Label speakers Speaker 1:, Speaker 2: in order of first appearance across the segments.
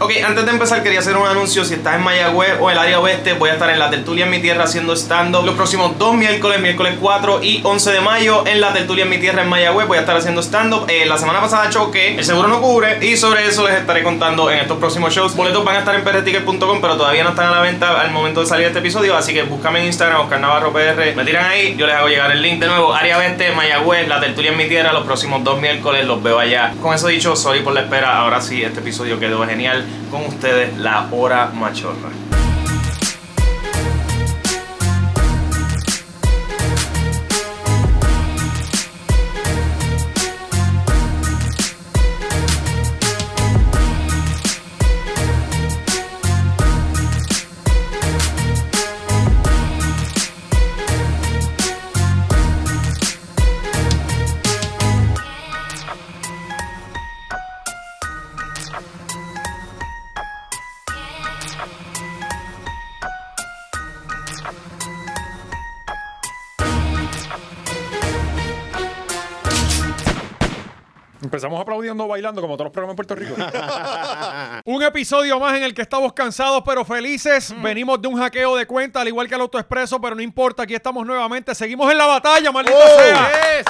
Speaker 1: Ok, antes de empezar quería hacer un anuncio. Si estás en Mayagüez o el área oeste, voy a estar en la tertulia en mi tierra haciendo stand-up los próximos dos miércoles, miércoles 4 y 11 de mayo en la tertulia en mi tierra en Mayagüez. Voy a estar haciendo stand-up. Eh, la semana pasada choqué, el seguro no cubre y sobre eso les estaré contando en estos próximos shows. Boletos van a estar en prticket.com, pero todavía no están a la venta al momento de salir este episodio, así que búscame en Instagram, Oscar Navarro PR. Me tiran ahí, yo les hago llegar el link de nuevo. Área oeste, Mayagüez, la tertulia en mi tierra los próximos dos miércoles, los veo allá. Con eso dicho, sorry por la espera. Ahora sí, este episodio quedó genial. Con ustedes, la hora machorra.
Speaker 2: Empezamos aplaudiendo, bailando, como todos los programas en Puerto Rico. un episodio más en el que estamos cansados pero felices. Venimos de un hackeo de cuenta, al igual que el AutoExpreso, pero no importa, aquí estamos nuevamente. Seguimos en la batalla, maldita
Speaker 3: Oh,
Speaker 2: sea.
Speaker 3: Yes.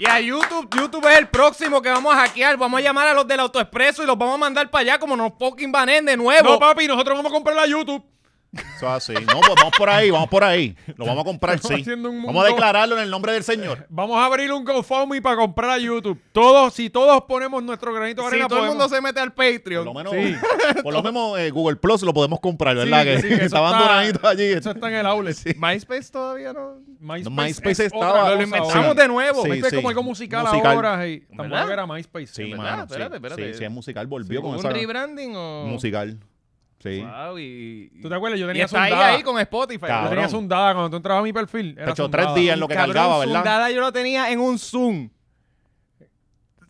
Speaker 3: Y a YouTube, YouTube es el próximo que vamos a hackear. Vamos a llamar a los del AutoExpreso y los vamos a mandar para allá como nos fucking banen de nuevo.
Speaker 2: No, papi, nosotros vamos a comprar la YouTube.
Speaker 4: Eso es así. No, pues vamos por ahí, vamos por ahí. Lo vamos a comprar,
Speaker 2: Estamos
Speaker 4: sí.
Speaker 2: haciendo un
Speaker 4: Vamos a
Speaker 2: mundo-
Speaker 4: declararlo en el nombre del Señor.
Speaker 2: Vamos a abrir un GoFundMe para comprar a YouTube. Todos, si todos ponemos nuestro granito de
Speaker 3: si
Speaker 2: arena,
Speaker 3: todo el
Speaker 2: podemos-
Speaker 3: mundo se mete al
Speaker 4: Por lo
Speaker 3: Patreon.
Speaker 4: menos,
Speaker 2: Sí.
Speaker 4: por lo menos eh, Google Plus lo podemos comprar,
Speaker 2: Sí,
Speaker 4: ¿verdad?
Speaker 2: sí, que eso
Speaker 4: estaban
Speaker 2: está-
Speaker 4: doraditos allí.
Speaker 2: Eso está en el outlet.
Speaker 3: MySace todavía no.
Speaker 2: MySpace,
Speaker 4: MySpace
Speaker 2: es
Speaker 4: estaba-
Speaker 2: otra
Speaker 4: Lo
Speaker 2: cosa
Speaker 4: inventamos
Speaker 2: ahora.
Speaker 3: de nuevo.
Speaker 4: Sí,
Speaker 2: MySpace es
Speaker 4: sí.
Speaker 2: como algo musical,
Speaker 4: Musical.
Speaker 2: ahora. Y tampoco
Speaker 3: ¿Verdad?
Speaker 2: era MySpace.
Speaker 4: Sí,
Speaker 2: ¿verdad?
Speaker 4: mano, sí,
Speaker 3: Espérate, espérate.
Speaker 4: Sí, sí, es musical. Volvió con
Speaker 3: ¿Un
Speaker 4: esa
Speaker 3: rebranding o...?
Speaker 4: musical. Sí.
Speaker 3: Wow, y...
Speaker 2: ¿Tú te acuerdas? Yo
Speaker 3: y
Speaker 2: tenía
Speaker 3: está ahí,
Speaker 2: Sundada.
Speaker 3: ahí con Spotify.
Speaker 2: Yo
Speaker 4: Cabrón.
Speaker 2: tenía Sundada cuando tú entrabas a mi perfil. Era
Speaker 4: Te echó
Speaker 2: Sundada.
Speaker 4: tres días en lo que
Speaker 3: Cabrón,
Speaker 4: cargaba, ¿verdad?
Speaker 3: Sundada yo lo tenía en un Zoom.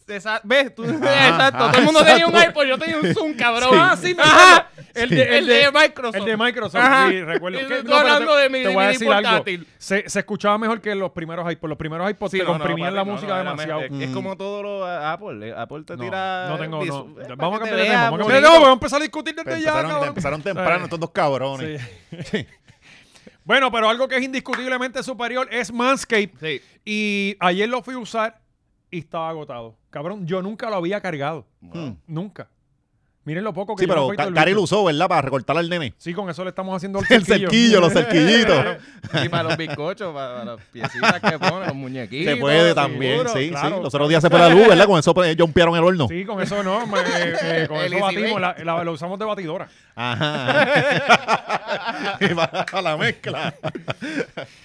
Speaker 3: Esa- ¿Ves? Tú,
Speaker 4: Ajá,
Speaker 3: exacto.
Speaker 4: ajá,
Speaker 3: Todo el mundo tenía un
Speaker 4: exacto.
Speaker 3: iPod. Yo tenía un Zoom, cabrón.
Speaker 2: Ah, sí, me
Speaker 3: Ajá.
Speaker 2: acuerdo. El de,
Speaker 3: El de Microsoft.
Speaker 2: El de Microsoft,
Speaker 3: Ajá.
Speaker 2: sí, recuerdo.
Speaker 3: Y
Speaker 2: ¿Qué?
Speaker 3: tú
Speaker 2: pero te-
Speaker 3: hablando de mi-
Speaker 2: te
Speaker 3: de
Speaker 2: voy a
Speaker 3: mi
Speaker 2: decir algo.
Speaker 3: portátil.
Speaker 2: Se, se escuchaba mejor que los primeros iPods. Los primeros iPods
Speaker 3: Sí,
Speaker 2: te
Speaker 3: no, no,
Speaker 2: comprimían
Speaker 3: papi,
Speaker 2: la
Speaker 3: no,
Speaker 2: música
Speaker 3: no, era
Speaker 2: demasiado. Mm.
Speaker 3: mejor. Es, como todo lo a- Apple. eh, Apple te
Speaker 2: No,
Speaker 3: tira.
Speaker 2: no tengo,
Speaker 3: visu-
Speaker 2: no.
Speaker 3: eh, para
Speaker 2: Vamos a
Speaker 3: que
Speaker 2: cambiar de tema. Vamos a
Speaker 3: te veas bonito.
Speaker 2: cambiar de tema. Vamos a empezar a discutir desde ya,
Speaker 4: Empezaron,
Speaker 2: cabrón.
Speaker 4: empezaron
Speaker 2: Sí.
Speaker 4: temprano estos dos cabrones.
Speaker 2: Sí. bueno, pero algo que es indiscutiblemente superior es Manscaped.
Speaker 3: Sí.
Speaker 2: Y ayer lo fui a usar y estaba agotado. Cabrón, yo nunca lo había cargado.
Speaker 4: Hmm.
Speaker 2: Nunca. Miren lo poco que
Speaker 4: Sí,
Speaker 2: yo
Speaker 4: pero
Speaker 2: me afeito
Speaker 4: Ca-
Speaker 2: el
Speaker 4: Cari
Speaker 2: bicho.
Speaker 4: lo usó, ¿verdad? Para recortarle al nene.
Speaker 2: Sí, con eso le estamos haciendo
Speaker 4: El cerquillo, los cerquillitos.
Speaker 3: Y para los bizcochos, para, para las piecitas que ponen, los muñequitos.
Speaker 4: Se puede
Speaker 3: seguro.
Speaker 4: también, sí,
Speaker 2: claro.
Speaker 4: sí. Los otros días se fue la luz, ¿verdad? Con eso pues, jumpearon el horno.
Speaker 2: Sí, con eso no, me- eh, con
Speaker 3: El
Speaker 2: eso
Speaker 3: Easy
Speaker 2: batimos, la- la- lo usamos de batidora.
Speaker 4: Ajá. y para la mezcla.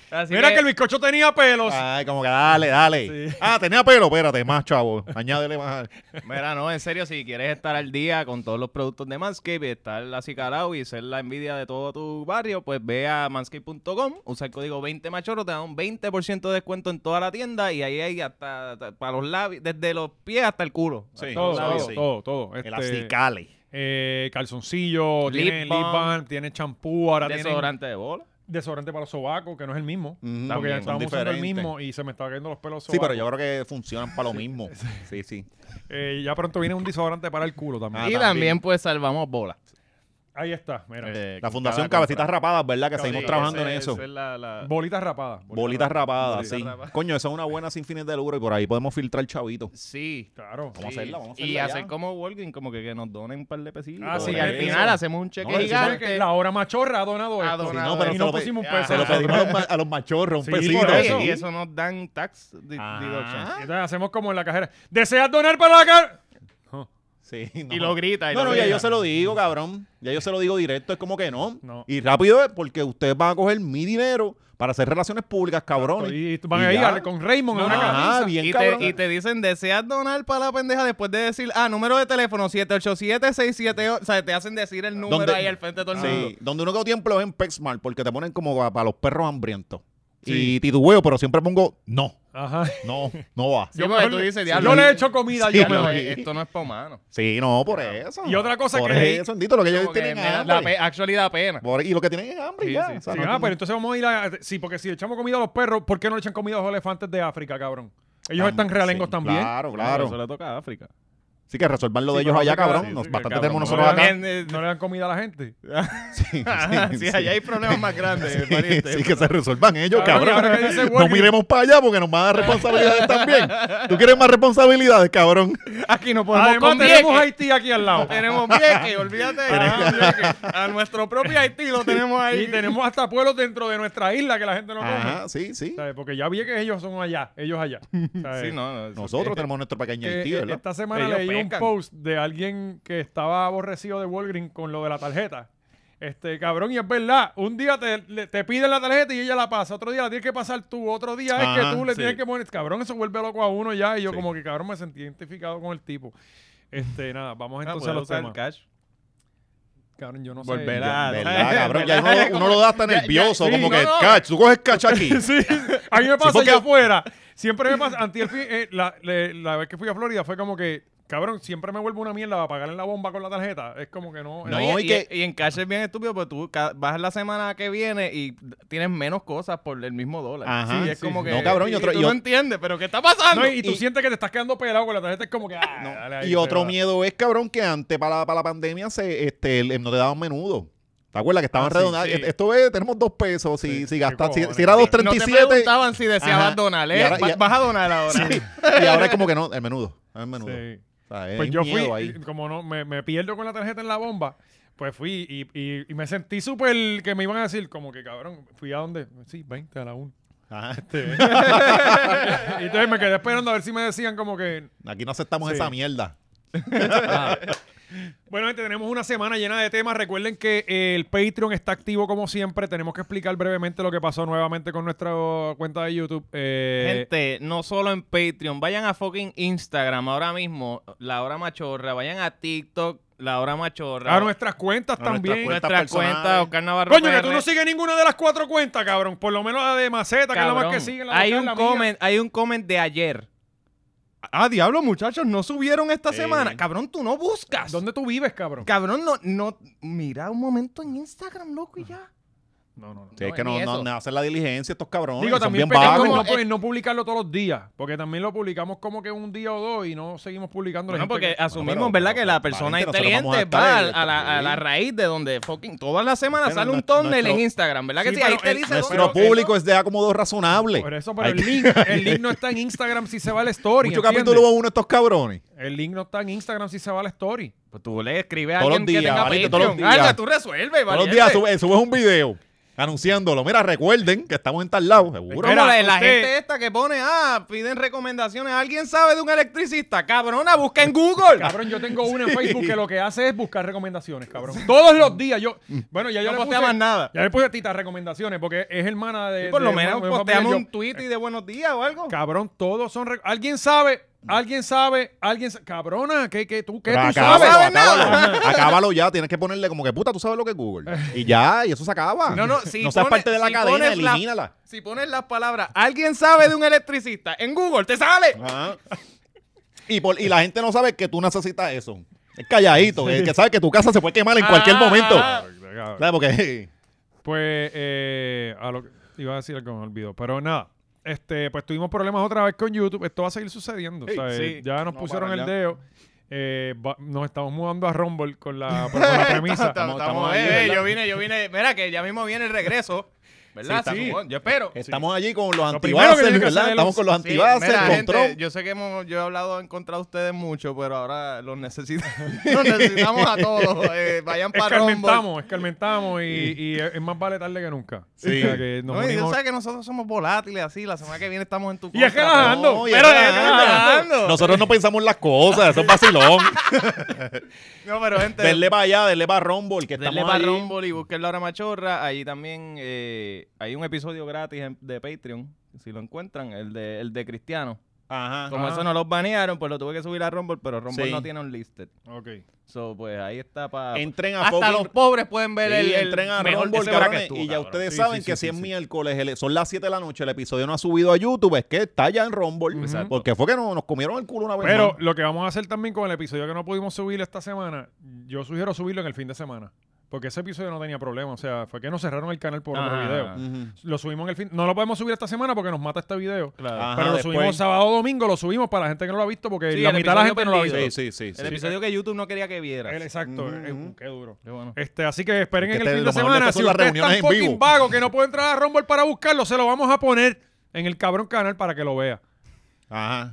Speaker 3: Así
Speaker 2: Mira que el bizcocho tenía pelos.
Speaker 4: Ay, como que dale, dale. Ah, tenía pelo, espérate, más chavo. Añádele más.
Speaker 3: Mira, no, en serio, si quieres estar al día con todos los productos de Manscaped, estar acicalado y ser la envidia de todo tu barrio, pues ve a manscaped.com, usa el código 20machorro, te da un 20% de descuento en toda la tienda y ahí hay hasta, hasta- para los labios, desde los pies hasta el culo.
Speaker 4: Sí.
Speaker 2: todo,
Speaker 4: Claro,
Speaker 2: todo,
Speaker 4: sí.
Speaker 2: todo, todo. Este,
Speaker 4: El acicale.
Speaker 2: eh, calzoncillo,
Speaker 3: Lip
Speaker 2: tiene lip
Speaker 3: balm.
Speaker 2: balm, tiene champú, ahora tiene
Speaker 3: Desodorante de bola.
Speaker 2: desodorante para los sobacos, que no es el mismo.
Speaker 4: Ujú.
Speaker 2: porque ya
Speaker 4: También, son
Speaker 2: estábamos usando el
Speaker 4: diferentes.
Speaker 2: mismo y se me estaba cayendo los pelos
Speaker 4: Sí, pero
Speaker 2: sobacos.
Speaker 4: yo creo que funcionan para lo mismo. Sí, sí.
Speaker 2: Eh, ya pronto viene un desodorante para el culo también.
Speaker 4: Ah,
Speaker 3: y
Speaker 4: también.
Speaker 3: también. pues salvamos bola.
Speaker 2: Ahí está, mira.
Speaker 3: Eh,
Speaker 4: La
Speaker 3: con
Speaker 4: Fundación
Speaker 3: cada
Speaker 4: Cabecitas
Speaker 3: compra.
Speaker 4: Rapadas, ¿verdad? Que seguimos
Speaker 3: Sí,
Speaker 4: trabajando
Speaker 3: ese-
Speaker 4: en eso.
Speaker 3: esa es la- la-
Speaker 2: Bolitas rapadas.
Speaker 4: Bolitas rapadas,
Speaker 2: Bolitas
Speaker 4: sí.
Speaker 2: rapadas.
Speaker 4: Coño, esa es una buena sin fines de lucro y por ahí podemos filtrar chavito.
Speaker 3: Sí.
Speaker 2: Claro.
Speaker 4: Vamos a hacerla, vamos a
Speaker 3: y
Speaker 4: hacerla ya.
Speaker 3: hacer como Walgreens, como que, que nos donen un par de pesitos.
Speaker 2: Ah,
Speaker 4: sí,
Speaker 3: Y
Speaker 4: al
Speaker 3: al
Speaker 4: eso.
Speaker 3: final hacemos un cheque
Speaker 4: No,
Speaker 2: ¿Sabes
Speaker 4: eso Gigante.
Speaker 2: que
Speaker 3: gigante.
Speaker 2: La hora machorra ha donado
Speaker 3: Ha
Speaker 2: esto.
Speaker 4: Sí,
Speaker 3: donado.
Speaker 4: no, pero
Speaker 2: y
Speaker 4: se
Speaker 2: no
Speaker 4: lo pe- Ah,
Speaker 2: pusimos un
Speaker 3: Ajá.
Speaker 2: peso.
Speaker 4: Se lo pedimos a los, ma- a los machorros, un
Speaker 2: Sí,
Speaker 4: pesito.
Speaker 2: por
Speaker 3: Oye,
Speaker 2: eso.
Speaker 3: y eso nos dan tax de-
Speaker 4: Ah.
Speaker 3: deduction.
Speaker 2: Entonces hacemos como en la cajera. ¿Deseas donar para la cara?
Speaker 4: Sí, no.
Speaker 3: Y lo grita. y
Speaker 4: No,
Speaker 3: lo
Speaker 4: no, ya
Speaker 3: grita.
Speaker 4: yo se lo digo, cabrón. Ya yo se lo digo directo, es como que no.
Speaker 2: No.
Speaker 4: Y rápido es porque ustedes van a coger mi dinero para hacer relaciones públicas, cabrones.
Speaker 2: Y van a
Speaker 4: Y
Speaker 2: ir
Speaker 4: ya. Ah.
Speaker 2: a- con Raymond a
Speaker 4: No,
Speaker 2: una
Speaker 4: no,
Speaker 2: camisa.
Speaker 4: Ajá, bien
Speaker 3: y,
Speaker 4: cabrón.
Speaker 3: te, y te dicen, ¿deseas donar para la pendeja? Después de decir, ah, número de teléfono 787-678. O sea, te hacen decir el número
Speaker 4: ¿Dónde-
Speaker 3: ahí al frente de todo el mundo.
Speaker 4: Sí, donde uno quedó tiempo es en Pexmar porque te ponen como para, los perros hambrientos.
Speaker 2: Sí.
Speaker 4: Y titubeo, pero siempre pongo no,
Speaker 2: Ajá.
Speaker 4: no, no va.
Speaker 3: Sí, porque
Speaker 2: mejor
Speaker 3: tú
Speaker 2: le-
Speaker 3: dices,
Speaker 2: sí,
Speaker 3: diablo.
Speaker 2: yo le he hecho comida
Speaker 4: Sí,
Speaker 2: yo me
Speaker 3: Diablo,
Speaker 2: voy.
Speaker 4: sí.
Speaker 3: eh, esto no es pa' humano.
Speaker 4: Sí, no, por eso.
Speaker 2: Y otra cosa
Speaker 4: por
Speaker 2: que-
Speaker 4: eso, bendito, lo que ellos
Speaker 3: Como que
Speaker 4: tienen
Speaker 3: me
Speaker 4: es
Speaker 3: da-
Speaker 4: hambre.
Speaker 3: la pe- actually da pena.
Speaker 4: Por- y lo que tienen es hambre
Speaker 3: Sí,
Speaker 4: ya.
Speaker 3: sí, pues,
Speaker 4: o sea,
Speaker 2: Sí,
Speaker 4: no
Speaker 2: ah,
Speaker 4: tienen-
Speaker 2: pero entonces vamos a ir a. Sí, porque si echamos comida a los perros, ¿por qué no le echan comida a los elefantes de África, cabrón? Ellos
Speaker 4: Ah,
Speaker 2: están realengos
Speaker 4: sí,
Speaker 2: también.
Speaker 4: Claro,
Speaker 3: Pero
Speaker 4: claro.
Speaker 3: Eso le toca a África.
Speaker 4: Así que resuelvan lo
Speaker 3: Sí,
Speaker 4: de ellos
Speaker 3: pero
Speaker 4: allá,
Speaker 3: básicamente-
Speaker 4: cabrón.
Speaker 3: sí,
Speaker 4: Nos,
Speaker 3: sí,
Speaker 4: bastante
Speaker 3: cabrón,
Speaker 4: tenemos
Speaker 3: no
Speaker 4: nosotros
Speaker 3: le dan-
Speaker 4: acá.
Speaker 2: No le dan comida a la gente.
Speaker 4: Sí, sí,
Speaker 3: sí, allá hay problemas más grandes.
Speaker 2: Eh,
Speaker 4: Sí,
Speaker 3: pariente.
Speaker 4: sí, que se resuelvan ellos,
Speaker 2: Cabrón,
Speaker 4: cabrón.
Speaker 2: ahora que dice
Speaker 4: No
Speaker 2: Walker-
Speaker 4: miremos para allá porque nos van a dar responsabilidades también. Tú quieres más responsabilidades, cabrón.
Speaker 3: Aquí no podemos
Speaker 2: Además,
Speaker 3: con
Speaker 2: tenemos
Speaker 3: Vieques.
Speaker 2: Haití aquí al lado.
Speaker 3: Tenemos Vieques, olvídate. Ajá, Vieques. A nuestro propio Haití lo tenemos ahí.
Speaker 2: Y tenemos hasta pueblos dentro de nuestra isla que la gente no conoce.
Speaker 4: Ajá, sí, sí.
Speaker 2: Porque ya vi que ellos son allá, ellos allá. ¿sabes?
Speaker 3: Sí, no, no,
Speaker 4: Nosotros tenemos nuestro pequeño
Speaker 2: Eh,
Speaker 4: Haití,
Speaker 2: eh,
Speaker 4: ¿verdad?
Speaker 2: esta semana
Speaker 3: Ellos
Speaker 2: leí
Speaker 3: pecan.
Speaker 2: un post de alguien que estaba aborrecido de Walgreens con lo de la tarjeta. Este cabrón, y es verdad, un día te, le- te piden la tarjeta y ella la pasa, otro día la tienes que pasar tú, otro día es
Speaker 4: Ajá,
Speaker 2: que tú le
Speaker 4: sí.
Speaker 2: tienes que poner, cabrón, eso vuelve loco a uno ya, y yo
Speaker 4: Sí.
Speaker 2: como que cabrón me sentí identificado con el tipo. Este, nada, vamos
Speaker 3: Ah,
Speaker 2: entonces a
Speaker 3: puedes
Speaker 2: los
Speaker 3: usar el
Speaker 2: temas.
Speaker 3: cash.
Speaker 2: Cabrón, yo no
Speaker 3: Volver
Speaker 2: sé.
Speaker 3: a-
Speaker 4: ¿Verdad, cabrón? Ya uno, uno lo da hasta nervioso,
Speaker 2: sí,
Speaker 4: como
Speaker 2: no,
Speaker 4: que
Speaker 2: no.
Speaker 4: catch, tú coges catch aquí.
Speaker 2: Sí, a mí me pasa
Speaker 4: porque-
Speaker 2: allá afuera. Siempre me pasa. antier fui, eh, la, le- la vez que fui a Florida fue como que, cabrón, siempre me vuelvo una mierda a pagar en la bomba con la tarjeta. Es como que no.
Speaker 4: No,
Speaker 2: eh,
Speaker 3: y,
Speaker 4: y que-
Speaker 3: y- y en cash es bien estúpido porque tú ca- vas la semana que viene y tienes menos cosas por el mismo dólar.
Speaker 4: Ajá,
Speaker 3: sí, es
Speaker 4: sí,
Speaker 3: como
Speaker 4: sí.
Speaker 3: que.
Speaker 4: No, cabrón, y otro-
Speaker 3: tú
Speaker 4: y
Speaker 3: no
Speaker 4: otro-
Speaker 3: entiendes, pero ¿qué está pasando?
Speaker 2: no, y tú
Speaker 4: y-
Speaker 2: sientes que te estás quedando pelado con la tarjeta. Es como que. ah, dale ahí,
Speaker 4: Y otro
Speaker 2: se va.
Speaker 4: miedo es, cabrón, que antes para, la- para la pandemia se, este, el- no te daban menudo. ¿Te acuerdas que estaban
Speaker 3: Ah, sí,
Speaker 4: redondados?
Speaker 3: sí.
Speaker 4: Esto es, tenemos dos pesos. Si,
Speaker 2: Sí,
Speaker 4: si,
Speaker 2: qué
Speaker 4: gastas, si,
Speaker 2: cojones.
Speaker 4: si era
Speaker 2: No te
Speaker 3: No te
Speaker 4: 2.37.
Speaker 3: preguntaban si deseabas
Speaker 4: Ajá.
Speaker 3: donar, ¿eh?
Speaker 4: Y ahora-
Speaker 3: Va-
Speaker 4: y a-
Speaker 3: vas a donar ahora.
Speaker 4: Sí. Y ahora es como que no, el menudo. El menudo.
Speaker 2: Sí.
Speaker 4: O sea, es
Speaker 2: Pues yo fui,
Speaker 4: miedo
Speaker 2: y
Speaker 4: ahí.
Speaker 2: como no me, me pierdo con la tarjeta en la bomba, pues fui y, y- y me sentí súper que me iban a decir, como que cabrón, fui a donde. Sí, 20 a la 1.
Speaker 4: Ajá.
Speaker 2: y entonces me quedé esperando a ver si me decían, como que
Speaker 4: Aquí no aceptamos
Speaker 2: Sí.
Speaker 4: esa mierda.
Speaker 2: Bueno, gente, tenemos una semana llena de temas. Recuerden que eh, el Patreon está activo como siempre. Tenemos que explicar brevemente lo que pasó nuevamente con nuestra cuenta de YouTube. Eh,
Speaker 3: Gente, no solo en Patreon, vayan a fucking Instagram ahora mismo, La Hora Machorra, vayan a TikTok, La Hora Machorra.
Speaker 2: a nuestras cuentas
Speaker 4: A nuestras
Speaker 2: también.
Speaker 4: cuentas.
Speaker 3: nuestra
Speaker 4: personales.
Speaker 3: cuenta, Oscar Navarro.
Speaker 2: Coño, que tú
Speaker 3: PR.
Speaker 2: no sigues ninguna de las cuatro cuentas, cabrón. Por lo menos la de Maceta, que es la
Speaker 3: Cabrón,
Speaker 2: más que sigue. La de
Speaker 3: hay,
Speaker 2: Oscar,
Speaker 3: un
Speaker 2: la mía.
Speaker 3: comment, hay un comment de ayer. Ah, diablo, muchachos, no subieron esta
Speaker 4: Sí.
Speaker 3: semana. Cabrón, tú no buscas.
Speaker 2: ¿Dónde tú vives, cabrón?
Speaker 3: Cabrón, no, no. Mira un momento en Instagram, loco, y ya.
Speaker 2: No, no, no.
Speaker 4: Sí,
Speaker 3: No,
Speaker 4: es que
Speaker 3: ni
Speaker 4: no, no,
Speaker 3: eso.
Speaker 4: no hacen la diligencia estos cabrones.
Speaker 2: Digo,
Speaker 4: son
Speaker 2: también
Speaker 4: bien
Speaker 2: pecamos
Speaker 4: vagos.
Speaker 2: no, pues, no publicarlo todos los días, porque también lo publicamos como que un día o dos y no seguimos publicando. la
Speaker 3: Bueno,
Speaker 2: gente
Speaker 3: porque
Speaker 2: que-
Speaker 3: asumimos,
Speaker 4: pero-
Speaker 3: ¿verdad?
Speaker 4: pero-
Speaker 3: que la
Speaker 4: pero,
Speaker 3: persona
Speaker 4: valiente, nosotros vamos a
Speaker 3: inteligente va
Speaker 4: estar,
Speaker 3: a, a la, a la
Speaker 4: sí.
Speaker 3: raíz de donde fucking todas las semanas
Speaker 4: Bueno,
Speaker 3: sale un
Speaker 4: nuestro-
Speaker 3: thumbnail en
Speaker 4: nuestro-
Speaker 3: Instagram, ¿verdad?
Speaker 2: Sí,
Speaker 3: que sí, ahí
Speaker 2: pero
Speaker 3: te
Speaker 2: el-
Speaker 3: dice
Speaker 4: Nuestro
Speaker 3: dónde-
Speaker 4: público es de acomodo razonable.
Speaker 2: Por eso, pero
Speaker 4: Hay
Speaker 2: el link, el link no está en Instagram si se va la story.
Speaker 4: Mucho
Speaker 2: ¿entiendes?
Speaker 4: capítulo uno estos cabrones.
Speaker 2: El link no está en Instagram si se va la story.
Speaker 3: Pues tú le escribes a
Speaker 4: Todos los
Speaker 3: alguien que
Speaker 4: días,
Speaker 3: tenga
Speaker 4: valiente, todos los
Speaker 3: Patreon.
Speaker 4: días.
Speaker 3: Alga, tú resuelves,
Speaker 4: Todos los
Speaker 3: valiente.
Speaker 4: días sube- subes, un video anunciándolo. Mira, recuerden que estamos en tal lado, seguro.
Speaker 3: Como la,
Speaker 2: Mira,
Speaker 3: la
Speaker 2: usted-
Speaker 3: gente esta que pone, ah, piden recomendaciones. ¿Alguien sabe de un electricista? Cabrona, busca en Google.
Speaker 2: Cabrón, yo tengo una en Facebook que lo que hace es buscar recomendaciones, cabrón. Todos los días yo. Bueno, ya yo
Speaker 3: no
Speaker 2: le
Speaker 3: postea
Speaker 2: puse.
Speaker 3: más nada.
Speaker 2: Ya le puse a Tita recomendaciones porque es hermana de.
Speaker 3: Y por lo
Speaker 2: de-
Speaker 3: menos
Speaker 2: de- de-
Speaker 3: posteamos
Speaker 2: yo- eh,
Speaker 3: un tweet y de buenos días o algo.
Speaker 2: Cabrón, todos son. re- Alguien sabe, alguien sabe, alguien. sa- Cabrona, ¿qué, qué tú, qué
Speaker 4: Pero
Speaker 2: tú
Speaker 4: acábalo,
Speaker 2: sabes?
Speaker 3: sabes
Speaker 4: acábalo.
Speaker 3: nada.
Speaker 4: Acábalo ya. Tienes que ponerle como que puta, tú sabes lo que es Google. Y ya, y eso se acaba.
Speaker 3: No, no, si
Speaker 4: no seas
Speaker 3: pones-
Speaker 4: parte de la
Speaker 3: si
Speaker 4: cadena,
Speaker 3: pones la-
Speaker 4: elimínala.
Speaker 3: Si pones las palabras, alguien sabe de un electricista, en Google te sale.
Speaker 4: Ajá. Y, por- y la gente no sabe que tú necesitas eso. Es calladito, que, que sabe que tu casa se puede quemar en cualquier
Speaker 3: Ah.
Speaker 4: momento.
Speaker 2: Cabrón.
Speaker 4: ¿Sabes? Porque
Speaker 2: Pues, eh, a lo que iba a decir algo, me olvidó. Pero nada, este, pues tuvimos problemas otra vez con YouTube. Esto va a seguir sucediendo.
Speaker 4: Ey,
Speaker 2: ¿sabes?
Speaker 3: sí.
Speaker 2: ya nos
Speaker 3: No
Speaker 2: pusieron
Speaker 3: para
Speaker 2: el
Speaker 3: allá.
Speaker 2: dedo. Eh, va- nos estamos mudando a Rumble con la, con la premisa.
Speaker 3: Estamos-
Speaker 4: estamos
Speaker 3: eh,
Speaker 4: ahí,
Speaker 3: eh,
Speaker 4: ¿verdad?
Speaker 3: yo vine, yo vine. Mira que ya mismo viene el regreso. ¿Verdad?
Speaker 4: Sí,
Speaker 3: Sí,
Speaker 4: estamos-
Speaker 3: yo espero.
Speaker 4: estamos allí con los
Speaker 2: Lo primero que tiene
Speaker 4: antibases,
Speaker 2: que hacer
Speaker 4: ¿verdad?
Speaker 2: es-
Speaker 4: Estamos con los
Speaker 3: Sí,
Speaker 4: antibases,
Speaker 3: mira,
Speaker 4: con
Speaker 3: gente,
Speaker 4: Trump.
Speaker 3: Yo sé que hemos- yo he hablado en contra de ustedes mucho, pero ahora los, necesita- los necesitamos a todos. Eh, vayan para Rumble.
Speaker 2: Escarmentamos, escarmentamos y, y es es más vale tarde que nunca. O
Speaker 4: Sí.
Speaker 2: sea, que nos
Speaker 3: No, y
Speaker 2: unimos-
Speaker 3: Dios sabe que nosotros somos volátiles así. La semana que viene estamos en tu
Speaker 2: Y es que
Speaker 3: contra,
Speaker 2: la- relajando,
Speaker 4: No, y
Speaker 2: pero
Speaker 4: es
Speaker 2: es
Speaker 4: relajando.
Speaker 3: relajando.
Speaker 4: Nosotros no pensamos las cosas, eso es vacilón.
Speaker 3: pero- No, pero gente,
Speaker 4: denle para allá, denle para Rumble, que
Speaker 3: Denle
Speaker 4: estamos
Speaker 3: para
Speaker 4: allí.
Speaker 3: Rumble y busquen la hora machorra. Ahí también eh, hay un episodio gratis en- de Patreon. Si lo encuentran, el de, el de Cristiano.
Speaker 4: Ajá.
Speaker 3: Como eso no los banearon, pues lo tuve que subir a Rumble, pero Rumble
Speaker 4: Sí.
Speaker 3: no tiene un listed.
Speaker 2: Ok.
Speaker 3: So, pues ahí está para.
Speaker 4: Entren a
Speaker 3: Hasta
Speaker 4: fucking-
Speaker 3: los pobres pueden ver
Speaker 4: Sí,
Speaker 3: el, el
Speaker 4: entren a
Speaker 3: mejor
Speaker 4: Rumble,
Speaker 3: ese
Speaker 4: cabrones,
Speaker 3: bracket tú,
Speaker 4: y ya
Speaker 3: cabrón.
Speaker 4: ustedes
Speaker 2: Sí,
Speaker 4: saben
Speaker 2: sí,
Speaker 4: que
Speaker 2: sí,
Speaker 4: si es
Speaker 2: sí, sí.
Speaker 4: miércoles, el- son las 7 de la noche, el episodio no ha subido a YouTube, es que está ya en Rumble.
Speaker 2: Exacto.
Speaker 4: Porque fue que no- nos comieron el culo una vez
Speaker 2: Pero
Speaker 4: más.
Speaker 2: lo que vamos a hacer también con el episodio que no pudimos subir esta semana, yo sugiero subirlo en el fin de semana. Porque ese episodio no tenía problema. O sea, fue que nos cerraron el canal por otro
Speaker 3: Ah.
Speaker 2: video. Lo subimos en el fin. No lo podemos subir esta semana porque nos mata este video.
Speaker 3: Claro.
Speaker 4: Ajá,
Speaker 2: pero lo
Speaker 4: después.
Speaker 2: subimos sábado o domingo, lo subimos para la gente que no lo ha visto porque
Speaker 3: Sí,
Speaker 2: la
Speaker 3: el
Speaker 2: mitad de la gente
Speaker 3: episodio
Speaker 2: no lo ha
Speaker 3: perdido.
Speaker 2: visto.
Speaker 4: Sí, sí, sí.
Speaker 3: El
Speaker 4: sí.
Speaker 3: episodio que YouTube no quería que vieras.
Speaker 2: El- exacto,
Speaker 4: Ujú,
Speaker 2: eh,
Speaker 4: ujú.
Speaker 2: qué duro.
Speaker 3: Qué bueno.
Speaker 2: Este, así que esperen
Speaker 4: Es
Speaker 2: en
Speaker 4: que
Speaker 2: el
Speaker 4: te-
Speaker 2: fin de
Speaker 4: lo mejor de
Speaker 2: semana.
Speaker 4: esto
Speaker 2: Si
Speaker 4: son las
Speaker 2: usted es tan
Speaker 4: reuniones en vivo.
Speaker 2: fucking vago que no puede entrar a Rumble para buscarlo, se lo vamos a poner en el cabrón canal para que lo vea.
Speaker 4: Ajá.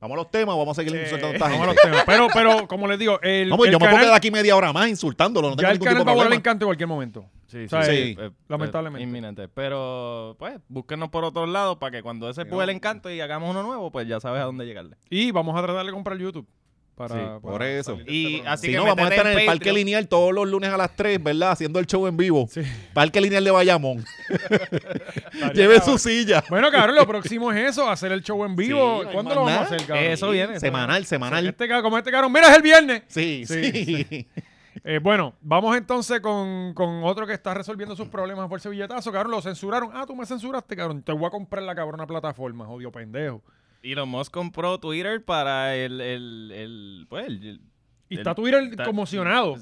Speaker 4: Vamos a los temas o vamos a seguir
Speaker 2: Eh,
Speaker 4: insultando a esta
Speaker 2: vamos a
Speaker 4: gente.
Speaker 2: los temas. Pero, pero, como les digo, el,
Speaker 4: No, pues
Speaker 2: el
Speaker 4: yo me puedo quedar
Speaker 2: canal,
Speaker 4: aquí media hora más insultándolo. No tengo
Speaker 2: ya el
Speaker 4: ningún tipo
Speaker 2: canal
Speaker 4: de
Speaker 2: va a volar
Speaker 4: problema.
Speaker 2: encanto en cualquier momento.
Speaker 3: Sí,
Speaker 2: sea,
Speaker 4: sí,
Speaker 3: eh,
Speaker 2: lamentablemente.
Speaker 3: eh, Inminente. Pero, pues, búsquenos por otros lados para que cuando ese pueda el encanto y hagamos uno nuevo, pues ya sabes a dónde llegarle.
Speaker 2: Y vamos a tratar de comprar YouTube. Para,
Speaker 3: Sí,
Speaker 2: para
Speaker 4: Ah, por eso.
Speaker 2: salir de
Speaker 3: Y
Speaker 2: este
Speaker 3: así
Speaker 4: Si
Speaker 3: que
Speaker 4: no, vamos a
Speaker 3: métete
Speaker 4: estar en el Parque
Speaker 3: Patreon.
Speaker 4: Lineal todos los lunes a las 3, ¿verdad? Haciendo el show en vivo. Parque Lineal de Bayamón.
Speaker 2: programa.
Speaker 4: Lleve su silla.
Speaker 2: Bueno, cabrón, lo próximo es eso, hacer el show en vivo.
Speaker 4: Sí, no hay
Speaker 2: ¿Cuándo
Speaker 4: más
Speaker 2: lo vamos a
Speaker 4: nada.
Speaker 2: hacer, cabrón?
Speaker 3: Eso viene. eso
Speaker 4: Semanal, semanal.
Speaker 2: Este, ca- como este cabrón, mira, es el viernes.
Speaker 4: Sí,
Speaker 2: Sí,
Speaker 4: sí.
Speaker 2: Eh, bueno, vamos entonces con, con otro que está resolviendo sus problemas por ese billetazo, cabrón. Lo censuraron. Ah, tú me censuraste, cabrón. Te voy a comprar la cabrona plataforma, jodido pendejo.
Speaker 3: Y Elon Musk compró Twitter para el, el, el, pues, el- el-
Speaker 2: Y
Speaker 3: el-
Speaker 2: está Twitter conmocionado.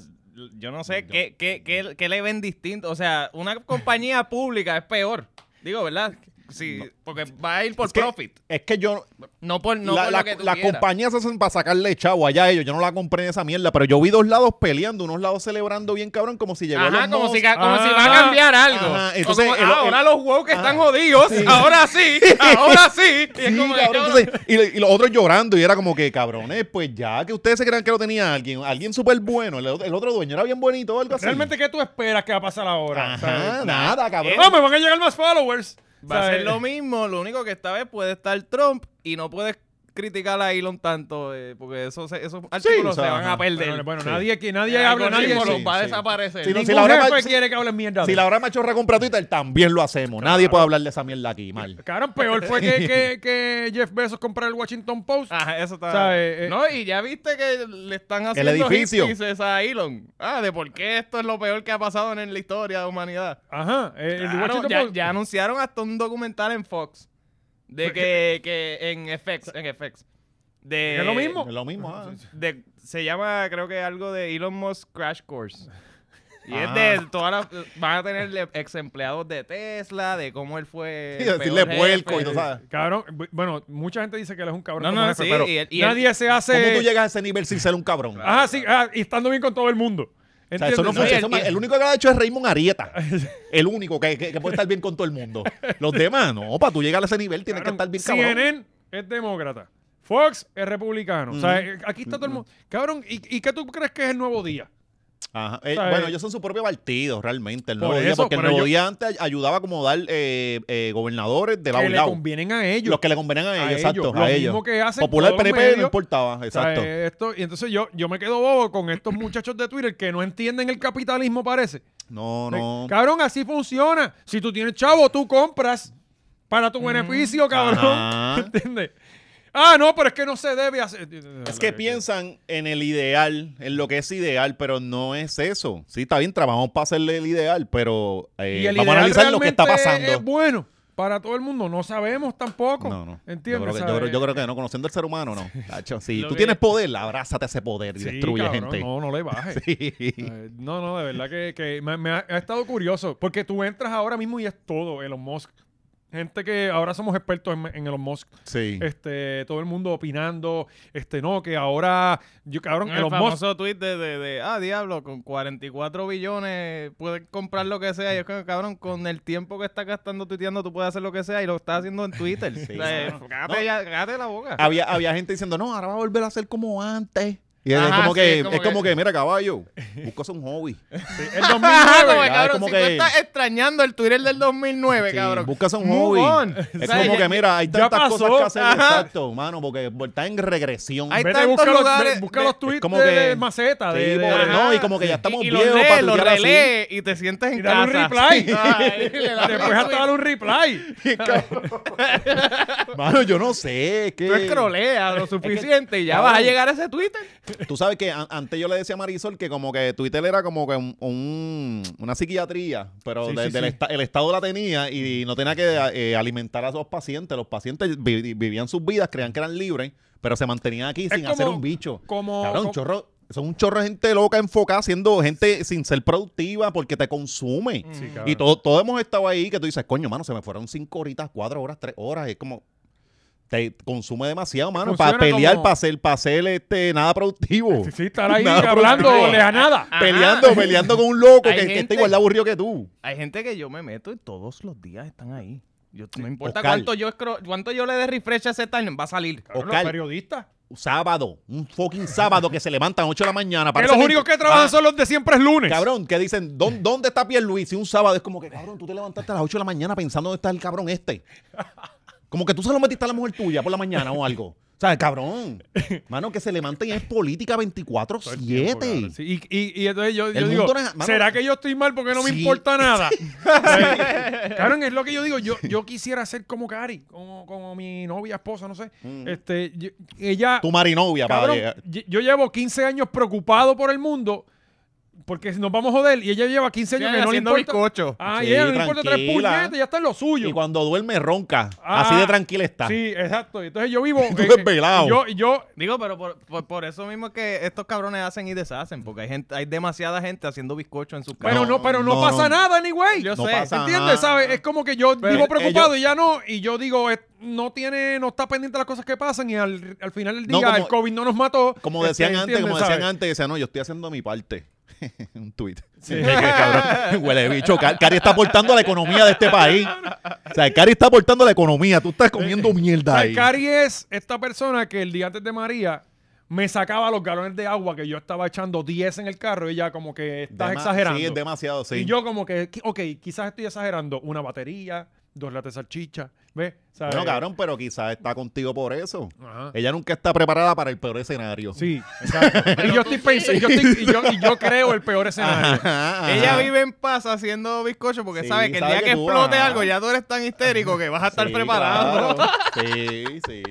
Speaker 3: Yo no sé qué, qué, qué, qué le ven distinto. O sea, una compañía pública es peor. Digo, ¿verdad? Sí, porque va a ir por
Speaker 4: Es que-
Speaker 3: profit.
Speaker 4: Es que yo.
Speaker 3: No por, no
Speaker 4: la
Speaker 3: por
Speaker 4: la-
Speaker 3: lo que tú
Speaker 4: la
Speaker 3: quieras.
Speaker 4: compañía se hacen para sacarle chavo allá a ellos. Yo no la compré en esa mierda, pero yo vi dos lados peleando, unos lados celebrando bien cabrón, como si llegó
Speaker 3: Ajá,
Speaker 4: Elon
Speaker 3: como,
Speaker 4: Musk.
Speaker 3: si, ca- como
Speaker 2: Ah,
Speaker 3: si va a cambiar algo.
Speaker 4: ajá,
Speaker 3: O
Speaker 4: entonces
Speaker 3: como, ah,
Speaker 4: el- el-
Speaker 3: ahora los woke están jodidos, ahora sí, ahora sí. Y es
Speaker 4: Sí,
Speaker 3: como que,
Speaker 4: cabrón,
Speaker 3: cabrón,
Speaker 4: entonces, y, lo- y los otros llorando y era como que cabrones pues ya que ustedes se crean que lo tenía alguien alguien súper bueno el, otro- el otro dueño era bien bonito o algo así
Speaker 2: Realmente, ¿qué tú esperas que va a pasar ahora?
Speaker 4: Ajá,
Speaker 2: ¿Sabes?
Speaker 4: nada cabrón
Speaker 2: Ah, me van a llegar más followers.
Speaker 3: va a
Speaker 2: ¿Sabes?
Speaker 3: ser lo mismo, lo único que esta vez puede estar Trump y no puedes criticar a Elon tanto, eh, porque esos, esos artículos
Speaker 4: o sea,
Speaker 3: se van
Speaker 4: ajá.
Speaker 3: a perder.
Speaker 2: Bueno, bueno
Speaker 4: Sí.
Speaker 2: nadie aquí,
Speaker 3: El
Speaker 2: nadie habla, nadie.
Speaker 3: algoritmo
Speaker 4: sí,
Speaker 3: los va a
Speaker 4: sí.
Speaker 3: desaparecer.
Speaker 4: Sí, no,
Speaker 2: ningún
Speaker 4: si la hora
Speaker 2: jefe
Speaker 4: más-
Speaker 2: quiere que hable
Speaker 3: Eh,
Speaker 2: mierda. de
Speaker 4: si
Speaker 2: él.
Speaker 4: la hora machorra compra Twitter también lo hacemos nadie puede hablar de esa mierda aquí mal
Speaker 2: Cabrón, peor fue que, que, que Jeff Bezos comprara el Washington Post.
Speaker 4: Ah.
Speaker 3: Ajá, Ah, eso está.
Speaker 2: O sea, eh, eh.
Speaker 3: no, y ya viste que le están haciendo
Speaker 4: edificio.
Speaker 3: hipnosis a Elon. Ah, de por qué esto es lo peor que ha pasado en la historia de la humanidad.
Speaker 2: Ajá, eh, el
Speaker 3: Claro,
Speaker 2: Washington
Speaker 3: ya,
Speaker 2: Post. Pues
Speaker 3: ya anunciaron hasta un documental en Fox de que, que en FX, en FX. De,
Speaker 2: Es lo mismo.
Speaker 4: es lo mismo ah.
Speaker 3: de- se llama, creo que algo de Elon Musk Crash Course. Y
Speaker 4: Ah.
Speaker 3: es de todas las. Van a tener de ex empleados de Tesla, de cómo él fue.
Speaker 4: y
Speaker 3: el
Speaker 4: decirle
Speaker 3: peor
Speaker 4: puerco y
Speaker 3: jefe.
Speaker 4: no sabes
Speaker 2: Cabrón, bu- bueno, mucha gente dice que él es un cabrón.
Speaker 3: No,
Speaker 2: como
Speaker 3: no,
Speaker 2: jefe,
Speaker 3: sí,
Speaker 2: pero
Speaker 3: y él- y él-
Speaker 2: nadie se hace.
Speaker 4: cómo tú llegas a ese nivel sin ser un cabrón
Speaker 2: Ajá, sí, ah, y estando bien con todo el mundo.
Speaker 4: O sea, eso no
Speaker 2: ¿Entiendes?
Speaker 4: funciona.
Speaker 3: No, y el-
Speaker 4: Eso- el único que lo ha hecho es Raymond Arieta. El único que, que- que puede estar bien con todo el mundo. Los demás, no, para tú llegar a ese nivel tienes que
Speaker 2: Cabrón,
Speaker 4: estar bien cabrón.
Speaker 2: CNN es demócrata. Fox es republicano. O sea, eh, aquí está todo el mundo. Cabrón, ¿y, y qué tú crees que es el nuevo día?
Speaker 4: Ajá. Eh,
Speaker 2: O sea,
Speaker 4: bueno,
Speaker 2: eh,
Speaker 4: ellos son su propio partido realmente. El
Speaker 2: Por
Speaker 4: nuevo día,
Speaker 2: eso,
Speaker 4: porque el
Speaker 2: pero yo-
Speaker 4: nuevo día antes ay- ayudaba a como dar eh, eh, gobernadores de lado
Speaker 2: que
Speaker 4: y
Speaker 2: le
Speaker 4: lado.
Speaker 2: convienen a ellos.
Speaker 4: Los que le convenían a ellos,
Speaker 2: A
Speaker 4: exacto.
Speaker 2: ellos,
Speaker 4: a
Speaker 2: lo
Speaker 4: ellos.
Speaker 2: mismo que hacen
Speaker 4: Popular
Speaker 2: todos los
Speaker 4: PNP no
Speaker 2: medios.
Speaker 4: importaba,
Speaker 2: O sea,
Speaker 4: exacto.
Speaker 2: eh, esto, y entonces yo, yo me quedo bobo con estos muchachos de Twitter que no entienden el capitalismo, parece. Pues,
Speaker 4: no, no.
Speaker 2: Cabrón, así funciona. Si tú tienes chavo, tú compras para tu beneficio,
Speaker 4: Ajá.
Speaker 2: cabrón. ¿Entiendes? Ah, no, pero es que no se debe hacer. Eh,
Speaker 4: Es que piensan en el ideal, en lo que es ideal, pero no es eso. Sí, está bien, trabajamos para hacerle el ideal, pero eh,
Speaker 2: Y el
Speaker 4: vamos
Speaker 2: ideal
Speaker 4: a analizar lo que está
Speaker 2: realmente
Speaker 4: pasando.
Speaker 2: Es bueno para todo el mundo. No sabemos tampoco.
Speaker 4: No, no. Yo
Speaker 2: ¿Entiendes? eh,
Speaker 4: creo, que, yo,
Speaker 2: ¿Sabes?
Speaker 4: creo, yo creo que no, conociendo al ser humano, no. Tacho, si
Speaker 3: Lo
Speaker 4: tú
Speaker 3: que-
Speaker 4: tienes poder, abrázate a ese poder y
Speaker 2: eh, Sí,
Speaker 4: destruye
Speaker 2: cabrón,
Speaker 4: gente.
Speaker 2: No, no le bajes.
Speaker 4: Sí.
Speaker 2: Eh, No, no, de verdad que, que me, me ha, ha estado curioso. Porque tú entras ahora mismo y es todo Elon Musk. Gente que ahora somos expertos en, en Elon Musk.
Speaker 4: Sí.
Speaker 2: Este, todo el mundo opinando. Este, no, que ahora. Yo, cabrón,
Speaker 3: El
Speaker 2: Elon Musk.
Speaker 3: famoso tweet de, de, de, ah, diablo, con 44 billones puedes comprar lo que sea. Y es que, cabrón, con el tiempo que estás gastando tuiteando, tú puedes hacer lo que sea y lo estás haciendo en Twitter.
Speaker 4: Sí,
Speaker 3: O sea,
Speaker 4: no.
Speaker 3: cágate
Speaker 4: No.
Speaker 3: ya- cágate la boca.
Speaker 4: Había, había gente diciendo, no, ahora va a volver a ser como antes. Y es
Speaker 3: Ajá,
Speaker 4: como
Speaker 3: sí,
Speaker 4: que,
Speaker 3: es como
Speaker 4: es como
Speaker 3: que-
Speaker 4: que, mira, caballo, buscas un hobby.
Speaker 2: El 2009.
Speaker 4: ya,
Speaker 3: Ah, cabrón,
Speaker 4: como
Speaker 3: si
Speaker 4: que-
Speaker 3: tú estás extrañando el Twitter del 2009,
Speaker 4: Sí,
Speaker 3: cabrón.
Speaker 4: Buscas un
Speaker 3: Move
Speaker 4: hobby.
Speaker 3: on. O
Speaker 4: Es
Speaker 3: sea, ya-
Speaker 4: como que, mira, hay
Speaker 2: ya
Speaker 4: tantas
Speaker 2: pasó.
Speaker 4: cosas que hacer.
Speaker 3: Ajá.
Speaker 4: Exacto, mano, porque está en regresión.
Speaker 3: Hay
Speaker 2: Vete,
Speaker 3: tantos
Speaker 2: busca los,
Speaker 3: lugares-
Speaker 2: ve- busca
Speaker 3: ve-
Speaker 2: los
Speaker 3: es
Speaker 2: tweets
Speaker 4: como
Speaker 2: de,
Speaker 4: que-
Speaker 2: de maceta. de,
Speaker 4: Sí,
Speaker 2: de-
Speaker 4: pobre, no,
Speaker 2: Ajá.
Speaker 4: y como que ya estamos
Speaker 3: y, y
Speaker 4: viejos
Speaker 3: lo
Speaker 4: para
Speaker 3: lees, lo
Speaker 4: tuitear así.
Speaker 3: relees y te sientes en
Speaker 2: Y
Speaker 3: casa.
Speaker 2: dale un reply.
Speaker 3: Ay, le das
Speaker 2: Después hasta dar un reply.
Speaker 4: Mano, yo no sé. es que-
Speaker 3: Tú escroleas lo suficiente y ya vas a
Speaker 4: cabrón.
Speaker 3: llegar a ese Twitter.
Speaker 4: Tú sabes que an- antes yo le decía a Marisol que como que Twitter era como que un, un- una psiquiatría, pero
Speaker 2: Sí,
Speaker 4: de-
Speaker 2: sí,
Speaker 4: del
Speaker 2: sí.
Speaker 4: esta- el Estado la tenía y no tenía que eh, alimentar a sus pacientes. Los pacientes vi- vivían sus vidas, creían que eran libres, pero se mantenían aquí
Speaker 2: Es
Speaker 4: sin
Speaker 2: como-
Speaker 4: hacer un bicho.
Speaker 2: como-
Speaker 4: Cabrón,
Speaker 2: como-
Speaker 4: chorro. Son un chorro de gente loca enfocada, siendo gente sin ser productiva porque te consume.
Speaker 2: Sí, cabrón.
Speaker 4: Y todos todos hemos estado ahí que tú dices, coño, mano, se me fueron cinco horitas, cuatro horas, tres horas. Es como, te consume demasiado, mano,
Speaker 2: Funciona
Speaker 4: para pelear,
Speaker 2: como-
Speaker 4: para hacer, para hacer este, nada productivo.
Speaker 2: Sí, sí, estar ahí
Speaker 4: Nada
Speaker 2: hablando
Speaker 4: productivo.
Speaker 2: a nada.
Speaker 3: Ah,
Speaker 4: Peleando, peleando con un loco que,
Speaker 3: Hay
Speaker 4: que
Speaker 3: gente-
Speaker 4: está igual de aburrido que tú.
Speaker 3: Hay gente que yo me meto y todos los días están ahí. Yo, no importa
Speaker 4: Oscar.
Speaker 3: cuánto yo, escro- cuánto yo le dé refresh a ese timeline, va a salir.
Speaker 2: Cabrón,
Speaker 4: Oscar.
Speaker 2: Los periodistas.
Speaker 4: Un Sábado, un fucking sábado que se levantan a 8 de la mañana.
Speaker 2: Que
Speaker 4: parece
Speaker 2: los
Speaker 4: lento.
Speaker 2: únicos que trabajan
Speaker 4: Ah,
Speaker 2: son los de siempre es lunes.
Speaker 4: Cabrón, que dicen, "¿Dó- ¿dónde está Pierluisi? Un sábado es como que, cabrón, tú te levantaste a las 8 de la mañana pensando dónde está el cabrón este. Como que tú se lo metiste a la mujer tuya por la mañana o algo. O sea, cabrón. Mano, que se levanten es política
Speaker 2: Todo el tiempo, cabrón.
Speaker 4: 24-7.
Speaker 2: Sí, y, y- y entonces yo, yo
Speaker 4: El
Speaker 2: digo,
Speaker 4: mundo no es- mano-
Speaker 2: ¿será que yo estoy mal porque no me
Speaker 4: Sí.
Speaker 2: importa nada? Sí. Cabrón, es lo que yo digo. Yo, yo quisiera ser como Cari, como, como mi novia, esposa, no sé.
Speaker 4: Mm.
Speaker 2: Este, yo- ella,
Speaker 4: Tu marinovia, para
Speaker 2: cabrón,
Speaker 4: llegar.
Speaker 2: ye- yo llevo 15 años preocupado por el mundo porque nos vamos a joder y ella lleva 15 años que no le
Speaker 3: haciendo
Speaker 2: importa.
Speaker 3: bizcocho.
Speaker 2: Ah,
Speaker 4: Sí,
Speaker 2: y ella no le importa tres
Speaker 4: tranquila.
Speaker 2: puñetes, ya está en lo suyo.
Speaker 4: Y cuando duerme ronca,
Speaker 2: Ah,
Speaker 4: así de tranquila está.
Speaker 2: Sí, exacto. Entonces yo vivo.
Speaker 4: Tú
Speaker 2: eh,
Speaker 4: desvelado.
Speaker 2: Yo, yo,
Speaker 3: Digo, pero por, por- por eso mismo es que estos cabrones hacen y deshacen, porque hay gente, hay demasiada gente haciendo bizcocho en sus
Speaker 2: Pero
Speaker 3: casas.
Speaker 2: no, pero no,
Speaker 4: no,
Speaker 2: pasa
Speaker 4: no.
Speaker 2: nada, anyway.
Speaker 3: Yo
Speaker 4: No
Speaker 3: sé,
Speaker 4: pasa nada.
Speaker 2: ¿Entiendes? ¿Sabes? Es como que yo vivo
Speaker 4: ellos-
Speaker 2: preocupado y ya no. Y yo digo, eh, no tiene, no está pendiente de las cosas que pasan y al, al final del
Speaker 4: No,
Speaker 2: día el
Speaker 4: como-
Speaker 2: COVID no nos mató.
Speaker 4: Como
Speaker 2: Este,
Speaker 4: decían antes,
Speaker 2: ¿entiendes?
Speaker 4: como decían
Speaker 2: ¿Sabes?
Speaker 4: antes, decían, no, yo estoy haciendo mi parte. un tuit.
Speaker 2: Sí.
Speaker 4: Que, cabrón, Huele bicho, Car- Cari está aportando a la economía de este país. O sea, Cari está aportando a la economía. Tú estás comiendo
Speaker 2: O
Speaker 4: mierda
Speaker 2: sea,
Speaker 4: ahí.
Speaker 2: Eh, Cari es esta persona que el día antes de María me sacaba los galones de agua que yo estaba echando 10 en el carro y ella como que estás
Speaker 4: Dema-
Speaker 2: exagerando.
Speaker 4: Sí, es demasiado, sí.
Speaker 2: Y yo como que, qui- ok, quizás estoy exagerando. Una batería, dos latas de salchicha, ¿ves? ¿Sabes?
Speaker 4: Bueno, cabrón, pero quizás está contigo por eso.
Speaker 2: eh, Ajá.
Speaker 4: Ella nunca está preparada para el peor escenario.
Speaker 2: Sí, exacto. y yo estoy pensando, yo estoy- y, yo, y yo creo el peor escenario.
Speaker 4: Ajá, ajá.
Speaker 3: Ella vive en paz haciendo bizcocho porque
Speaker 4: Sí,
Speaker 3: sabe que el
Speaker 4: sabe
Speaker 3: día
Speaker 4: que
Speaker 3: que,
Speaker 4: tú,
Speaker 3: explote
Speaker 4: ajá.
Speaker 3: algo ya tú eres tan histérico que vas a estar
Speaker 4: Sí,
Speaker 3: preparado.
Speaker 4: claro. Sí, sí.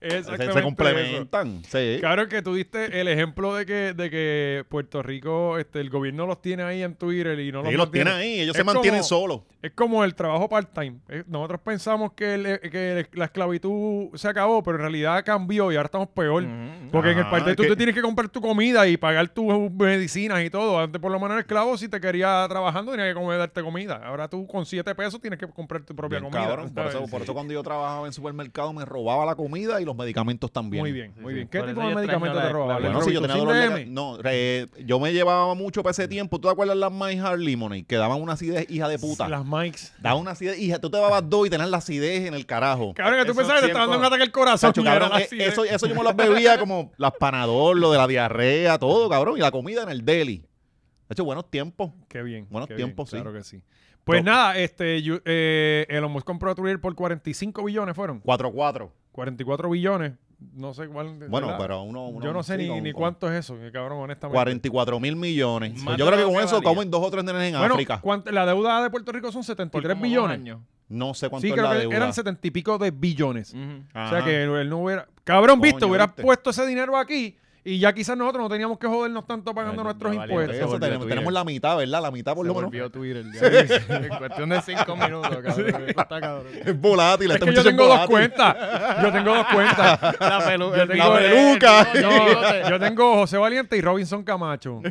Speaker 4: Se,
Speaker 2: Exactamente
Speaker 4: se complementan. Sí.
Speaker 2: eso. Claro que tú diste el ejemplo de que, de que Puerto Rico, este, el gobierno los tiene ahí en Twitter y no los,
Speaker 4: Ellos los tienen
Speaker 2: mantiene.
Speaker 4: ahí, ellos
Speaker 2: Es
Speaker 4: se mantienen
Speaker 2: como-
Speaker 4: solos.
Speaker 2: Es como el trabajo part-time. Eh, Nosotros pensamos que, el- eh, que la esclavitud se acabó, pero en realidad cambió y ahora estamos peor.
Speaker 3: Ujú.
Speaker 2: Porque en el
Speaker 4: Ah,
Speaker 2: part-time tú
Speaker 4: que-
Speaker 2: te tienes que comprar tu comida y pagar tus eh, medicinas y todo. Antes, por lo menos, el esclavo, si te quería trabajando, tenía que comer, darte comida. Ahora tú con 7 pesos tienes que comprar tu propia
Speaker 4: Bien,
Speaker 2: comida.
Speaker 4: cabrón, por,
Speaker 2: ¿sabes?
Speaker 4: eso, por eso cuando yo trabajaba en supermercado me robaba la comida y los medicamentos también.
Speaker 2: Muy bien, muy
Speaker 3: sí.
Speaker 2: bien. ¿Qué
Speaker 3: Por
Speaker 2: tipo
Speaker 3: eso
Speaker 2: de
Speaker 3: yo
Speaker 2: medicamento
Speaker 3: extraño
Speaker 2: te
Speaker 3: la
Speaker 2: robaba?
Speaker 3: escuela.
Speaker 4: Bueno, si yo tenía dolor de ca-
Speaker 2: Sin
Speaker 4: No, eh, yo me llevaba mucho para ese tiempo. ¿Tú te acuerdas las My Hard Lemonade? Que daban una acidez hija de puta.
Speaker 2: DM. Las mics.
Speaker 4: Daban una acidez hija. Tú te dabas dos y tenías la acidez en el carajo.
Speaker 2: Cabrón, que tú
Speaker 3: Esos
Speaker 2: pensabas que te estaban dando un
Speaker 3: tiempos-
Speaker 2: ataque al corazón.
Speaker 4: Chacho,
Speaker 2: y era
Speaker 4: cabrón,
Speaker 2: la
Speaker 4: eh,
Speaker 2: acidez.
Speaker 4: eso, eso yo me las bebía como las panador, lo de la diarrea, todo, cabrón. Y la comida en el deli. De hecho, buenos tiempos.
Speaker 2: Qué bien.
Speaker 4: Buenos
Speaker 2: qué
Speaker 4: tiempos,
Speaker 2: bien,
Speaker 4: sí.
Speaker 2: Claro que sí. Pues
Speaker 4: Top.
Speaker 2: nada, este, yo- eh, Elon Musk compró a Twitter por 45 billones, ¿fueron?
Speaker 4: 4-4.
Speaker 2: 44 billones. No sé cuál.
Speaker 4: Bueno,
Speaker 2: ¿verdad?
Speaker 4: pero uno. uno
Speaker 2: Yo no sé
Speaker 4: sí,
Speaker 2: ni,
Speaker 4: con-
Speaker 2: ni
Speaker 4: con
Speaker 2: cuánto es eso, eh, cabrón, honestamente.
Speaker 4: 44 mil millones.
Speaker 3: Más
Speaker 4: yo
Speaker 3: de
Speaker 4: creo que
Speaker 3: lo
Speaker 4: con
Speaker 3: que
Speaker 4: eso
Speaker 3: valía.
Speaker 4: comen dos o tres nenes en
Speaker 2: Bueno,
Speaker 4: África.
Speaker 2: ¿cuánto- la deuda de Puerto Rico son
Speaker 3: Por
Speaker 2: 73
Speaker 3: como dos
Speaker 2: billones.
Speaker 3: años.
Speaker 4: No sé cuánto
Speaker 2: Sí,
Speaker 4: es
Speaker 2: creo
Speaker 4: la
Speaker 2: que
Speaker 4: deuda.
Speaker 2: eran 70 y pico de billones.
Speaker 3: Ujú.
Speaker 2: O sea
Speaker 4: Ajá.
Speaker 2: que él, él no hubiera. Cabrón,
Speaker 4: Coño,
Speaker 2: visto, hubiera
Speaker 4: ¿viste?
Speaker 2: puesto ese dinero aquí y ya quizás nosotros no teníamos que jodernos tanto pagando
Speaker 3: Ay,
Speaker 2: nuestros
Speaker 3: no valía
Speaker 2: impuestos.
Speaker 4: Por
Speaker 3: se
Speaker 4: eso
Speaker 3: volvió
Speaker 4: tenemos,
Speaker 3: Twitter.
Speaker 4: tenemos la mitad, ¿verdad? La mitad por
Speaker 3: Se
Speaker 4: lo menos.
Speaker 3: volvió Twitter ya. en cuestión de cinco minutos, cabrón. Está cabrón.
Speaker 4: Es volátil.
Speaker 2: Es
Speaker 4: este
Speaker 2: que yo
Speaker 4: muchacho es
Speaker 2: tengo dos
Speaker 4: volátil.
Speaker 2: cuentas. Yo tengo dos cuentas.
Speaker 3: La, pelu
Speaker 2: Yo
Speaker 3: el
Speaker 2: tengo-
Speaker 3: bigote,
Speaker 4: peluca.
Speaker 3: el bigote, el bigote.
Speaker 2: No, yo tengo José Valiente y Robinson Camacho.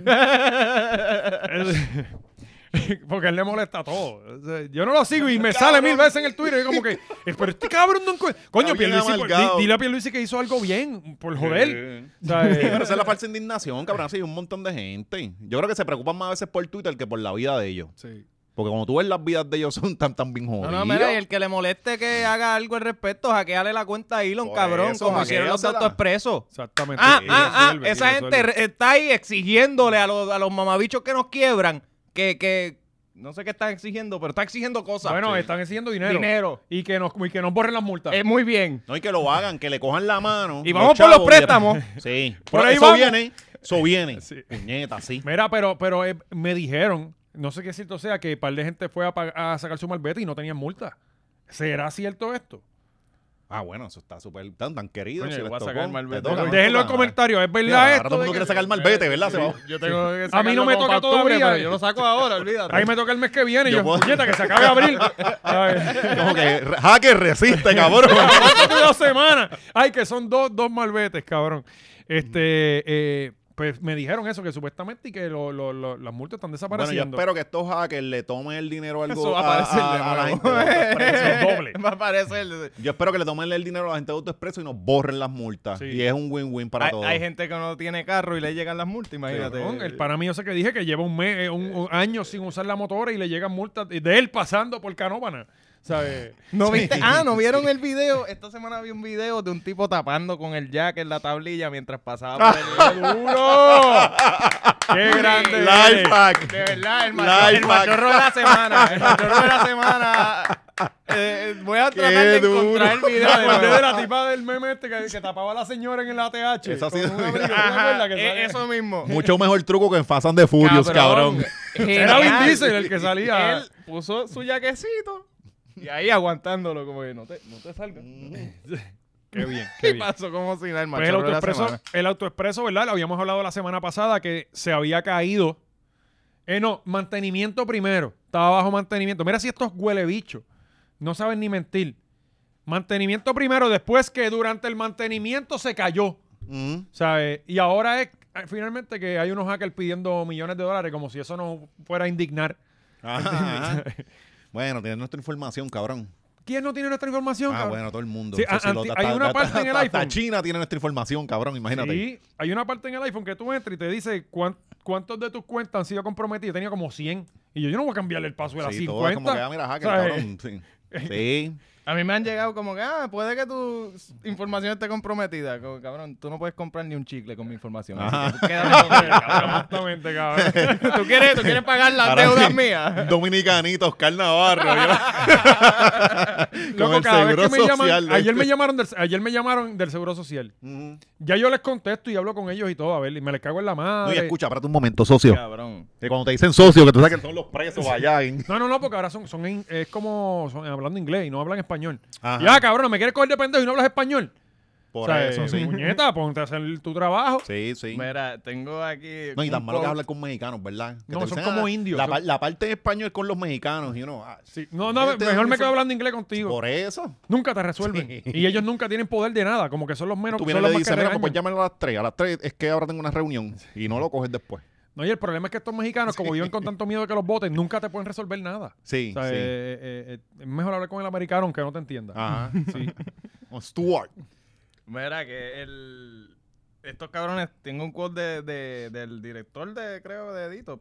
Speaker 2: Es- Porque él le molesta todo. O sea, Yo no lo sigo y me sale mil veces en el Twitter. Y como que, "Eh, pero este cabrón no encuentra. Coño,
Speaker 4: Está bien
Speaker 2: Pierluisi, por-
Speaker 4: amargado.
Speaker 2: di- dile a Pierluisi que hizo algo bien, por joder.
Speaker 4: Sí.
Speaker 2: O sea, eh,
Speaker 4: Sí, pero esa es la falsa indignación, cabrón. Sí, un montón de gente. Yo creo que se preocupan más a veces por Twitter que por la vida de ellos.
Speaker 2: sí.
Speaker 4: Porque como tú ves, las vidas de ellos son tan, tan bien
Speaker 3: No,
Speaker 4: jodidas.
Speaker 3: no, mira, y el que le moleste que haga algo al respecto, hackeale la cuenta a Elon,
Speaker 4: Por
Speaker 3: cabrón,
Speaker 4: eso,
Speaker 3: como hicieron los de
Speaker 4: hackeasela.
Speaker 3: autoexpreso.
Speaker 2: Exactamente.
Speaker 3: Ah,
Speaker 2: Sí,
Speaker 3: ah, ah,
Speaker 2: resuelve,
Speaker 3: esa
Speaker 2: sí,
Speaker 3: gente
Speaker 2: resuelve.
Speaker 3: re- está ahí exigiéndole a los, a los mamabichos que nos quiebran que, que no sé qué están exigiendo, pero están exigiendo cosas.
Speaker 2: Bueno, eh,
Speaker 3: Sí.
Speaker 2: están exigiendo dinero.
Speaker 3: dinero.
Speaker 2: Y que, nos, y que nos borren las multas.
Speaker 3: Es muy bien.
Speaker 4: No, y que lo hagan, que le cojan la mano.
Speaker 3: Y vamos por los
Speaker 4: chavos, y después-
Speaker 3: préstamos.
Speaker 4: Sí.
Speaker 2: Por
Speaker 4: Pero
Speaker 2: ahí
Speaker 4: eso
Speaker 2: vamos.
Speaker 4: viene. Eso viene.
Speaker 2: Sí.
Speaker 4: Puñeta, sí.
Speaker 2: Mira, pero, pero eh, me dijeron, no sé qué cierto sea, que un par de gente fue a, pag- a sacar su malvete y no tenían multa. ¿Será cierto esto?
Speaker 4: Ah, bueno, eso está súper tan, tan querido.
Speaker 3: Coño,
Speaker 4: si
Speaker 3: yo
Speaker 4: les
Speaker 3: voy a
Speaker 4: tocó,
Speaker 3: sacar el
Speaker 4: te
Speaker 3: malvete.
Speaker 4: toca,
Speaker 3: Déjenlo
Speaker 4: te
Speaker 2: Déjenlo en
Speaker 4: toca.
Speaker 2: comentarios. ¿Es
Speaker 4: Mira,
Speaker 2: verdad
Speaker 4: ahora todo
Speaker 2: esto?
Speaker 4: el
Speaker 2: de
Speaker 4: mundo quiere
Speaker 2: que-
Speaker 4: sacar el malvete, ¿verdad? Se va-
Speaker 3: Yo tengo que
Speaker 2: A mí no me
Speaker 3: sacarlo
Speaker 2: toca
Speaker 3: para octubre,
Speaker 2: todavía.
Speaker 3: pero yo lo saco ahora, olvídate.
Speaker 2: Ahí me toca el mes que viene. y
Speaker 4: Yo
Speaker 2: Yo,
Speaker 4: puedo-
Speaker 2: puñeta, que se acabe abril. Ay,
Speaker 4: Como que re- hacker resiste, cabrón.
Speaker 2: dos semanas. Ay, que son dos, dos malvetes, cabrón. Este, eh, Pues me dijeron eso, que supuestamente y que lo- lo- lo- las multas están
Speaker 4: Bueno, yo
Speaker 2: desapareciendo.
Speaker 4: espero que estos hackers le tomen el dinero a algo
Speaker 3: Eso va a
Speaker 4: a-
Speaker 3: aparecer
Speaker 4: a-
Speaker 3: de
Speaker 4: a la
Speaker 3: nuevo.
Speaker 4: gente.
Speaker 2: Eso es doble.
Speaker 3: Va a aparecer.
Speaker 4: Yo espero que le tomen el dinero a la gente de AutoExpreso y nos borren las multas.
Speaker 2: Sí.
Speaker 4: Y es un win-win para
Speaker 3: Hay,
Speaker 4: todos.
Speaker 3: hay gente que no tiene carro y le llegan las multas, imagínate.
Speaker 2: Cabrón, el para mí, yo sé que dije que lleva un mes, eh, un, un año sin usar la motora y le llegan multas de él pasando por Canóvana. ¿Sabes?
Speaker 3: ¿No viste? Ah, ¿no vieron el video? Esta semana vi un video de un tipo tapando con el jack en la tablilla mientras pasaba por el...
Speaker 2: ¡Duro! ¡Qué grande!
Speaker 4: Life
Speaker 2: eres!
Speaker 4: hack.
Speaker 3: De verdad, el,
Speaker 4: Life
Speaker 3: macho, el
Speaker 4: hack.
Speaker 3: machorro de la semana. El machorro de la semana. Eh, voy a tratar
Speaker 4: Qué
Speaker 3: de
Speaker 4: duro.
Speaker 3: encontrar el
Speaker 2: Me
Speaker 3: video. de
Speaker 2: acordé
Speaker 3: nuevo.
Speaker 2: de la tipa del meme este que, que tapaba a la señora en el ATH.
Speaker 4: Esa ha
Speaker 2: con
Speaker 4: sido-
Speaker 2: una brida, ¿te
Speaker 3: Ajá,
Speaker 2: acuerdas que
Speaker 3: eh,
Speaker 2: sale?
Speaker 3: eso mismo.
Speaker 4: Mucho mejor truco que en Fast and the Furious, cabrón.
Speaker 2: Era Vin
Speaker 3: Genial.
Speaker 2: Diesel el que salía.
Speaker 3: Él puso su jaquecito y ahí aguantándolo como que no te, no te salga.
Speaker 2: Qué bien,
Speaker 3: Y pasó como si nada el
Speaker 2: Pues el
Speaker 3: machorro de la
Speaker 2: autoexpreso,
Speaker 3: semana.
Speaker 2: el autoexpreso, ¿verdad? Lo habíamos hablado la semana pasada que se había caído. Eh, no, mantenimiento primero. Estaba bajo mantenimiento. Mira si estos huele bicho. No saben ni mentir. Mantenimiento primero, después que durante el mantenimiento se cayó.
Speaker 4: Mm.
Speaker 2: ¿Sabes? Y ahora es eh, finalmente que hay unos hackers pidiendo millones de dólares como si eso no fuera a indignar.
Speaker 4: Ajá, ajá. bueno, tienes nuestra información, cabrón.
Speaker 2: ¿Quién no tiene nuestra información?
Speaker 4: Ah,
Speaker 2: cabrón?
Speaker 4: bueno, todo el mundo.
Speaker 2: Sí,
Speaker 4: Eso sí
Speaker 2: a-
Speaker 4: lo-
Speaker 2: anti-
Speaker 4: ta-
Speaker 2: hay
Speaker 4: ta-
Speaker 2: una
Speaker 4: ta-
Speaker 2: parte en el
Speaker 4: ta- ta-
Speaker 2: iPhone.
Speaker 4: China tiene nuestra información, cabrón, imagínate.
Speaker 2: Sí, hay una parte en el iPhone que tú entras y te dice cuán- cuántos de tus cuentas han sido comprometidos. Yo tenía como 100. Y yo, yo no voy a cambiarle el password
Speaker 4: Sí,
Speaker 2: a
Speaker 4: todo es
Speaker 2: 50.
Speaker 4: como que, ah, mira, hacker,
Speaker 2: ¿Sabes?
Speaker 4: cabrón. Sí. Sí.
Speaker 3: A mí me han llegado como que, ah, puede que tu s- información esté comprometida. Como, cabrón, tú no puedes comprar ni un chicle con mi información. así que tú quédate con ella, cabrón.
Speaker 2: Exactamente, cabrón.
Speaker 3: ¿Tú quieres, ¿Tú quieres pagar las
Speaker 4: Ahora
Speaker 3: deudas
Speaker 4: sí.
Speaker 3: mías?
Speaker 4: Dominicanitos, Oscar Navarro. yo-
Speaker 2: Loco, cada vez que me llaman,
Speaker 4: de
Speaker 2: ayer me,
Speaker 4: este.
Speaker 2: llamaron del, ayer me llamaron del Seguro Social.
Speaker 4: Mm.
Speaker 2: Ya yo les contesto y hablo con ellos y todo, a ver, y me les cago en la
Speaker 4: No,
Speaker 2: madre.
Speaker 4: y escucha, espérate un momento, socio.
Speaker 3: Cabrón.
Speaker 4: Que cuando te dicen socio, que tú sabes que son los presos allá. en-
Speaker 2: No, no, no, porque ahora son, son en- es como son hablando inglés y no hablan español.
Speaker 4: Ajá.
Speaker 2: Ya, cabrón, me quieres coger de pendejo y no hablas español.
Speaker 4: Por
Speaker 2: O sea,
Speaker 4: eso, sí.
Speaker 2: Puñeta, ponte a hacer tu trabajo.
Speaker 4: Sí, sí.
Speaker 3: Mira, tengo aquí.
Speaker 4: No, y tan
Speaker 3: un
Speaker 4: malo que es
Speaker 3: quote.
Speaker 4: hablar con mexicanos, ¿verdad? Que
Speaker 2: No,
Speaker 4: te
Speaker 2: son
Speaker 4: dicen,
Speaker 2: como
Speaker 4: ah,
Speaker 2: indios,
Speaker 4: La,
Speaker 2: son-
Speaker 4: par- la parte de español es con los mexicanos. Y uno, ah,
Speaker 2: Sí. No, no, mejor
Speaker 4: Este
Speaker 2: me
Speaker 4: uniforme-
Speaker 2: quedo hablando inglés contigo.
Speaker 4: Por eso.
Speaker 2: Nunca te resuelven.
Speaker 4: Sí.
Speaker 2: Y ellos nunca tienen poder de nada. Como que son los menos
Speaker 4: Tú
Speaker 2: son
Speaker 4: vienes y
Speaker 2: los
Speaker 4: le
Speaker 2: más
Speaker 4: dices,
Speaker 2: que
Speaker 4: mira, me
Speaker 2: regañan".
Speaker 4: puedes llamar a las 3. A las 3 es que ahora tengo una reunión. Y no lo coges después.
Speaker 2: No, y el problema es que estos mexicanos, como viven con tanto miedo de que los voten, nunca te pueden resolver nada.
Speaker 4: Sí,
Speaker 2: O sea,
Speaker 4: sí.
Speaker 2: eh, eh, eh, es mejor hablar con el americano aunque no te entienda.
Speaker 4: Ajá.
Speaker 2: Sí.
Speaker 4: O Stuart.
Speaker 3: Mira, que el. Estos cabrones, tengo un quote de, de- del director de, creo, de Edito.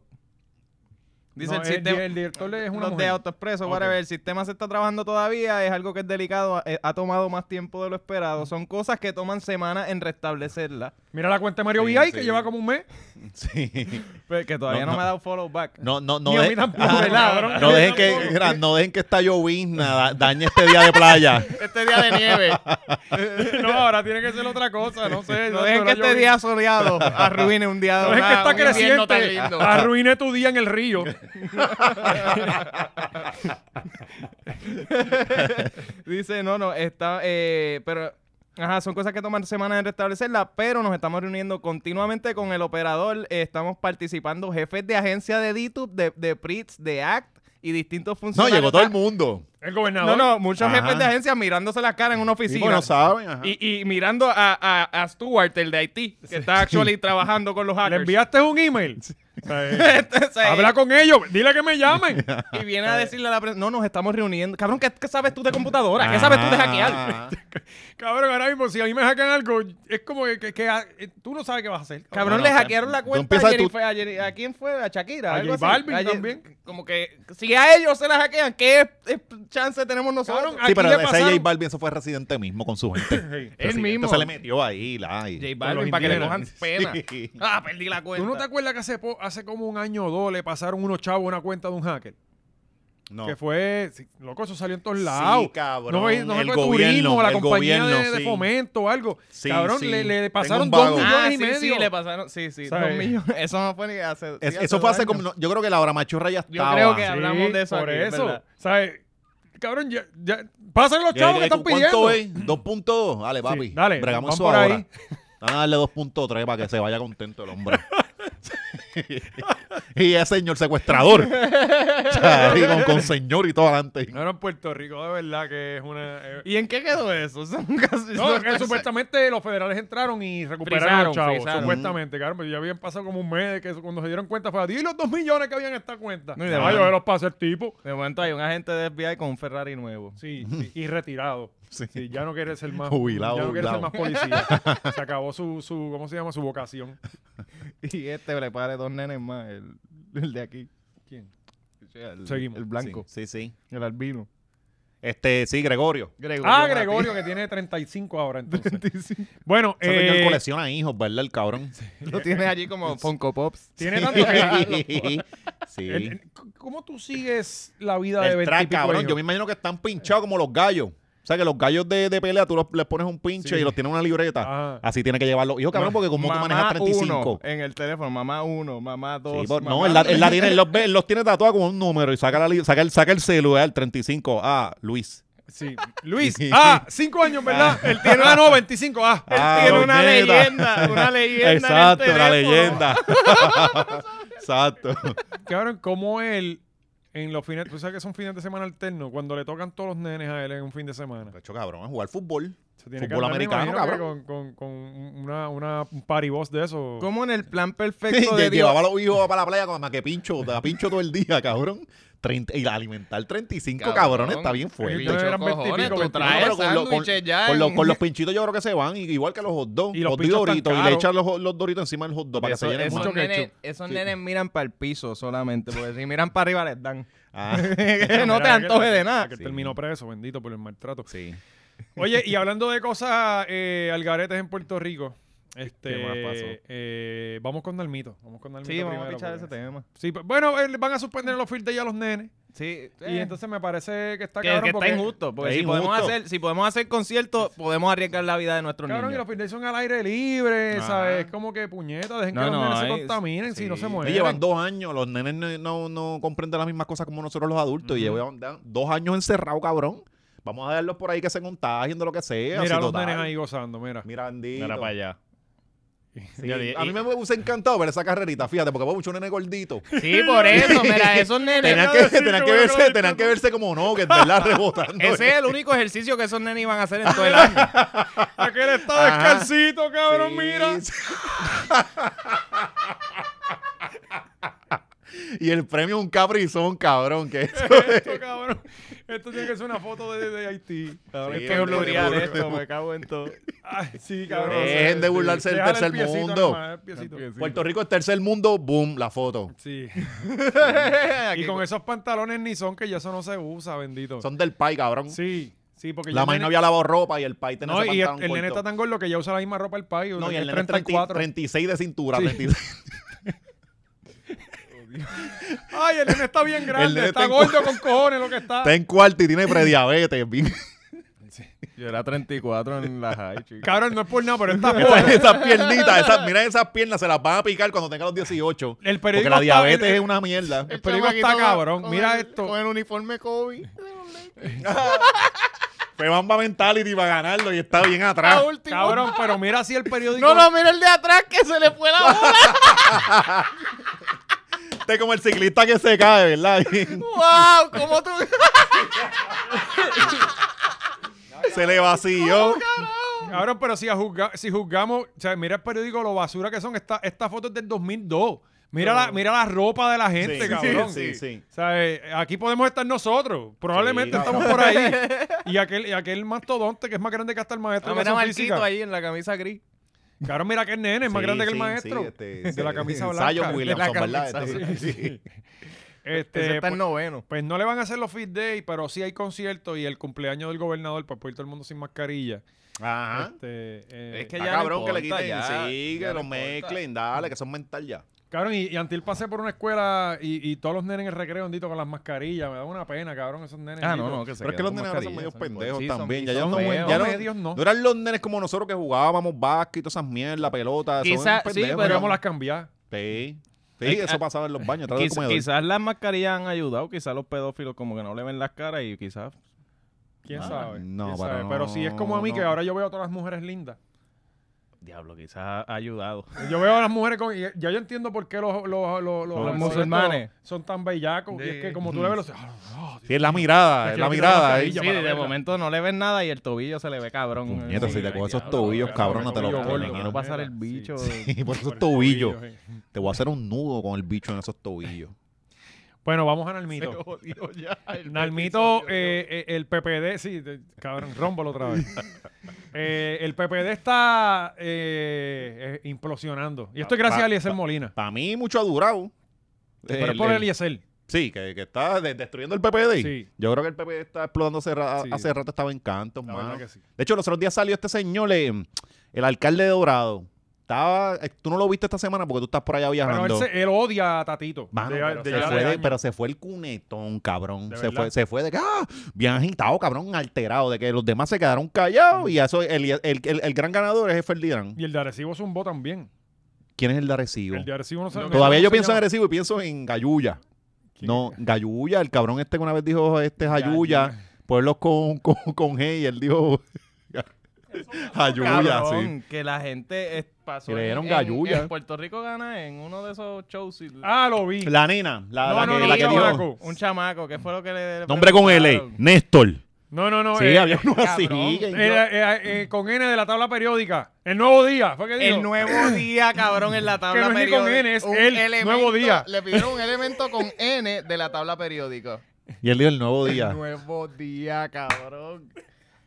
Speaker 3: Dice
Speaker 2: No,
Speaker 3: el
Speaker 2: el,
Speaker 3: sistema.
Speaker 2: el director es una
Speaker 3: los de
Speaker 2: mujer.
Speaker 3: AutoExpreso,
Speaker 2: Ok.
Speaker 3: whatever, el sistema se está trabajando todavía, es algo que es delicado, eh, ha tomado más tiempo de lo esperado. Son cosas que toman semanas en restablecerla.
Speaker 2: Mira la cuenta de Mario
Speaker 4: Sí,
Speaker 2: VI que
Speaker 4: sí.
Speaker 2: lleva como un mes. pues,
Speaker 4: Sí.
Speaker 3: Pero que todavía
Speaker 4: No,
Speaker 3: no,
Speaker 4: no.
Speaker 3: me ha dado follow back.
Speaker 4: No, no, no.
Speaker 2: Ni a
Speaker 4: de-
Speaker 2: mí tampoco,
Speaker 4: Ajá.
Speaker 2: cabrón.
Speaker 4: No dejen que, mira, no dejen que esta llovizna da- dañe este día de playa.
Speaker 3: Este día de nieve.
Speaker 2: No, ahora tiene que ser otra cosa. No sé.
Speaker 3: No dejen que este día soleado arruine un día de
Speaker 2: No es que
Speaker 3: una-
Speaker 2: está
Speaker 3: un invierno tan
Speaker 2: creciente.
Speaker 3: lindo.
Speaker 2: Arruine tu día en el río.
Speaker 3: Dice, no, no, está, eh, pero, ajá, son cosas que toman semanas en restablecerla, pero nos estamos reuniendo continuamente con el operador, eh, estamos participando jefes de agencia de DTUB, de, de PRITS, de ACT y distintos
Speaker 4: No,
Speaker 3: funcionarios.
Speaker 4: llegó todo el mundo.
Speaker 2: El gobernador.
Speaker 3: No, no, muchos
Speaker 4: Ajá.
Speaker 3: jefes de agencia mirándose la cara en una
Speaker 4: Sí,
Speaker 3: oficina.
Speaker 4: bueno, saben. ajá.
Speaker 3: y, y mirando a, a, a Stuart, el de Haití, que está actually trabajando con los
Speaker 2: Le
Speaker 3: hackers. Este,
Speaker 2: enviaste un email. O sea, eh,
Speaker 3: Entonces,
Speaker 4: Este,
Speaker 2: Habla con ellos. Dile que me llamen.
Speaker 3: Y viene a decirle a la prensa, no, nos estamos reuniendo. Cabrón, ¿qué, qué sabes tú de computadora?
Speaker 2: Ah,
Speaker 3: ¿Qué sabes tú de hackear?
Speaker 4: Ajá.
Speaker 2: Cabrón, ahora mismo, si a mí me hackean algo, es como que, que- que, ah, eh, tú no sabes qué vas a hacer.
Speaker 3: Cabrón, le
Speaker 4: Bueno,
Speaker 3: hackearon la cuenta a,
Speaker 4: empiezas tú-
Speaker 3: Jennifer- a Jenny- ¿a quién fue? A Shakira.
Speaker 2: A
Speaker 3: algo
Speaker 2: J
Speaker 3: así.
Speaker 2: Balvin
Speaker 3: Ye-
Speaker 2: también.
Speaker 3: Como que si a ellos se la hackean, ¿qué eh, chance tenemos nosotros?
Speaker 2: Cabrón,
Speaker 4: Sí,
Speaker 2: aquí
Speaker 4: pero
Speaker 2: le
Speaker 4: de ese
Speaker 2: pasaron-
Speaker 4: J Balvin eso fue residente mismo con su gente.
Speaker 2: Hey,
Speaker 3: Él
Speaker 4: Residente
Speaker 3: mismo.
Speaker 4: Se le metió ahí, la. y-
Speaker 3: J
Speaker 2: Con los
Speaker 3: Balvin, para que le cojan
Speaker 2: indígenas.
Speaker 3: pena.
Speaker 4: Sí.
Speaker 3: Ah, perdí la cuenta.
Speaker 2: ¿Tú no te acuerdas que hace, po- hace como un año o dos le pasaron unos chavos una cuenta de un hacker?
Speaker 4: No.
Speaker 2: Que fue, sí, loco, eso salió en todos lados.
Speaker 4: cabrón,
Speaker 2: No, no sé,
Speaker 4: el
Speaker 2: fue
Speaker 4: gobierno,
Speaker 2: turismo, la
Speaker 4: el
Speaker 2: compañía de,
Speaker 4: gobierno,
Speaker 2: de
Speaker 4: sí.
Speaker 2: fomento o algo.
Speaker 4: Sí,
Speaker 2: cabrón,
Speaker 4: sí.
Speaker 2: le, le
Speaker 4: Tengo
Speaker 2: pasaron
Speaker 4: un
Speaker 2: dos
Speaker 4: vago.
Speaker 2: millones
Speaker 3: Ah,
Speaker 2: y
Speaker 3: sí,
Speaker 2: medio.
Speaker 3: sí, le pasaron. Sí, sí, dos
Speaker 2: ¿Sabes?
Speaker 3: millones. Eso no fue ni hace.
Speaker 4: Es-
Speaker 3: sí,
Speaker 4: eso fue
Speaker 3: dos
Speaker 4: hace
Speaker 3: años.
Speaker 4: como. no, yo creo que la hora machorra ya
Speaker 3: Yo
Speaker 4: estaba.
Speaker 3: creo que
Speaker 2: Sí,
Speaker 3: hablamos de eso
Speaker 2: Por
Speaker 3: aquí, es
Speaker 2: eso.
Speaker 3: verdad.
Speaker 2: ¿Sabes? Cabrón, ya, ya- pasen los
Speaker 4: Ya,
Speaker 2: chavos
Speaker 4: ya,
Speaker 2: que están
Speaker 4: Eh, ¿Cuánto
Speaker 2: pidiendo.
Speaker 4: es? 2.2. Dale, papi.
Speaker 2: dale,
Speaker 4: Bregamos
Speaker 2: van
Speaker 4: eso
Speaker 2: por
Speaker 4: ahora.
Speaker 2: ahí.
Speaker 4: Van a darle 2.3 para que se vaya contento el hombre. y es señor secuestrador. o sea, y con, con señor y todo adelante.
Speaker 2: No era en Puerto Rico, de verdad que es una. eh,
Speaker 3: ¿Y en qué quedó eso? Eso nunca se-
Speaker 2: No,
Speaker 3: nunca
Speaker 2: que
Speaker 3: se-
Speaker 2: supuestamente los federales entraron y recuperaron a los
Speaker 3: Frizaron,
Speaker 2: chavos.
Speaker 3: frizaron.
Speaker 2: Supuestamente, claro, pero ya habían pasado como un mes de que eso, cuando se dieron cuenta fue a y los dos millones que habían en esta cuenta.
Speaker 3: No, y de
Speaker 2: Ay,
Speaker 3: verdad.
Speaker 2: yo los pasé el tipo.
Speaker 3: De momento hay un agente de FBI con un Ferrari nuevo.
Speaker 2: Sí, sí, y retirado.
Speaker 4: Sí.
Speaker 2: Sí, ya no quiere ser más
Speaker 4: Jubilado,
Speaker 2: ya no quiere ser más
Speaker 4: jubilado.
Speaker 2: policía. Se acabó su, su ¿cómo se llama? Su vocación.
Speaker 3: Y este le pare dos nenes más, el, el de aquí. ¿Quién? El,
Speaker 2: Seguimos.
Speaker 3: El blanco,
Speaker 4: Sí, sí.
Speaker 3: el albino.
Speaker 4: Este, sí, Gregorio.
Speaker 3: Gregorio
Speaker 2: Ah,
Speaker 3: Mati.
Speaker 2: Gregorio que tiene 35 ahora entonces. Bueno,
Speaker 4: Ese señor
Speaker 2: eh,
Speaker 4: colecciona hijos, ¿verdad? El cabrón.
Speaker 3: Lo tiene allí como Funko Pops.
Speaker 2: tiene tanto que
Speaker 4: sí.
Speaker 2: el- el- ¿Cómo tú sigues la vida de
Speaker 4: El
Speaker 2: 20
Speaker 4: track,
Speaker 2: y pico
Speaker 4: cabrón.
Speaker 2: años?
Speaker 4: Yo me imagino que están pinchados como los gallos. O sea, que los gallos de, de pelea, tú los- les pones un pinche
Speaker 2: Sí.
Speaker 4: y los tienen en una libreta.
Speaker 2: Ajá.
Speaker 4: Así tiene que llevarlos. Hijo, cabrón, porque como tú
Speaker 3: Ah. Mamá
Speaker 4: manejas 35.
Speaker 3: uno en el teléfono, mamá 1, mamá 2.
Speaker 4: Sí, por- no, él, la- él la tiene, él los, ve- él los tiene tatuados como un número y saca, la li- saca, el, saca el celular, el 35. Ah, Luis.
Speaker 2: Sí. Luis, ah, 5 años, ¿verdad? Él tiene ah, no, 25, ah.
Speaker 4: Ah,
Speaker 3: tiene una
Speaker 4: corneta.
Speaker 3: leyenda, una leyenda. en el
Speaker 4: Exacto, la
Speaker 3: teléfono.
Speaker 4: leyenda. Exacto.
Speaker 2: Cabrón, como él en los fines, tú sabes que son fines de semana alternos, cuando le tocan todos los nenes a él en un fin de semana.
Speaker 4: Hecho, cabrón, a jugar fútbol.
Speaker 2: Se tiene que
Speaker 4: Fútbol
Speaker 2: andar, me
Speaker 4: americano,
Speaker 2: imagino que
Speaker 4: cabrón.
Speaker 2: Con, con, con una, una un party boss de eso.
Speaker 3: Como en el plan
Speaker 4: Sí,
Speaker 3: perfecto
Speaker 4: lle-
Speaker 3: de Dios.
Speaker 4: llevaba a los hijos para la playa con más que pincho, da pincho todo el día, cabrón. 30 y alimentar 35
Speaker 3: Cabrón.
Speaker 4: cabrones está bien fuerte.
Speaker 2: Ellos eran
Speaker 3: Cojones,
Speaker 2: 20 y pico,
Speaker 3: tú
Speaker 2: 21.
Speaker 3: traes
Speaker 4: No, pero con, lo- con-
Speaker 3: sándwiches ya
Speaker 4: con lo-
Speaker 3: en-
Speaker 4: con los pinchitos yo creo que se van, y- igual que los hot dogs.
Speaker 2: Y los
Speaker 4: Los
Speaker 2: pinchos están
Speaker 4: doritos, y le
Speaker 2: caros.
Speaker 4: echan los, los doritos encima del hot dog para que se
Speaker 3: Eso-
Speaker 4: llenen
Speaker 3: esos
Speaker 4: más.
Speaker 2: mucho
Speaker 3: nenes,
Speaker 2: ketchup.
Speaker 3: esos nenes miran para el piso solamente, porque si miran para arriba les dan.
Speaker 4: Ah,
Speaker 3: no te
Speaker 2: Mira,
Speaker 3: antojes
Speaker 2: aquel-
Speaker 3: de nada.
Speaker 2: aquel
Speaker 4: Sí.
Speaker 2: terminó preso, bendito por el maltrato.
Speaker 4: sí.
Speaker 2: Oye, y hablando de cosas eh, algaretes en Puerto Rico, este,
Speaker 3: ¿Qué más pasó?
Speaker 2: eh, vamos con Dalmito. Vamos con Dalmito.
Speaker 3: Sí, vamos a
Speaker 2: primero,
Speaker 3: pichar
Speaker 2: porque-
Speaker 3: ese tema.
Speaker 2: Sí, pues, bueno, eh, van a suspender los field days a los nenes.
Speaker 3: Sí,
Speaker 2: Y
Speaker 3: eh,
Speaker 2: entonces me parece que está
Speaker 3: que,
Speaker 2: cabrón
Speaker 3: que
Speaker 2: porque-
Speaker 3: está injusto, porque
Speaker 4: Es
Speaker 3: si, Podemos
Speaker 4: injusto.
Speaker 3: hacer, si podemos hacer conciertos, podemos arriesgar la vida de nuestros
Speaker 2: Cabrón, y los
Speaker 3: niños.
Speaker 2: field days son al aire libre,
Speaker 3: Ajá.
Speaker 2: ¿sabes? Como que puñeta, dejen que
Speaker 3: No,
Speaker 2: los
Speaker 3: no,
Speaker 2: nenes se
Speaker 3: ahí-
Speaker 2: contaminen si no se
Speaker 3: sí.
Speaker 4: Y
Speaker 2: mueren.
Speaker 4: llevan dos años, los nenes no, no, no comprenden las mismas cosas como nosotros los adultos. Y llevan dan dos años encerrados, cabrón. Vamos a darlos por ahí que se contagien de lo que sea.
Speaker 2: Mira
Speaker 4: si
Speaker 2: a los
Speaker 4: total.
Speaker 2: nenes ahí gozando, mira.
Speaker 4: Mira, Andino.
Speaker 3: Mira para allá.
Speaker 4: Sí, a mí me hubiese encantado ver esa carrerita, fíjate, porque fue mucho nene gordito.
Speaker 3: Sí, por eso, mira, esos nenes.
Speaker 4: Tenían que,
Speaker 2: decir
Speaker 4: tenían
Speaker 2: que
Speaker 4: que
Speaker 2: voy a
Speaker 4: verse,
Speaker 2: comer
Speaker 4: tenían que verse como no, que es verdad rebotando.
Speaker 3: Ese es el único ejercicio que esos nenes iban a hacer en todo el año.
Speaker 2: Aquel está
Speaker 4: Ajá.
Speaker 2: descalcito, cabrón,
Speaker 4: Sí,
Speaker 2: mira.
Speaker 4: sí. y el premio un cabrizón, cabrón, que eso
Speaker 2: Esto, cabrón. Esto tiene que ser una foto de, de Haití. Cabrón,
Speaker 4: Sí,
Speaker 2: esto
Speaker 3: Qué
Speaker 2: es
Speaker 4: hombre,
Speaker 2: glorial.
Speaker 3: glorial
Speaker 4: seguro,
Speaker 3: esto, me cago en todo.
Speaker 2: Ay, sí, cabrón.
Speaker 4: Dejen de burlarse del
Speaker 2: Déjale el
Speaker 4: tercer
Speaker 2: piecito
Speaker 4: mundo.
Speaker 2: nomás, el piecito.
Speaker 4: Puerto Rico es tercer mundo, boom, la foto.
Speaker 2: Sí.
Speaker 3: Aquí
Speaker 2: Y con esos pantalones ni son que ya eso no se usa, bendito.
Speaker 4: Son del pai, cabrón.
Speaker 2: Sí, sí, porque ya
Speaker 4: la
Speaker 2: el
Speaker 4: maíz
Speaker 2: nene-
Speaker 4: no había lavado ropa y el pai tenía
Speaker 2: No,
Speaker 4: ese
Speaker 2: y el,
Speaker 4: pantalón
Speaker 2: el nene
Speaker 4: corto.
Speaker 2: está tan gordo que ya usa la misma ropa el país.
Speaker 4: No, y el nene es
Speaker 2: 34.
Speaker 4: 36 de cintura,
Speaker 2: Sí.
Speaker 4: 36.
Speaker 2: Ay, el nene está bien grande.
Speaker 4: El nene
Speaker 2: está
Speaker 4: está en
Speaker 2: gordo con cojones lo que está.
Speaker 4: Está en cuarto y tiene prediabetes. bien.
Speaker 3: Yo era 34 en la high, chico.
Speaker 2: Cabrón, no es por nada, pero está
Speaker 4: Esas,
Speaker 2: pobre.
Speaker 4: esas piernitas, esas, mira esas piernas, se las van a picar cuando tenga los 18.
Speaker 2: El
Speaker 4: Porque
Speaker 2: periódico
Speaker 4: la
Speaker 2: está-
Speaker 4: diabetes
Speaker 2: el-
Speaker 4: es una mierda.
Speaker 2: el periódico está cabrón. Mira esto.
Speaker 3: el uniforme Kobe.
Speaker 4: Pebamba Mentality va a ganarlo y está bien atrás.
Speaker 2: Cabrón, pero mira si el periódico.
Speaker 3: mira el de atrás que se le fue la bola.
Speaker 4: Este es como el ciclista que se cae, ¿verdad? Y
Speaker 3: ¡Wow! ¿Cómo tú?
Speaker 4: se le vació.
Speaker 2: Cabrón, pero si, a juzga- si juzgamos, o sea, mira el periódico lo basura que son. Esta, esta foto es del 2002. Mira, la, mira la ropa de la gente,
Speaker 4: Sí,
Speaker 2: cabrón.
Speaker 4: sí, sí.
Speaker 2: O sea, eh, aquí podemos estar nosotros. Probablemente
Speaker 4: Sí,
Speaker 2: estamos por ahí. Y aquel, y aquel mastodonte que es más grande que hasta el maestro. de
Speaker 3: Ah, mira
Speaker 2: educación
Speaker 3: Marquito
Speaker 2: física.
Speaker 3: ahí en la camisa gris.
Speaker 2: Cabrón, mira que el nene es más grande que el maestro. el de la camisa blanca.
Speaker 4: este, Zion Williamson,
Speaker 3: De la
Speaker 4: ¿verdad?
Speaker 3: camisa
Speaker 4: Este, sí.
Speaker 2: Este,
Speaker 3: Ese está en
Speaker 2: pues-
Speaker 3: noveno.
Speaker 2: Pues no le van a hacer los fit day, pero sí hay conciertos y el cumpleaños del gobernador para poder todo el mundo sin mascarilla.
Speaker 4: Ajá.
Speaker 2: Este, eh,
Speaker 3: Ah. Es que
Speaker 4: Está
Speaker 3: ya no
Speaker 4: cabrón que le
Speaker 3: importa,
Speaker 4: quiten.
Speaker 3: ya,
Speaker 4: sí,
Speaker 3: ya
Speaker 4: que
Speaker 3: no
Speaker 4: lo
Speaker 3: importa.
Speaker 4: mezclen. Dale, que son mental ya.
Speaker 2: Cabrón, y, y Antil pasé por una escuela y, y todos los nenes en el recreo, andito, con las mascarillas. Me da una pena, cabrón, esos nenes.
Speaker 3: Ah,
Speaker 2: bendito.
Speaker 3: no, no, que se
Speaker 4: Pero es que los
Speaker 3: quedan con
Speaker 4: nenes ahora son
Speaker 3: mascarilla,
Speaker 4: medios
Speaker 3: son-
Speaker 4: pendejos
Speaker 3: sí, son-
Speaker 4: también. Ya
Speaker 3: son
Speaker 4: ya no,
Speaker 3: feos.
Speaker 4: ya
Speaker 2: No,
Speaker 4: no-
Speaker 2: medios no.
Speaker 4: no eran los nenes como nosotros que jugábamos básquet y todas esas mierdas, pelota. son
Speaker 3: Quizá- sí,
Speaker 4: pendejos,
Speaker 3: pero-
Speaker 4: ya.
Speaker 2: Vamos a las cambiar.
Speaker 4: Sí.
Speaker 3: Es
Speaker 4: Sí,
Speaker 3: que-
Speaker 4: eso pasaba en los baños, atrás del
Speaker 3: Quiz-
Speaker 4: comedor.
Speaker 3: quizás las mascarillas han ayudado, quizás los pedófilos como que no le ven las caras y quizás...
Speaker 2: ¿Quién
Speaker 4: Ah,
Speaker 2: sabe?
Speaker 4: no,
Speaker 2: ¿Quién
Speaker 4: pero
Speaker 2: sabe?
Speaker 4: no,
Speaker 2: pero si es como a mí, que
Speaker 4: no.
Speaker 2: ahora yo veo a todas las mujeres lindas.
Speaker 3: Diablo, quizás ha ayudado.
Speaker 2: Yo veo a las mujeres con. y Ya yo entiendo por qué los, los, los, los-
Speaker 3: Los musulmanes.
Speaker 2: son tan bellacos. Y es que como tú le ves, los- ah, ah, Dios.
Speaker 4: Sí, es la mirada,
Speaker 2: Me
Speaker 4: es la
Speaker 2: quiero quitar la
Speaker 4: mirada.
Speaker 2: mascarilla.
Speaker 4: ¿eh?
Speaker 3: Sí,
Speaker 2: para
Speaker 3: de
Speaker 2: verla.
Speaker 3: momento no le ves nada y el tobillo se le ve cabrón.
Speaker 4: Puñeta,
Speaker 3: Sí,
Speaker 4: si te cojo esos
Speaker 3: diablo,
Speaker 4: tobillos,
Speaker 3: cabrón,
Speaker 4: cabrón, no te
Speaker 3: tobillo
Speaker 4: los
Speaker 3: gordo,
Speaker 4: ponen,
Speaker 3: Quiero
Speaker 4: ¿no?
Speaker 3: pasar el
Speaker 2: Sí.
Speaker 3: bicho.
Speaker 4: Y por esos
Speaker 2: el
Speaker 4: tobillos.
Speaker 2: tobillo, sí.
Speaker 4: Te voy a hacer un nudo con el bicho en esos tobillos.
Speaker 2: Bueno, vamos a Nalmito. Nalmito, eh, eh, el PPD, sí, de- cabrón, rómbalo otra vez. Eh, el PPD está eh, eh, implosionando. Y esto es gracias
Speaker 4: Pa-
Speaker 2: a Eliezer
Speaker 4: pa-
Speaker 2: Molina.
Speaker 4: Para mí mucho ha durado. Eh,
Speaker 2: Pero es por Eliezer.
Speaker 4: Sí, que, que está de- destruyendo el PPD.
Speaker 2: Sí.
Speaker 4: Yo creo que el PPD está explotando hace, ra-
Speaker 2: Sí.
Speaker 4: hace rato, estaba en cantos,
Speaker 2: La
Speaker 4: mano.
Speaker 2: verdad que sí.
Speaker 4: De hecho, los otros días salió este señor, eh, el alcalde de Dorado. Estaba, eh, tú no lo viste esta semana porque tú estás por allá
Speaker 2: Pero
Speaker 4: viajando.
Speaker 2: él, se- él odia a Tatito.
Speaker 4: Mano,
Speaker 2: De-
Speaker 4: pero,
Speaker 2: de-
Speaker 4: se
Speaker 2: ya
Speaker 4: fue
Speaker 2: de
Speaker 4: de-
Speaker 2: años.
Speaker 4: pero se fue el cunetón, cabrón.
Speaker 2: ¿De
Speaker 4: Se
Speaker 2: verdad?
Speaker 4: fue, se fue de que, ah, bien agitado, cabrón, alterado, de que los demás se quedaron
Speaker 2: Mm.
Speaker 4: callados y eso, el, el, el- el gran ganador es Ferdinand.
Speaker 2: Y el de Arecibo zumbó también.
Speaker 4: ¿Quién es el de Arecibo?
Speaker 2: El de Arecibo no se
Speaker 4: Todavía yo pienso en
Speaker 2: Arecibo.
Speaker 4: agresivo y pienso en Gayuya.
Speaker 2: ¿Quién?
Speaker 4: No, Gayuya, el cabrón este que una vez dijo este Jayuya, pueblos con, con, con G y él dijo Jayuya, sí.
Speaker 3: Cabrón, que la gente es- pasó.
Speaker 4: Que le
Speaker 3: en-
Speaker 4: dieron
Speaker 3: en-
Speaker 4: gallulla.
Speaker 3: en Puerto Rico gana en uno de esos shows. y-
Speaker 2: Ah, lo vi.
Speaker 4: La nena, la,
Speaker 2: No,
Speaker 4: la
Speaker 2: no,
Speaker 4: que,
Speaker 2: no,
Speaker 4: la que
Speaker 2: no,
Speaker 4: dio-
Speaker 2: chamaco.
Speaker 3: Un chamaco, ¿qué fue lo que le. le
Speaker 4: Nombre con L,
Speaker 3: preguntaron?
Speaker 4: Néstor.
Speaker 2: No, no, no.
Speaker 4: sí,
Speaker 2: eh,
Speaker 4: había uno así.
Speaker 3: cabrón.
Speaker 4: que yo-
Speaker 2: era- era, eh, con N de la tabla periódica. El nuevo día. Fue que dijo.
Speaker 3: El nuevo día, cabrón, en la tabla
Speaker 2: Que no es ni
Speaker 3: periódica.
Speaker 2: con N, es el nuevo día.
Speaker 3: Le pidieron un elemento con N de la tabla periódica.
Speaker 4: Y él dijo el nuevo día.
Speaker 3: Nuevo día, cabrón.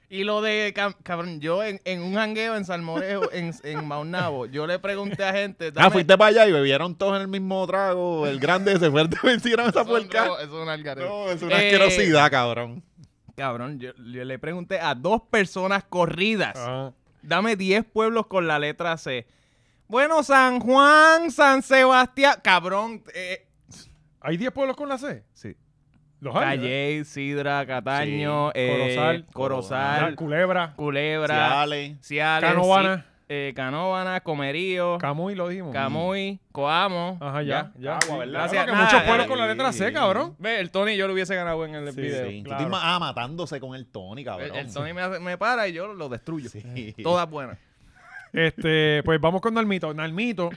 Speaker 3: Y lo de, cam- cabrón, yo en, en un jangueo en Salmorejo, en, en Maunabo, yo le pregunté a gente.
Speaker 4: Ah,
Speaker 3: dame-
Speaker 4: fuiste para allá y bebieron todos en el mismo trago. El grande se fue a vencieron
Speaker 3: Eso
Speaker 4: esa
Speaker 3: es un
Speaker 4: puerca.
Speaker 3: robo, eso es un algarete.
Speaker 4: No, es una
Speaker 3: Eh,
Speaker 4: asquerosidad, cabrón.
Speaker 3: Cabrón, yo, yo le pregunté a dos personas corridas.
Speaker 2: Ah.
Speaker 3: Dame 10 pueblos con la letra C. Bueno, San Juan, San Sebastián. Cabrón, eh,
Speaker 2: ¿Hay 10 pueblos con la C?
Speaker 3: Sí.
Speaker 2: Los hay. ¿eh?
Speaker 3: Calle, Sidra, Cataño,
Speaker 4: Sí.
Speaker 3: eh,
Speaker 2: Corozal.
Speaker 3: Corozal,
Speaker 2: Ah, Culebra,
Speaker 3: Culebra,
Speaker 4: Dale.
Speaker 3: Ciales,
Speaker 2: Canovana,
Speaker 3: Si- eh, Canóvana, Comerío,
Speaker 2: Camuy, lo dijimos.
Speaker 3: Camuy, Coamo.
Speaker 2: Ajá, ya. ya, sí.
Speaker 3: Gracias.
Speaker 2: Claro, que
Speaker 3: Nada,
Speaker 2: muchos
Speaker 3: ya,
Speaker 2: pueblos
Speaker 3: ya.
Speaker 2: con la letra C,
Speaker 4: Sí.
Speaker 2: cabrón.
Speaker 3: Ve, el Tony yo lo hubiese ganado en el
Speaker 2: Sí,
Speaker 3: video.
Speaker 4: Sí, tú
Speaker 2: claro.
Speaker 4: te ima- ah, matándose con el Tony,
Speaker 3: El,
Speaker 4: cabrón.
Speaker 3: el Tony me, hace- me para y yo lo destruyo.
Speaker 4: Sí.
Speaker 3: Todas buenas.
Speaker 2: Este, pues vamos con Nalmito. Nalmito,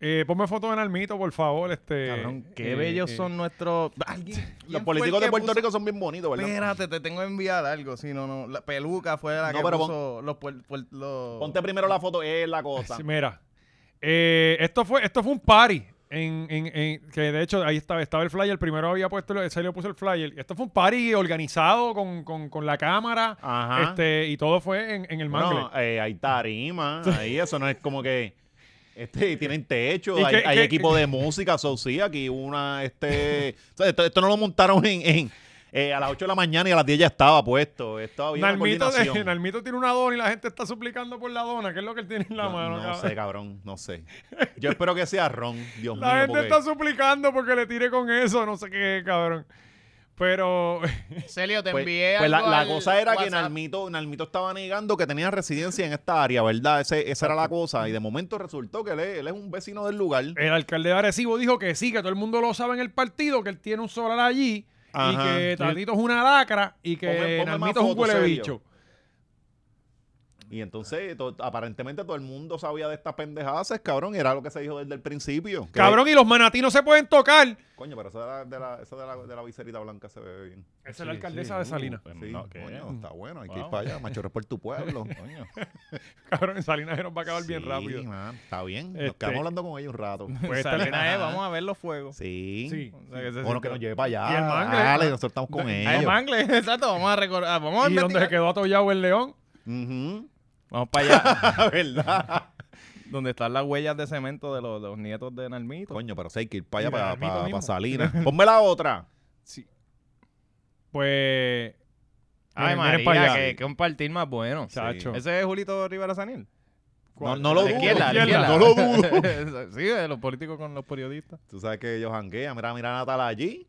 Speaker 2: eh, ponme foto de Nalmito, por favor. Este,
Speaker 3: Cabrón, qué
Speaker 2: eh,
Speaker 3: bellos
Speaker 2: eh,
Speaker 3: son nuestros... Alguien-
Speaker 4: Los
Speaker 3: ¿quién fue el
Speaker 4: políticos de
Speaker 3: que
Speaker 4: Puerto
Speaker 3: puso-
Speaker 4: Rico son bien bonitos, ¿verdad?
Speaker 3: Espérate, te tengo que enviar algo. Si no, no. La peluca fue la
Speaker 4: No,
Speaker 3: que
Speaker 4: pero pon-
Speaker 3: puso los, puer- puer- los-
Speaker 4: Ponte primero la foto, es la cosa.
Speaker 2: sí, mira, eh, esto, fue, esto fue un party. En, en- en- que de hecho ahí estaba, estaba el flyer, primero había puesto, el- salió puso el flyer. Esto fue un party organizado con, con- con la cámara
Speaker 4: Ajá.
Speaker 2: este, y todo fue en, en el mangle.
Speaker 4: No, eh, hay tarima, ahí eso no es como que este, tienen techo,
Speaker 2: ¿Y
Speaker 4: hay,
Speaker 2: qué-
Speaker 4: hay
Speaker 2: qué-
Speaker 4: equipo de música, so, sí, aquí una, este, o sea, esto, esto no lo montaron en, en, eh, a las 8 de la mañana y a las 10 ya estaba puesto, esto había una
Speaker 2: Nalmito, de-
Speaker 4: coordinación.
Speaker 2: Nalmito tiene una dona y la gente está suplicando por la dona. ¿Qué es lo que él tiene en la
Speaker 4: Yo
Speaker 2: mano?
Speaker 4: no
Speaker 2: cabrón?
Speaker 4: sé, cabrón, no sé. Yo espero que sea ron, Dios
Speaker 2: la
Speaker 4: mío,
Speaker 2: gente
Speaker 4: porque
Speaker 2: está suplicando porque le tire con eso. No sé qué, cabrón. Pero
Speaker 3: Celio, te
Speaker 4: pues,
Speaker 3: envié
Speaker 4: pues la,
Speaker 3: algo
Speaker 4: la
Speaker 3: al
Speaker 4: cosa era que
Speaker 3: WhatsApp.
Speaker 4: Nalmito, Nalmito estaba negando que tenía residencia en esta área, ¿verdad? Ese- esa era la cosa. Y de momento resultó que él es, él es un vecino del lugar.
Speaker 2: el alcalde de Arecibo dijo que sí, que todo el mundo lo sabe en el partido, que él tiene un solar allí
Speaker 4: Ajá.
Speaker 2: y que Tatito es una lacra y que
Speaker 4: Ponme- ponme más
Speaker 2: Nalmito es un
Speaker 4: fotos,
Speaker 2: huele
Speaker 4: serio.
Speaker 2: bicho.
Speaker 4: Y entonces, to- aparentemente todo el mundo sabía de estas pendejadas, cabrón, y era lo que se dijo desde el principio. Que-
Speaker 2: Cabrón, y los manatí no se pueden tocar.
Speaker 4: Coño, pero esa de la, de la- esa de la- de la viserita blanca se ve bien.
Speaker 2: Esa es la alcaldesa de Salinas.
Speaker 4: Sí,
Speaker 3: no, ¿qué?
Speaker 4: coño, está bueno, hay que ir
Speaker 3: Wow.
Speaker 4: para allá, machorros por tu pueblo. coño.
Speaker 2: Cabrón, en Salinas se nos va a acabar bien
Speaker 4: Sí,
Speaker 2: rápido.
Speaker 4: man, está bien, nos
Speaker 2: Este-
Speaker 4: quedamos hablando con ellos un rato.
Speaker 2: Pues esta-
Speaker 3: Salinas, eh, vamos a ver los fuegos.
Speaker 4: Sí.
Speaker 2: Sí.
Speaker 3: O sea, que se
Speaker 4: Bueno, que
Speaker 3: sintió-
Speaker 4: nos lleve para allá.
Speaker 2: Y el mangle.
Speaker 4: Dale, nosotros estamos con
Speaker 3: Ah, el
Speaker 4: ellos.
Speaker 3: mangle, exacto, vamos a recordar, vamos a
Speaker 2: Y donde
Speaker 3: investigar.
Speaker 2: se quedó atollado el león.
Speaker 4: Ujú.
Speaker 3: Vamos para allá,
Speaker 4: La verdad.
Speaker 3: donde están las huellas de cemento de los, de los nietos de Nalmito.
Speaker 4: Coño, pero sí, hay que ir para allá,
Speaker 2: Mira,
Speaker 4: para,
Speaker 2: Armito
Speaker 4: para,
Speaker 2: mismo.
Speaker 4: para Salinas. Ponme la otra.
Speaker 2: Pues.
Speaker 3: Ay,
Speaker 2: miren, miren
Speaker 3: María,
Speaker 2: para allá.
Speaker 3: que, que un partir más bueno.
Speaker 2: Chacho.
Speaker 3: Ese es Julito Rivera Sanil.
Speaker 4: No,
Speaker 2: ¿Cuál?
Speaker 4: no lo
Speaker 2: La
Speaker 4: dudo.
Speaker 2: izquierda, la izquierda.
Speaker 4: No lo dudo.
Speaker 3: sí, de los políticos con los periodistas.
Speaker 4: Tú sabes que ellos janguean. Mira, mira a Natal allí.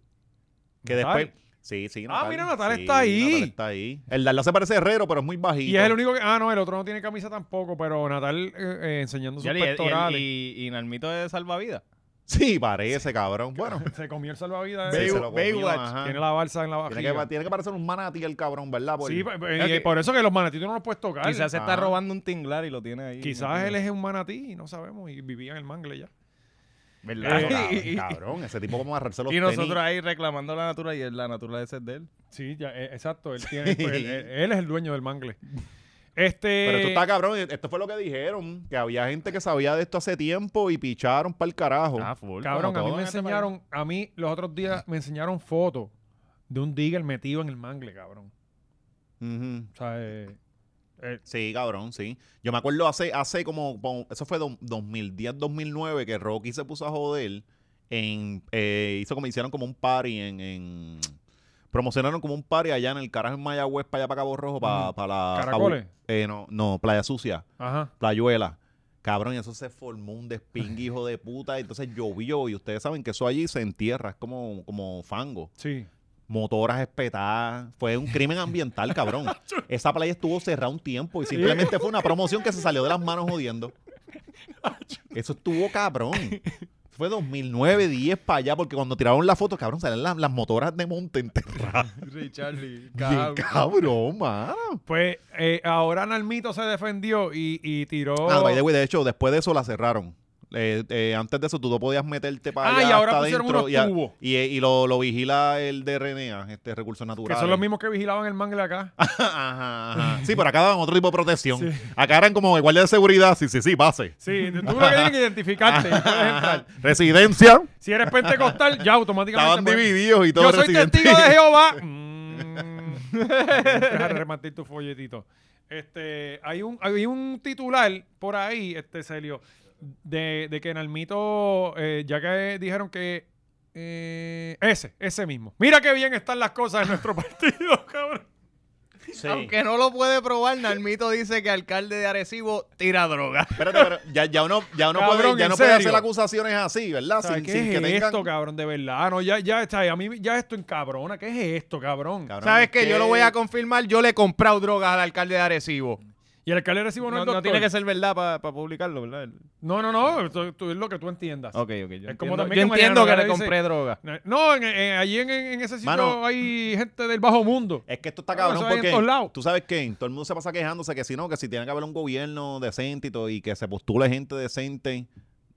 Speaker 4: Que
Speaker 2: ¿Natal? Ah,
Speaker 4: después. Sí, sí, Natal.
Speaker 2: mira, Natal
Speaker 4: Sí,
Speaker 2: está ahí.
Speaker 4: Natal está ahí. El Darla se parece a Herrero, pero es muy bajito.
Speaker 2: Y es el único que. Ah, no, el otro no tiene camisa tampoco, pero Natal eh, eh, enseñando sus
Speaker 3: Y, y,
Speaker 2: pectorales.
Speaker 3: y, y Nalmito es salvavidas.
Speaker 4: Sí, parece, cabrón. Bueno,
Speaker 2: Se comió el salvavidas.
Speaker 4: sí,
Speaker 2: eh.
Speaker 4: se lo comió,
Speaker 3: Baywatch,
Speaker 4: ajá.
Speaker 2: Tiene la balsa en la
Speaker 4: Tiene que,
Speaker 2: vajilla.
Speaker 4: tiene que parecer un manatí el cabrón, ¿verdad? Por-
Speaker 2: Sí, pa- eh,
Speaker 3: Es
Speaker 2: y
Speaker 3: que-
Speaker 2: por eso que los manatí tú no los puedes tocar.
Speaker 3: Quizás se
Speaker 4: Ah.
Speaker 3: está robando un tinglar y lo tiene ahí.
Speaker 2: Quizás él es un manatí y no sabemos. Y vivía en el mangle ya.
Speaker 4: Claro,
Speaker 3: ¿Verdad?
Speaker 4: cabrón,
Speaker 3: Y- y-
Speaker 4: cabrón, ese tipo vamos a arrancarse los
Speaker 3: y
Speaker 4: tenis.
Speaker 3: nosotros ahí reclamando la naturaleza y la naturaleza es de él.
Speaker 2: Sí, ya, eh, exacto. Él, tiene, pues, él, él- él es el dueño del mangle. Este.
Speaker 4: Pero esto está cabrón, esto fue lo que dijeron, que había gente que sabía de esto hace tiempo y picharon para el carajo.
Speaker 2: Ah,
Speaker 3: full.
Speaker 2: Cabrón,
Speaker 4: como
Speaker 2: a mí
Speaker 4: todo
Speaker 2: me
Speaker 4: en este
Speaker 2: enseñaron, a mí los otros días me enseñaron fotos de un digger metido en el mangle, cabrón.
Speaker 4: Ujú.
Speaker 2: O sea, eh, eh,
Speaker 4: Sí, cabrón, sí. Yo me acuerdo hace, hace como, como- eso fue do- 2010, 2009, que Rocky se puso a joder. En, eh, hizo como hicieron como un party en, en- promocionaron como un party allá en el carajo en Mayagüez para allá para Cabo Rojo para
Speaker 2: Ujú.
Speaker 4: la pa'
Speaker 2: ¿Caracoles?
Speaker 4: Bu- eh, no no Playa Sucia
Speaker 2: ajá.
Speaker 4: Playuela cabrón y eso se formó un despingue hijo de puta y entonces llovió y ustedes saben que eso allí se entierra es como como fango
Speaker 2: Sí.
Speaker 4: motoras espetadas. Fue un crimen ambiental, cabrón. Esa playa estuvo cerrada un tiempo y simplemente fue una promoción que se salió de las manos jodiendo. Eso estuvo cabrón. Fue 2009, 10 para allá, porque cuando tiraron la foto, cabrón, salen las, las motoras de monte enterradas.
Speaker 3: Richard Lee,
Speaker 4: Bien cabrón, mano.
Speaker 2: Pues eh, ahora Nalmito se defendió y, y tiró.
Speaker 4: Ah, by the way, de hecho, después de eso la cerraron. Eh, eh, antes de eso tú no podías meterte para
Speaker 2: Ah,
Speaker 4: allá
Speaker 2: y ahora
Speaker 4: hasta
Speaker 2: pusieron
Speaker 4: adentro
Speaker 2: unos
Speaker 4: y a-
Speaker 2: tubos.
Speaker 4: y, eh, y lo, lo vigila el DRNA, este recursos
Speaker 2: que
Speaker 4: naturales.
Speaker 2: son los mismos que vigilaban el mangle acá.
Speaker 4: Ajá, ajá. Sí, pero acá daban otro tipo de protección. Acá eran como el guardia de seguridad. Sí, sí, sí, pase.
Speaker 2: Sí, tú lo que tienes que identificarte.
Speaker 4: Ah.
Speaker 2: no puedes entrar.
Speaker 4: Residencia.
Speaker 2: Si eres pentecostal, ya automáticamente.
Speaker 4: Estaban
Speaker 2: puedes-
Speaker 4: divididos y todo
Speaker 2: pues, Yo soy
Speaker 4: residente.
Speaker 2: testigo de Jehová. Mm. Deja de rematir tu folletito. Este, hay un, hay un titular por ahí, este Celio, de, de que Nalmito, eh, ya que dijeron que eh, ese, ese mismo. Mira qué bien están las cosas en nuestro partido, cabrón.
Speaker 4: Sí.
Speaker 3: Aunque no lo puede probar, Narmito dice que alcalde de Arecibo tira droga.
Speaker 4: Espérate, pero ya, ya uno, ya uno
Speaker 2: Cabrón,
Speaker 4: puede, ya
Speaker 2: ¿en
Speaker 4: no puede
Speaker 2: serio?
Speaker 4: hacer acusaciones así, ¿verdad?
Speaker 2: ¿Sabes
Speaker 4: Sin,
Speaker 2: qué
Speaker 4: sin
Speaker 2: es
Speaker 4: que tengan.
Speaker 2: esto, cabrón? De verdad, Ah, no, ya, ya está, a mí ya esto encabrona. ¿Qué es esto, cabrón?
Speaker 4: Cabrón,
Speaker 3: ¿Sabes
Speaker 4: es
Speaker 3: qué? Yo lo voy a confirmar. Yo le he comprado drogas al alcalde de Arecibo.
Speaker 2: Y el alcalde recibe
Speaker 3: No,
Speaker 2: no, es
Speaker 3: no
Speaker 2: doctor.
Speaker 3: tiene que ser verdad para publicarlo, ¿verdad?
Speaker 2: No, no, no, esto- tú- es lo que tú entiendas.
Speaker 3: Ok, ok. Yo
Speaker 2: Es como también
Speaker 3: entiendo, yo
Speaker 2: que Mariano
Speaker 3: entiendo que
Speaker 2: Rivera
Speaker 3: le
Speaker 2: dice-
Speaker 3: compré droga.
Speaker 2: No, en, en- allí en, en ese sitio
Speaker 4: Mano.
Speaker 2: hay gente del bajo mundo.
Speaker 4: Es que esto está
Speaker 2: Cabrón, eso
Speaker 4: cabrón
Speaker 2: hay en todos
Speaker 4: porque
Speaker 2: lados.
Speaker 4: tú sabes que todo el mundo se pasa quejándose que si no, que si tiene que haber un gobierno decente y todo y que se postule gente decente,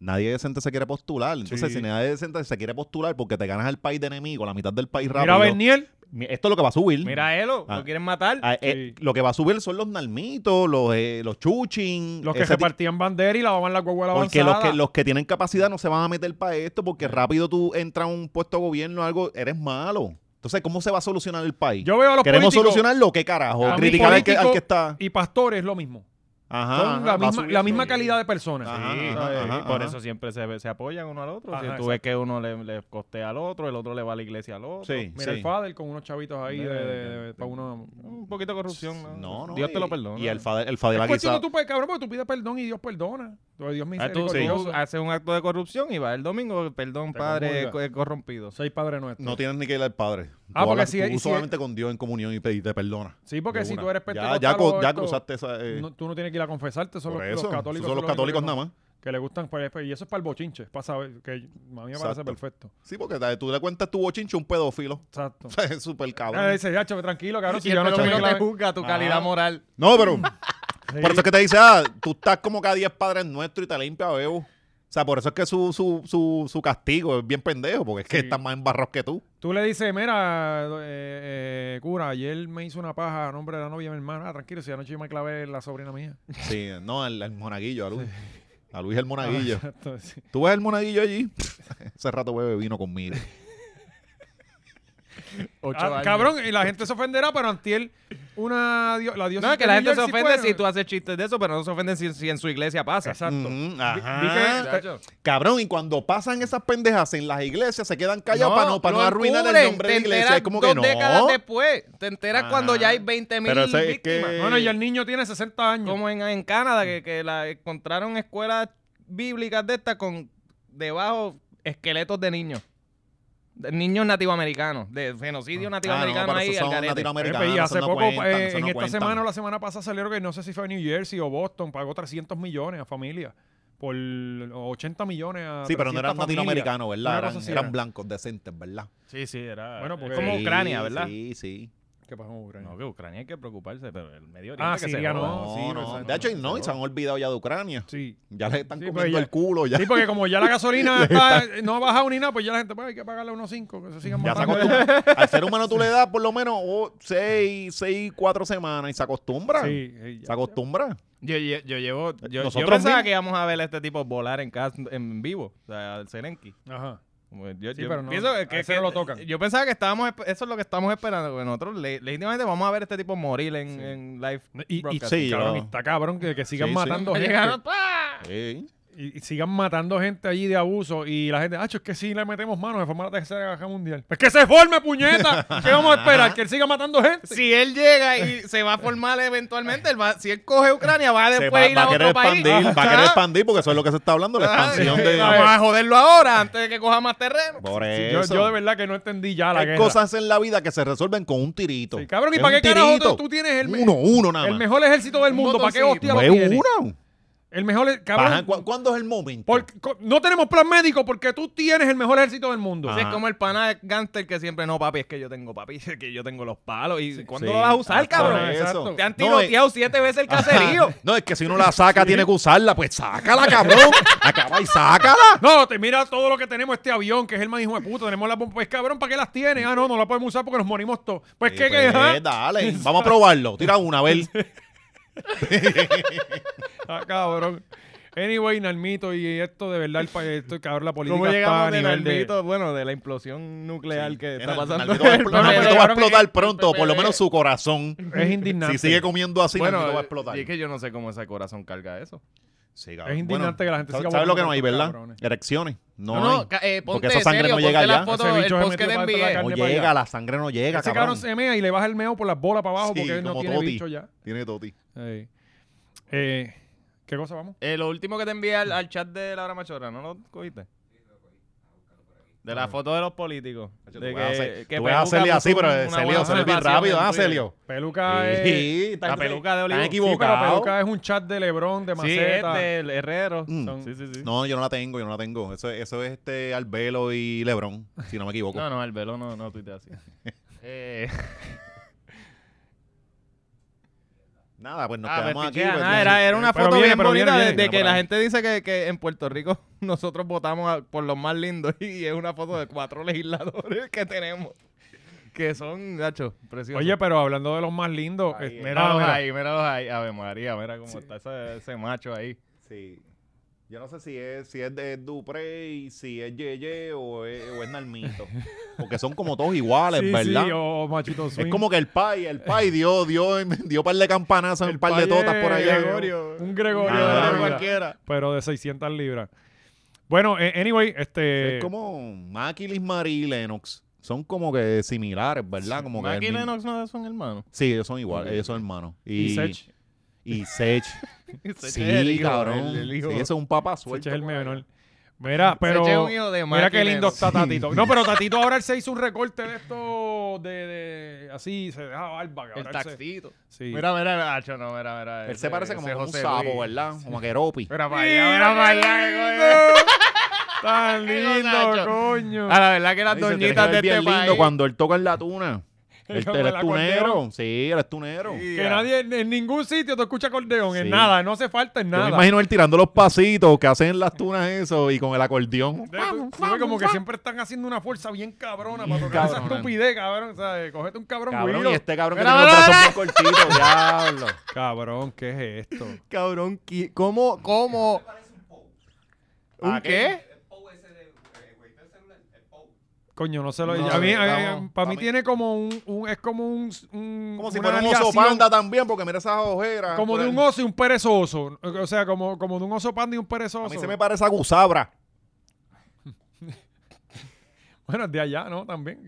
Speaker 4: nadie decente se quiere postular. Entonces,
Speaker 2: Sí.
Speaker 4: si nadie decente se quiere postular porque te ganas el país de enemigo, la mitad del país
Speaker 2: Mira
Speaker 4: rápido.
Speaker 2: a Berniel.
Speaker 4: Mi- Esto es lo que va a subir.
Speaker 3: Mira, Elo,
Speaker 4: Ah.
Speaker 3: lo quieren matar.
Speaker 4: Ah, eh,
Speaker 2: Sí.
Speaker 4: lo que va a subir son los nalmitos, los, eh, los chuchin.
Speaker 2: Los que
Speaker 4: ese ti-
Speaker 2: repartían bandera y lavaban la guagua
Speaker 4: Porque
Speaker 2: avanzada.
Speaker 4: los que, los que tienen capacidad no se van a meter para esto, porque rápido tú entras a un puesto de gobierno o algo, eres malo. Entonces, ¿cómo se va a solucionar el país?
Speaker 2: Yo veo a los
Speaker 4: ¿Queremos
Speaker 2: políticos
Speaker 4: solucionarlo? ¿Qué carajo?
Speaker 2: A mí
Speaker 4: Criticar al que, al
Speaker 2: político-
Speaker 4: que está.
Speaker 2: y pastores lo mismo.
Speaker 4: Ajá.
Speaker 2: Son la,
Speaker 4: ajá, Ah, va a
Speaker 2: misma,
Speaker 4: subir,
Speaker 2: la misma
Speaker 4: sí.
Speaker 2: calidad de personas.
Speaker 4: Ajá,
Speaker 3: Sí,
Speaker 4: ajá,
Speaker 3: eh,
Speaker 4: ajá,
Speaker 3: por
Speaker 4: ajá.
Speaker 3: eso siempre se, se apoyan uno al otro.
Speaker 2: Ajá,
Speaker 3: si tú ves que uno le, le costea al otro, el otro le va a la iglesia al otro.
Speaker 4: Sí,
Speaker 2: Mira
Speaker 4: sí.
Speaker 2: el Fader con unos chavitos ahí de,
Speaker 3: De-
Speaker 2: para uno.
Speaker 3: Un poquito de corrupción.
Speaker 4: No, no,
Speaker 3: Dios te
Speaker 4: y-
Speaker 3: lo perdona.
Speaker 4: Y el Fadel, el Fadel
Speaker 2: Es
Speaker 4: aquí
Speaker 2: cuestión de
Speaker 4: está-
Speaker 2: tú, pues, cabrón, porque tú pides perdón y Dios perdona. Tú, Dios
Speaker 3: Ah, tú,
Speaker 2: misericordioso.
Speaker 3: tú haces un acto de corrupción y va el domingo, perdón,
Speaker 2: Te
Speaker 3: padre
Speaker 2: comulga.
Speaker 3: co- corrompido.
Speaker 2: Soy Padre Nuestro.
Speaker 4: No tienes ni que ir al Padre.
Speaker 2: Ah,
Speaker 4: Tú
Speaker 2: porque
Speaker 4: hablas-
Speaker 2: si-
Speaker 4: tú
Speaker 2: y si-
Speaker 4: solamente con Dios en comunión y pedirte perdona.
Speaker 2: sí, porque
Speaker 4: De
Speaker 2: si
Speaker 4: una.
Speaker 2: tú eres
Speaker 4: Ya-
Speaker 2: pentecostal
Speaker 4: Ya, co-
Speaker 2: o
Speaker 4: ya
Speaker 2: esto,
Speaker 4: cruzaste esa. eh,
Speaker 2: no- tú no tienes que ir a confesarte, son
Speaker 4: por
Speaker 2: los,
Speaker 4: eso.
Speaker 2: los católicos.
Speaker 4: Esos son los
Speaker 2: únicos
Speaker 4: católicos
Speaker 2: que
Speaker 4: nada
Speaker 2: no-
Speaker 4: más.
Speaker 2: Que le gustan, pues, y eso es para el bochinche, para saber que a mí me parece
Speaker 4: Exacto.
Speaker 2: perfecto.
Speaker 4: Sí, porque ta- tú le cuentas tu bochincho a un pedófilo.
Speaker 2: Exacto.
Speaker 4: O sea, es súper
Speaker 2: Ah,
Speaker 4: cabrón.
Speaker 2: dice, "Yacho, tranquilo, cabrón, si
Speaker 3: Y el
Speaker 2: yo no
Speaker 3: domingo
Speaker 2: soy
Speaker 3: te
Speaker 2: clave".
Speaker 3: juzga tu calidad moral.
Speaker 4: No, pero
Speaker 2: Sí.
Speaker 4: por eso es que te dice, ah, tú estás como cada 10 padres nuestros y te limpia, bebo. O sea, por eso es que su, su, su, su castigo es bien pendejo, porque es que
Speaker 2: Sí.
Speaker 4: están más embarrados que tú.
Speaker 2: Tú le dices, mira, eh, eh, cura, ayer me hizo una paja a nombre de la novia de mi hermana. Ah, tranquilo, si anoche yo me clavé la sobrina mía.
Speaker 4: Sí, no, al, al monaguillo, a Luis. A Luis el monaguillo.
Speaker 2: Entonces,
Speaker 4: ¿Tú ves el monaguillo allí? Ese rato bebe vino conmigo.
Speaker 3: Ocho
Speaker 2: ah,
Speaker 3: años.
Speaker 2: cabrón, y la gente se ofenderá, pero antiel una dio- la diosa
Speaker 3: No, es que la gente se ofende si tú haces chistes de eso, pero no se ofenden si, si en su iglesia pasa.
Speaker 2: Exacto.
Speaker 4: Ujú,
Speaker 2: Vi que-
Speaker 4: Mm, ajá.
Speaker 3: Chacho.
Speaker 4: Cabrón, y cuando pasan esas pendejas en las iglesias, se quedan callados para no, para no
Speaker 3: lo
Speaker 4: arruinar el
Speaker 3: encubren,
Speaker 4: nombre
Speaker 3: te
Speaker 4: de la iglesia.
Speaker 3: enteras
Speaker 4: Es como que
Speaker 3: dos
Speaker 4: no.
Speaker 3: décadas después, te enteras
Speaker 4: Ajá.
Speaker 3: cuando ya hay 20 mil
Speaker 4: Pero eso es que-
Speaker 3: víctimas.
Speaker 2: Bueno, y el niño tiene 60 años.
Speaker 3: Como en, en Canadá, que, que la encontraron escuelas bíblicas de estas con debajo esqueletos de niños. De niños nativoamericanos, de genocidio
Speaker 4: Ah,
Speaker 3: nativoamericano
Speaker 4: no, pero
Speaker 3: ahí
Speaker 4: esos
Speaker 3: al
Speaker 4: son
Speaker 3: garete.
Speaker 4: latinoamericanos,
Speaker 2: Pepe, y hace
Speaker 4: eso no
Speaker 2: poco, eh,
Speaker 4: cuentan, eso
Speaker 2: en
Speaker 4: no
Speaker 2: esta
Speaker 4: cuentan.
Speaker 2: semana o la semana pasada salieron que no sé si fue New Jersey o Boston, pagó 300 millones a familia por 80 millones a
Speaker 4: Sí, pero
Speaker 2: 300
Speaker 4: no eran
Speaker 2: familias.
Speaker 4: latinoamericanos,
Speaker 2: Una
Speaker 4: ¿verdad?
Speaker 2: cosa
Speaker 4: Eran,
Speaker 2: así
Speaker 4: eran
Speaker 2: era.
Speaker 4: blancos decentes, ¿verdad?
Speaker 3: Sí, sí, era.
Speaker 2: Bueno,
Speaker 3: es
Speaker 2: porque-
Speaker 4: eh,
Speaker 3: como
Speaker 2: Sí,
Speaker 3: Ucrania, ¿verdad?
Speaker 4: Sí, sí.
Speaker 2: ¿Qué pasó en Ucrania?
Speaker 3: No, que Ucrania hay que preocuparse, pero el Medio Oriente.
Speaker 2: Ah,
Speaker 3: que
Speaker 2: Siria
Speaker 3: se joda.
Speaker 2: no.
Speaker 4: No,
Speaker 2: sí,
Speaker 4: no.
Speaker 2: exacto.
Speaker 4: De hecho, no, y se han olvidado ya de Ucrania.
Speaker 2: Sí.
Speaker 4: Ya les están
Speaker 2: Sí, pues
Speaker 4: comiendo
Speaker 2: ya-
Speaker 4: el culo. Ya,
Speaker 2: Sí, porque como ya la gasolina está- no ha bajado ni nada, pues ya la gente, pues hay que pagarle unos 5, que se sigan
Speaker 4: ya se
Speaker 2: matando.
Speaker 4: acostumbra.
Speaker 2: pues.
Speaker 4: Al ser humano tú le das por lo menos oh, seis, seis, cuatro semanas y se acostumbra.
Speaker 2: Sí, sí, ya.
Speaker 4: Se acostumbra.
Speaker 3: Yo, yo, yo llevo. Yo, yo
Speaker 4: Nosotros
Speaker 3: pensaba
Speaker 4: mismos.
Speaker 3: que íbamos a ver a este tipo volar en, cas- en vivo, o sea, al Serenki.
Speaker 2: Ajá.
Speaker 3: Como Yo,
Speaker 2: Sí,
Speaker 3: yo
Speaker 2: pero no,
Speaker 3: pienso
Speaker 2: a
Speaker 3: que,
Speaker 2: ese
Speaker 3: que-
Speaker 2: no lo tocan.
Speaker 3: Yo pensaba que estábamos, esp- eso es lo que estamos esperando. porque nosotros le- legítimamente vamos a ver a este tipo morir en, en live.
Speaker 2: Y, y-
Speaker 3: broadcast.
Speaker 4: Sí,
Speaker 2: cabrón,
Speaker 4: yo-
Speaker 2: y está cabrón que, que sigan
Speaker 4: Sí, sí.
Speaker 2: matando gente.
Speaker 3: Llegaron, ¡pa!
Speaker 4: Sí.
Speaker 2: y, y sigan matando gente allí de abuso y la gente, acho, es que si le metemos mano se forma la tercera guerra mundial. Pues que se forme, puñeta. ¿Qué vamos a esperar? Que él siga matando gente.
Speaker 3: Si él llega y se va a formar eventualmente, él va- si él coge Ucrania, va a
Speaker 4: Se
Speaker 3: después
Speaker 4: va,
Speaker 3: ir
Speaker 4: va
Speaker 3: a
Speaker 4: a querer
Speaker 3: otro país.
Speaker 4: expandir, va a
Speaker 3: Ajá.
Speaker 4: querer expandir porque eso es lo que se está hablando, la
Speaker 3: Ajá.
Speaker 4: expansión
Speaker 3: Vamos
Speaker 4: de...
Speaker 3: a joderlo ahora antes de que coja más terreno.
Speaker 4: Por
Speaker 2: Sí, yo,
Speaker 4: eso.
Speaker 2: yo de verdad que no entendí ya la
Speaker 4: Hay
Speaker 2: guerra.
Speaker 4: cosas en la vida que se resuelven con un tirito.
Speaker 2: Sí, cabrón, ¿y
Speaker 4: Es
Speaker 2: para
Speaker 4: un
Speaker 2: qué carajo
Speaker 4: tirito.
Speaker 2: tú- tú tienes el me-
Speaker 4: Uno, uno nada más.
Speaker 2: El mejor ejército del
Speaker 3: Un
Speaker 2: mundo, ¿para qué
Speaker 3: botoncito.
Speaker 2: hostia lo
Speaker 4: Ve
Speaker 2: tienes?
Speaker 4: uno.
Speaker 2: El mejor, e-
Speaker 4: Ajá,
Speaker 2: cabrón,
Speaker 4: ¿cu- ¿Cuándo es el momento?
Speaker 2: porque- co- no tenemos plan médico porque tú tienes el mejor ejército del mundo.
Speaker 3: Ese es
Speaker 4: Ajá.
Speaker 3: como el pana de Gantel que siempre no, papi, es que yo tengo papi, es que yo tengo los palos. ¿Y cuándo
Speaker 4: Sí.
Speaker 3: lo vas a usar,
Speaker 4: Ah,
Speaker 3: cabrón?
Speaker 4: por
Speaker 2: Exacto.
Speaker 3: Te han
Speaker 4: No, es-
Speaker 3: tiroteado siete veces el caserío.
Speaker 4: No, es que si uno la saca, tiene que usarla. Pues sácala, cabrón. Acaba y sácala.
Speaker 2: No, te mira todo lo que tenemos este avión, que es el más hijo de puta. Tenemos la bomba. Pues cabrón, ¿para qué las tienes? Ah, no, no la podemos usar porque nos morimos todos. Pues
Speaker 4: Sí,
Speaker 2: que, que,
Speaker 4: pues,
Speaker 2: ajá.
Speaker 4: dale. Vamos a probarlo. Tira una, a ver.
Speaker 2: Ah, cabrón. Anyway, Narmito, y esto de verdad, el pa- esto, cabrón, la política
Speaker 3: ¿Cómo
Speaker 2: está a
Speaker 3: llegamos de
Speaker 2: nivel de...
Speaker 3: Nalmito? Bueno, de la implosión nuclear que está
Speaker 4: Era-
Speaker 3: pasando.
Speaker 4: Nalguito va a
Speaker 3: El PPD.
Speaker 4: explotar, Nalguito va a explotar pronto,
Speaker 3: el
Speaker 4: por lo
Speaker 3: PPD.
Speaker 4: menos su corazón.
Speaker 2: Es indignante.
Speaker 4: Si sigue comiendo así,
Speaker 3: bueno,
Speaker 4: Nalguito va a explotar.
Speaker 3: eh, y es que yo no sé cómo ese corazón carga eso.
Speaker 4: Sí,
Speaker 2: Es indignante que la gente
Speaker 4: ¿sabes-
Speaker 2: siga
Speaker 4: ¿Sabes lo que no
Speaker 2: votando
Speaker 4: hay,
Speaker 2: por
Speaker 4: verdad?
Speaker 2: cabrones?
Speaker 4: Erecciones. No, hay.
Speaker 3: ca- eh,
Speaker 4: Porque
Speaker 3: ponte
Speaker 4: esa sangre
Speaker 3: serio,
Speaker 4: no llega
Speaker 3: ponte
Speaker 4: allá.
Speaker 3: la foto,
Speaker 2: Ese
Speaker 3: el
Speaker 2: bicho se
Speaker 3: post que
Speaker 2: metió
Speaker 3: te
Speaker 2: para dentro de la
Speaker 3: envié.
Speaker 2: carne.
Speaker 4: No
Speaker 2: para
Speaker 4: llega,
Speaker 2: allá.
Speaker 4: la sangre no llega,
Speaker 2: Ese
Speaker 4: cabrón.
Speaker 2: cabrón se mea y le baja el meo por las bolas para abajo
Speaker 4: Sí,
Speaker 2: porque él no
Speaker 4: como
Speaker 2: tiene
Speaker 4: Toti.
Speaker 2: bicho ya.
Speaker 4: Tiene toti.
Speaker 2: Ey. Eh, ¿Qué cosa vamos?
Speaker 3: Eh, lo último que te envié al, al chat de Laura Machorra, ¿no lo cogiste? De la foto de los políticos.
Speaker 4: Tú
Speaker 3: de
Speaker 4: vas a hacer-
Speaker 3: que
Speaker 4: tú vas a
Speaker 3: Peluca
Speaker 4: hacerle
Speaker 3: puso
Speaker 4: así, pero eh,
Speaker 3: una buena
Speaker 4: Celio se le bien
Speaker 3: observación
Speaker 4: rápido,
Speaker 3: en
Speaker 4: ¿ah,
Speaker 3: Twitter.
Speaker 4: Celio?
Speaker 2: Peluca es...
Speaker 4: Sí,
Speaker 3: La
Speaker 4: están-
Speaker 3: peluca de olivo.
Speaker 4: están
Speaker 3: Sí,
Speaker 2: Sí, pero
Speaker 4: equivocados.
Speaker 2: Peluca es un chat de Lebrón, de
Speaker 3: Sí, es
Speaker 2: Maceta.
Speaker 3: del herrero.
Speaker 4: Mm.
Speaker 3: Son- Sí, sí, sí.
Speaker 4: No, yo no la tengo, yo no la tengo. Eso, eso es este Albelo y Lebron, si no me equivoco.
Speaker 3: No, no, el velo no, no tuitea así. eh,
Speaker 4: Nada, pues nos
Speaker 3: ah,
Speaker 4: quedamos
Speaker 3: pues,
Speaker 4: aquí.
Speaker 3: pichea,
Speaker 4: pues,
Speaker 3: nada,
Speaker 4: no.
Speaker 3: era, era una
Speaker 2: Pero
Speaker 3: foto
Speaker 2: viene,
Speaker 3: bien
Speaker 2: pero viene,
Speaker 3: bonita de-
Speaker 2: viene.
Speaker 3: de,
Speaker 2: Viene
Speaker 3: que
Speaker 2: por
Speaker 3: la
Speaker 2: ahí.
Speaker 3: gente dice que, que en Puerto Rico nosotros votamos a- por los más lindos y es una foto de cuatro legisladores que tenemos. Que son, gacho, preciosos.
Speaker 2: Oye, pero hablando de los más lindos...
Speaker 3: Ahí,
Speaker 2: eh, ah,
Speaker 3: míralos
Speaker 2: mira.
Speaker 3: ahí, míralos ahí. Ave María, mira cómo está ese, ese macho ahí.
Speaker 4: Sí. Yo no sé si es, si es de Dupré, y si es Yeye o es, o es Narmito. Porque son como todos iguales,
Speaker 2: Sí,
Speaker 4: ¿verdad?
Speaker 2: sí, oh, machito
Speaker 4: es
Speaker 2: swing.
Speaker 4: como que el Pai, el Pai dio, dio, dio par de campanazos, un par de
Speaker 2: Pai
Speaker 4: totas
Speaker 2: es
Speaker 4: por allá.
Speaker 2: Gregorio. Un Gregorio
Speaker 4: Ah,
Speaker 2: de la
Speaker 4: mira.
Speaker 2: vida, Pero de 600 libras. Bueno, eh, anyway, este...
Speaker 4: Es como Maquilis, Marie y Lennox. Son como que similares, ¿verdad? Como que el
Speaker 3: Mac y
Speaker 4: mismo-
Speaker 3: Lennox no son hermanos.
Speaker 4: Sí, ellos son iguales, ellos son hermanos.
Speaker 2: Y
Speaker 4: Y,
Speaker 2: Sech.
Speaker 4: Y Sech.
Speaker 3: Ese
Speaker 4: sí,
Speaker 3: es el hijo,
Speaker 4: cabrón.
Speaker 3: el- el hijo.
Speaker 4: Sí, ese es un papá
Speaker 2: Sech
Speaker 4: suelto.
Speaker 2: es el menor. Mira, pero...
Speaker 3: Sech es un hijo de
Speaker 2: Mira qué
Speaker 3: máquina,
Speaker 2: lindo
Speaker 3: ¿no?
Speaker 2: está Tatito. No, pero Tatito ahora él se hizo un recorte de esto de, de- así, se deja barba. cabrón.
Speaker 3: El
Speaker 2: Él se-
Speaker 3: taxito.
Speaker 2: Sí.
Speaker 3: Mira, mira, gacho, no, mira, mira.
Speaker 4: Él
Speaker 3: ese-
Speaker 4: se parece como
Speaker 3: ese
Speaker 4: que un
Speaker 3: José
Speaker 4: sapo,
Speaker 3: Luis.
Speaker 4: ¿verdad? Como que Ropi.
Speaker 3: Mira para allá, mira para allá.
Speaker 2: Tan
Speaker 3: Qué
Speaker 2: lindo,
Speaker 3: gozacho.
Speaker 2: coño.
Speaker 4: Ah,
Speaker 3: A Ah, la verdad que las
Speaker 4: Ay, se tiene que ver
Speaker 3: doñitas de
Speaker 4: bien
Speaker 3: este
Speaker 4: lindo
Speaker 3: país.
Speaker 4: cuando él toca en la tuna. Él,
Speaker 2: Como
Speaker 4: él
Speaker 2: el
Speaker 4: es tunero.
Speaker 2: acordeón.
Speaker 4: Sí, él es tunero.
Speaker 3: Sí.
Speaker 2: Que nadie, en- en ningún sitio te escucha acordeón, en
Speaker 4: Sí.
Speaker 2: nada, no hace falta en
Speaker 4: Yo me
Speaker 2: nada.
Speaker 4: imagino él tirando los pasitos que hacen en las tunas eso y con el acordeón.
Speaker 2: De- tú- tú ves pues, como que siempre están haciendo una fuerza bien cabrona para tocar esa
Speaker 4: cabrona.
Speaker 2: estupidez, cabrón. O sea, eh, cogete un cabrón
Speaker 4: Cabrón,
Speaker 2: güiro.
Speaker 4: y este cabrón que
Speaker 3: Mira,
Speaker 4: tiene los
Speaker 3: mira,
Speaker 4: brazos bien cortitos, diablo.
Speaker 2: Cabrón, ¿qué es esto?
Speaker 3: Cabrón, qui- ¿cómo? ¿Cómo? ¿Un
Speaker 4: ¿A
Speaker 3: qué?
Speaker 2: Coño, no se lo
Speaker 3: No,
Speaker 2: a mí,
Speaker 3: estamos-
Speaker 2: para mí
Speaker 4: pa' mí-
Speaker 2: tiene como un, un- es como un, un-
Speaker 4: Como si
Speaker 2: una
Speaker 4: fuera un oso
Speaker 2: aleación
Speaker 4: panda también, porque mira esas ojeras.
Speaker 2: como de un oso y un perezoso, o sea, como, como de un oso panda y un perezoso.
Speaker 4: A mí se me parece a Gusabra.
Speaker 2: Bueno, es de allá, ¿no? También.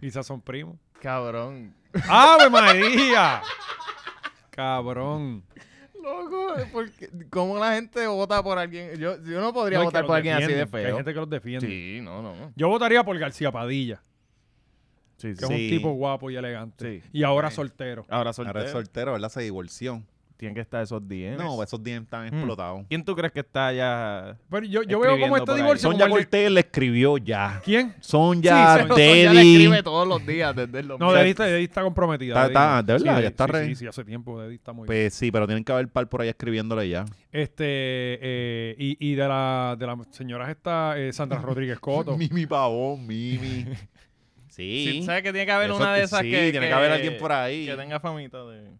Speaker 2: Quizás son primos.
Speaker 3: Cabrón.
Speaker 2: ¡Ave María! Cabrón.
Speaker 3: Loco, eh, ¿por qué? ¿cómo la gente vota por alguien? Yo, yo no podría
Speaker 2: No, es que
Speaker 3: votar
Speaker 2: los
Speaker 3: por alguien así de
Speaker 2: defienden, que Hay
Speaker 3: feo.
Speaker 2: gente que los defiende.
Speaker 3: Sí, no, no.
Speaker 2: Yo votaría por García Padilla,
Speaker 3: Sí,
Speaker 2: que
Speaker 4: Sí.
Speaker 2: es un tipo guapo y elegante.
Speaker 3: Sí.
Speaker 2: Y ahora soltero.
Speaker 3: Ahora soltero.
Speaker 4: Ahora es soltero, ¿verdad? Se divorció.
Speaker 3: tienen que estar esos 10.
Speaker 4: No, esos días están explotados.
Speaker 3: pues, ¿Quién tú crees que está allá?
Speaker 2: Pero yo, yo veo como
Speaker 3: Escribiendo
Speaker 2: este
Speaker 3: por ahí.
Speaker 2: divorcio.
Speaker 4: Sonia
Speaker 2: como el-
Speaker 4: Cortés le escribió ya.
Speaker 2: ¿Quién?
Speaker 4: Sonia,
Speaker 2: Sí,
Speaker 3: Son- son- ya le
Speaker 4: Deddy.
Speaker 3: escribe todos los días desde el
Speaker 2: No,
Speaker 3: 2000.
Speaker 2: Deddy está, Deddy está comprometida.
Speaker 4: Está-
Speaker 2: Deddy.
Speaker 4: está- de verdad,
Speaker 2: Sí,
Speaker 4: ya está
Speaker 2: sí,
Speaker 4: re-
Speaker 2: Sí, sí, hace tiempo Deddy está muy bien.
Speaker 4: Pues sí, pero tienen que haber par por ahí escribiéndole ya.
Speaker 2: Este, eh, y, y de la de las señoras está eh, Sandra Rodríguez Coto.
Speaker 4: Mimi Pavón, Mimi.
Speaker 3: Sí,
Speaker 4: Sí.
Speaker 3: ¿Sabes que tiene que haber
Speaker 4: Eso
Speaker 3: una de
Speaker 4: que-
Speaker 3: esas
Speaker 4: sí,
Speaker 3: que.
Speaker 4: tiene que haber alguien por ahí.
Speaker 3: Que tenga famita de.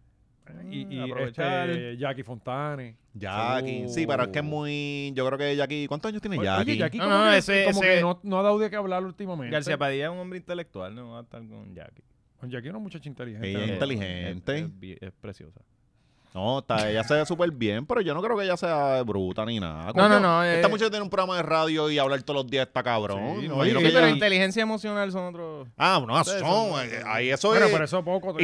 Speaker 2: y y
Speaker 3: Aprovechar.
Speaker 2: este, Jackie Fontane.
Speaker 4: Jackie. Sí, pero es que es muy. Yo creo que Jackie. ¿Cuántos años tiene
Speaker 2: Oye,
Speaker 4: Jackie?
Speaker 2: Oye, Jackie
Speaker 3: No,
Speaker 2: como,
Speaker 3: no,
Speaker 2: que,
Speaker 3: ese-
Speaker 2: como
Speaker 3: ese-
Speaker 2: que no, no ha dado de qué hablar últimamente.
Speaker 3: García Padilla es un hombre intelectual, no va a estar con Jackie.
Speaker 2: Con Jackie es una muchacha inteligente.
Speaker 4: Ella
Speaker 2: la
Speaker 4: es
Speaker 2: verdad.
Speaker 4: inteligente.
Speaker 2: eh,
Speaker 3: Es, es bi- es preciosa.
Speaker 4: No, está, ella se ve súper bien, pero yo no creo que ella sea bruta ni nada.
Speaker 3: No, no,
Speaker 4: Coño,
Speaker 3: no,
Speaker 4: Esta
Speaker 3: eh.
Speaker 4: muchacha tiene un programa de radio y hablar todos los días está cabrón.
Speaker 2: Sí,
Speaker 4: Me
Speaker 2: no, Creo
Speaker 4: imagino
Speaker 3: Sí,
Speaker 4: que
Speaker 3: pero
Speaker 4: ella-
Speaker 3: inteligencia emocional son otros.
Speaker 4: Ah, no,
Speaker 3: Sí,
Speaker 4: son,
Speaker 3: eso-
Speaker 4: eh, ahí eso
Speaker 2: Bueno,
Speaker 4: es.
Speaker 2: pero eso poco. eh,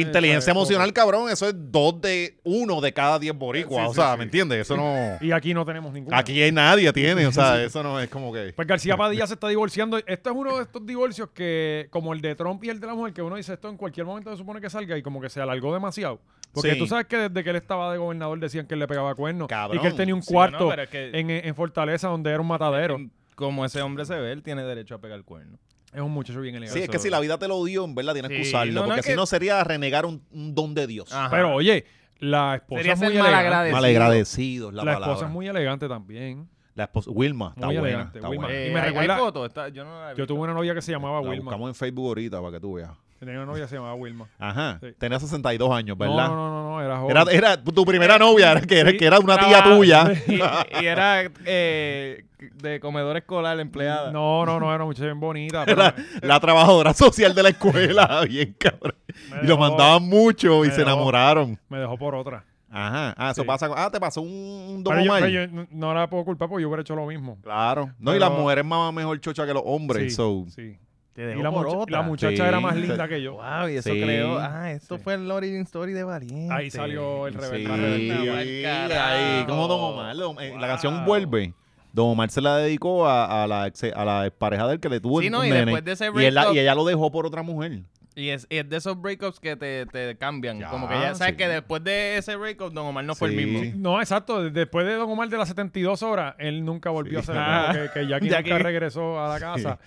Speaker 2: eso
Speaker 4: Inteligencia
Speaker 2: es
Speaker 4: emocional,
Speaker 2: poco.
Speaker 4: cabrón, eso es dos de uno de cada diez boricuas.
Speaker 2: Sí,
Speaker 4: o
Speaker 2: sí,
Speaker 4: sea,
Speaker 2: sí.
Speaker 4: ¿me entiendes? Eso no.
Speaker 2: Y aquí no tenemos ninguna.
Speaker 4: Aquí hay nadie tiene. O sea, eso no es como que.
Speaker 2: Pues García Padilla se está divorciando. Esto es uno de estos divorcios que, como el de Trump y el de la mujer, que uno dice esto en cualquier momento se supone que salga y como que se alargó demasiado. Porque
Speaker 4: Sí.
Speaker 2: tú sabes que desde que él estaba de gobernador decían que él le pegaba cuernos y
Speaker 4: Cabrón.
Speaker 2: que él tenía un
Speaker 3: Sí, no, no,
Speaker 2: cuarto
Speaker 3: pero es que-
Speaker 2: en, en Fortaleza donde era un matadero.
Speaker 3: Como ese hombre se ve, él tiene derecho a pegar el cuerno.
Speaker 2: Es un muchacho bien elegante.
Speaker 4: Sí, es que si la vida te lo dio, en verdad tienes que
Speaker 3: Sí,
Speaker 4: usarlo.
Speaker 3: no, no,
Speaker 4: porque
Speaker 3: es
Speaker 4: si
Speaker 3: que-
Speaker 4: no sería renegar un, un don de Dios.
Speaker 3: Ajá.
Speaker 2: Pero oye, la esposa
Speaker 3: Sería
Speaker 2: es
Speaker 3: ser
Speaker 2: muy elegante.
Speaker 3: malagradecido.
Speaker 4: Malagradecidos, la,
Speaker 2: La,
Speaker 4: palabra.
Speaker 2: esposa es muy elegante también.
Speaker 4: La esposa- Wilma, está
Speaker 2: Muy
Speaker 4: buena.
Speaker 2: elegante,
Speaker 4: está
Speaker 2: Wilma.
Speaker 4: buena.
Speaker 3: Eh,
Speaker 2: Y me
Speaker 3: hay- hay
Speaker 2: recuerda-
Speaker 3: fotos, está- yo no la he
Speaker 2: Yo
Speaker 3: visto.
Speaker 2: tuve una novia que se llamaba
Speaker 4: La
Speaker 2: Wilma.
Speaker 4: buscamos en Facebook ahorita para que tú veas.
Speaker 2: Tenía una novia que se llamaba Wilma.
Speaker 4: Ajá.
Speaker 2: Sí.
Speaker 4: Tenía 62
Speaker 2: No,
Speaker 4: años, ¿verdad?
Speaker 2: no, no, no, era joven.
Speaker 4: Era, era tu primera novia, era que, era-
Speaker 2: Sí,
Speaker 4: que era una tía
Speaker 3: Traba-
Speaker 4: tuya.
Speaker 3: Y, y era eh, de comedor escolar, empleada.
Speaker 2: No, no, no, era una muchacha bien bonita. pero-
Speaker 4: Era la trabajadora social de la escuela, bien cabrón. Y lo
Speaker 2: dejó.
Speaker 4: mandaban mucho y
Speaker 2: Me
Speaker 4: se
Speaker 2: dejó.
Speaker 4: enamoraron.
Speaker 2: Me dejó por otra.
Speaker 4: Ajá. Ah, eso
Speaker 2: Sí.
Speaker 4: pasa. con- Ah, te pasó un, un don
Speaker 2: Pero yo,
Speaker 4: Omar.
Speaker 2: pero yo no- no la puedo culpar porque yo hubiera hecho lo mismo.
Speaker 4: Claro. No, y
Speaker 2: Pero-
Speaker 4: las mujeres más mejor chocha que los hombres.
Speaker 2: Sí,
Speaker 4: so.
Speaker 2: sí.
Speaker 3: Te
Speaker 2: Y
Speaker 3: dejó
Speaker 2: la,
Speaker 3: por
Speaker 2: mucha-
Speaker 3: otra.
Speaker 2: la muchacha era más
Speaker 4: Sí.
Speaker 2: linda que yo.
Speaker 3: Wow, y eso
Speaker 4: Sí.
Speaker 3: creó. Ah, esto
Speaker 2: Sí.
Speaker 3: fue el origin story de Valiente.
Speaker 2: Ahí salió el
Speaker 4: Sí,
Speaker 2: rebelde. la rebeldía.
Speaker 3: Rebeldía, mal
Speaker 4: ahí,
Speaker 3: carajo.
Speaker 4: como Don Omar. Don- eh, La
Speaker 2: Wow.
Speaker 4: canción Vuelve. Don Omar se la dedicó a, a la, ex, a la pareja del que le tuvo
Speaker 3: Sí,
Speaker 4: el
Speaker 3: no, y
Speaker 4: nene.
Speaker 3: después de ese
Speaker 4: y, él la-
Speaker 3: breakup-
Speaker 4: y ella lo dejó por otra mujer.
Speaker 3: Ah, Y es, y es de esos breakups que te, te cambian.
Speaker 4: Ya,
Speaker 3: como que ya sabes
Speaker 4: sí.
Speaker 3: que después de ese breakup, Don Omar no fue el
Speaker 4: Sí.
Speaker 3: mismo.
Speaker 2: No, exacto. de- Después de Don Omar de las 72 horas, él nunca volvió
Speaker 4: Sí.
Speaker 2: a
Speaker 3: Ah.
Speaker 2: hacer nada. Que, que Jackie
Speaker 3: Jackie.
Speaker 2: nunca regresó a la casa.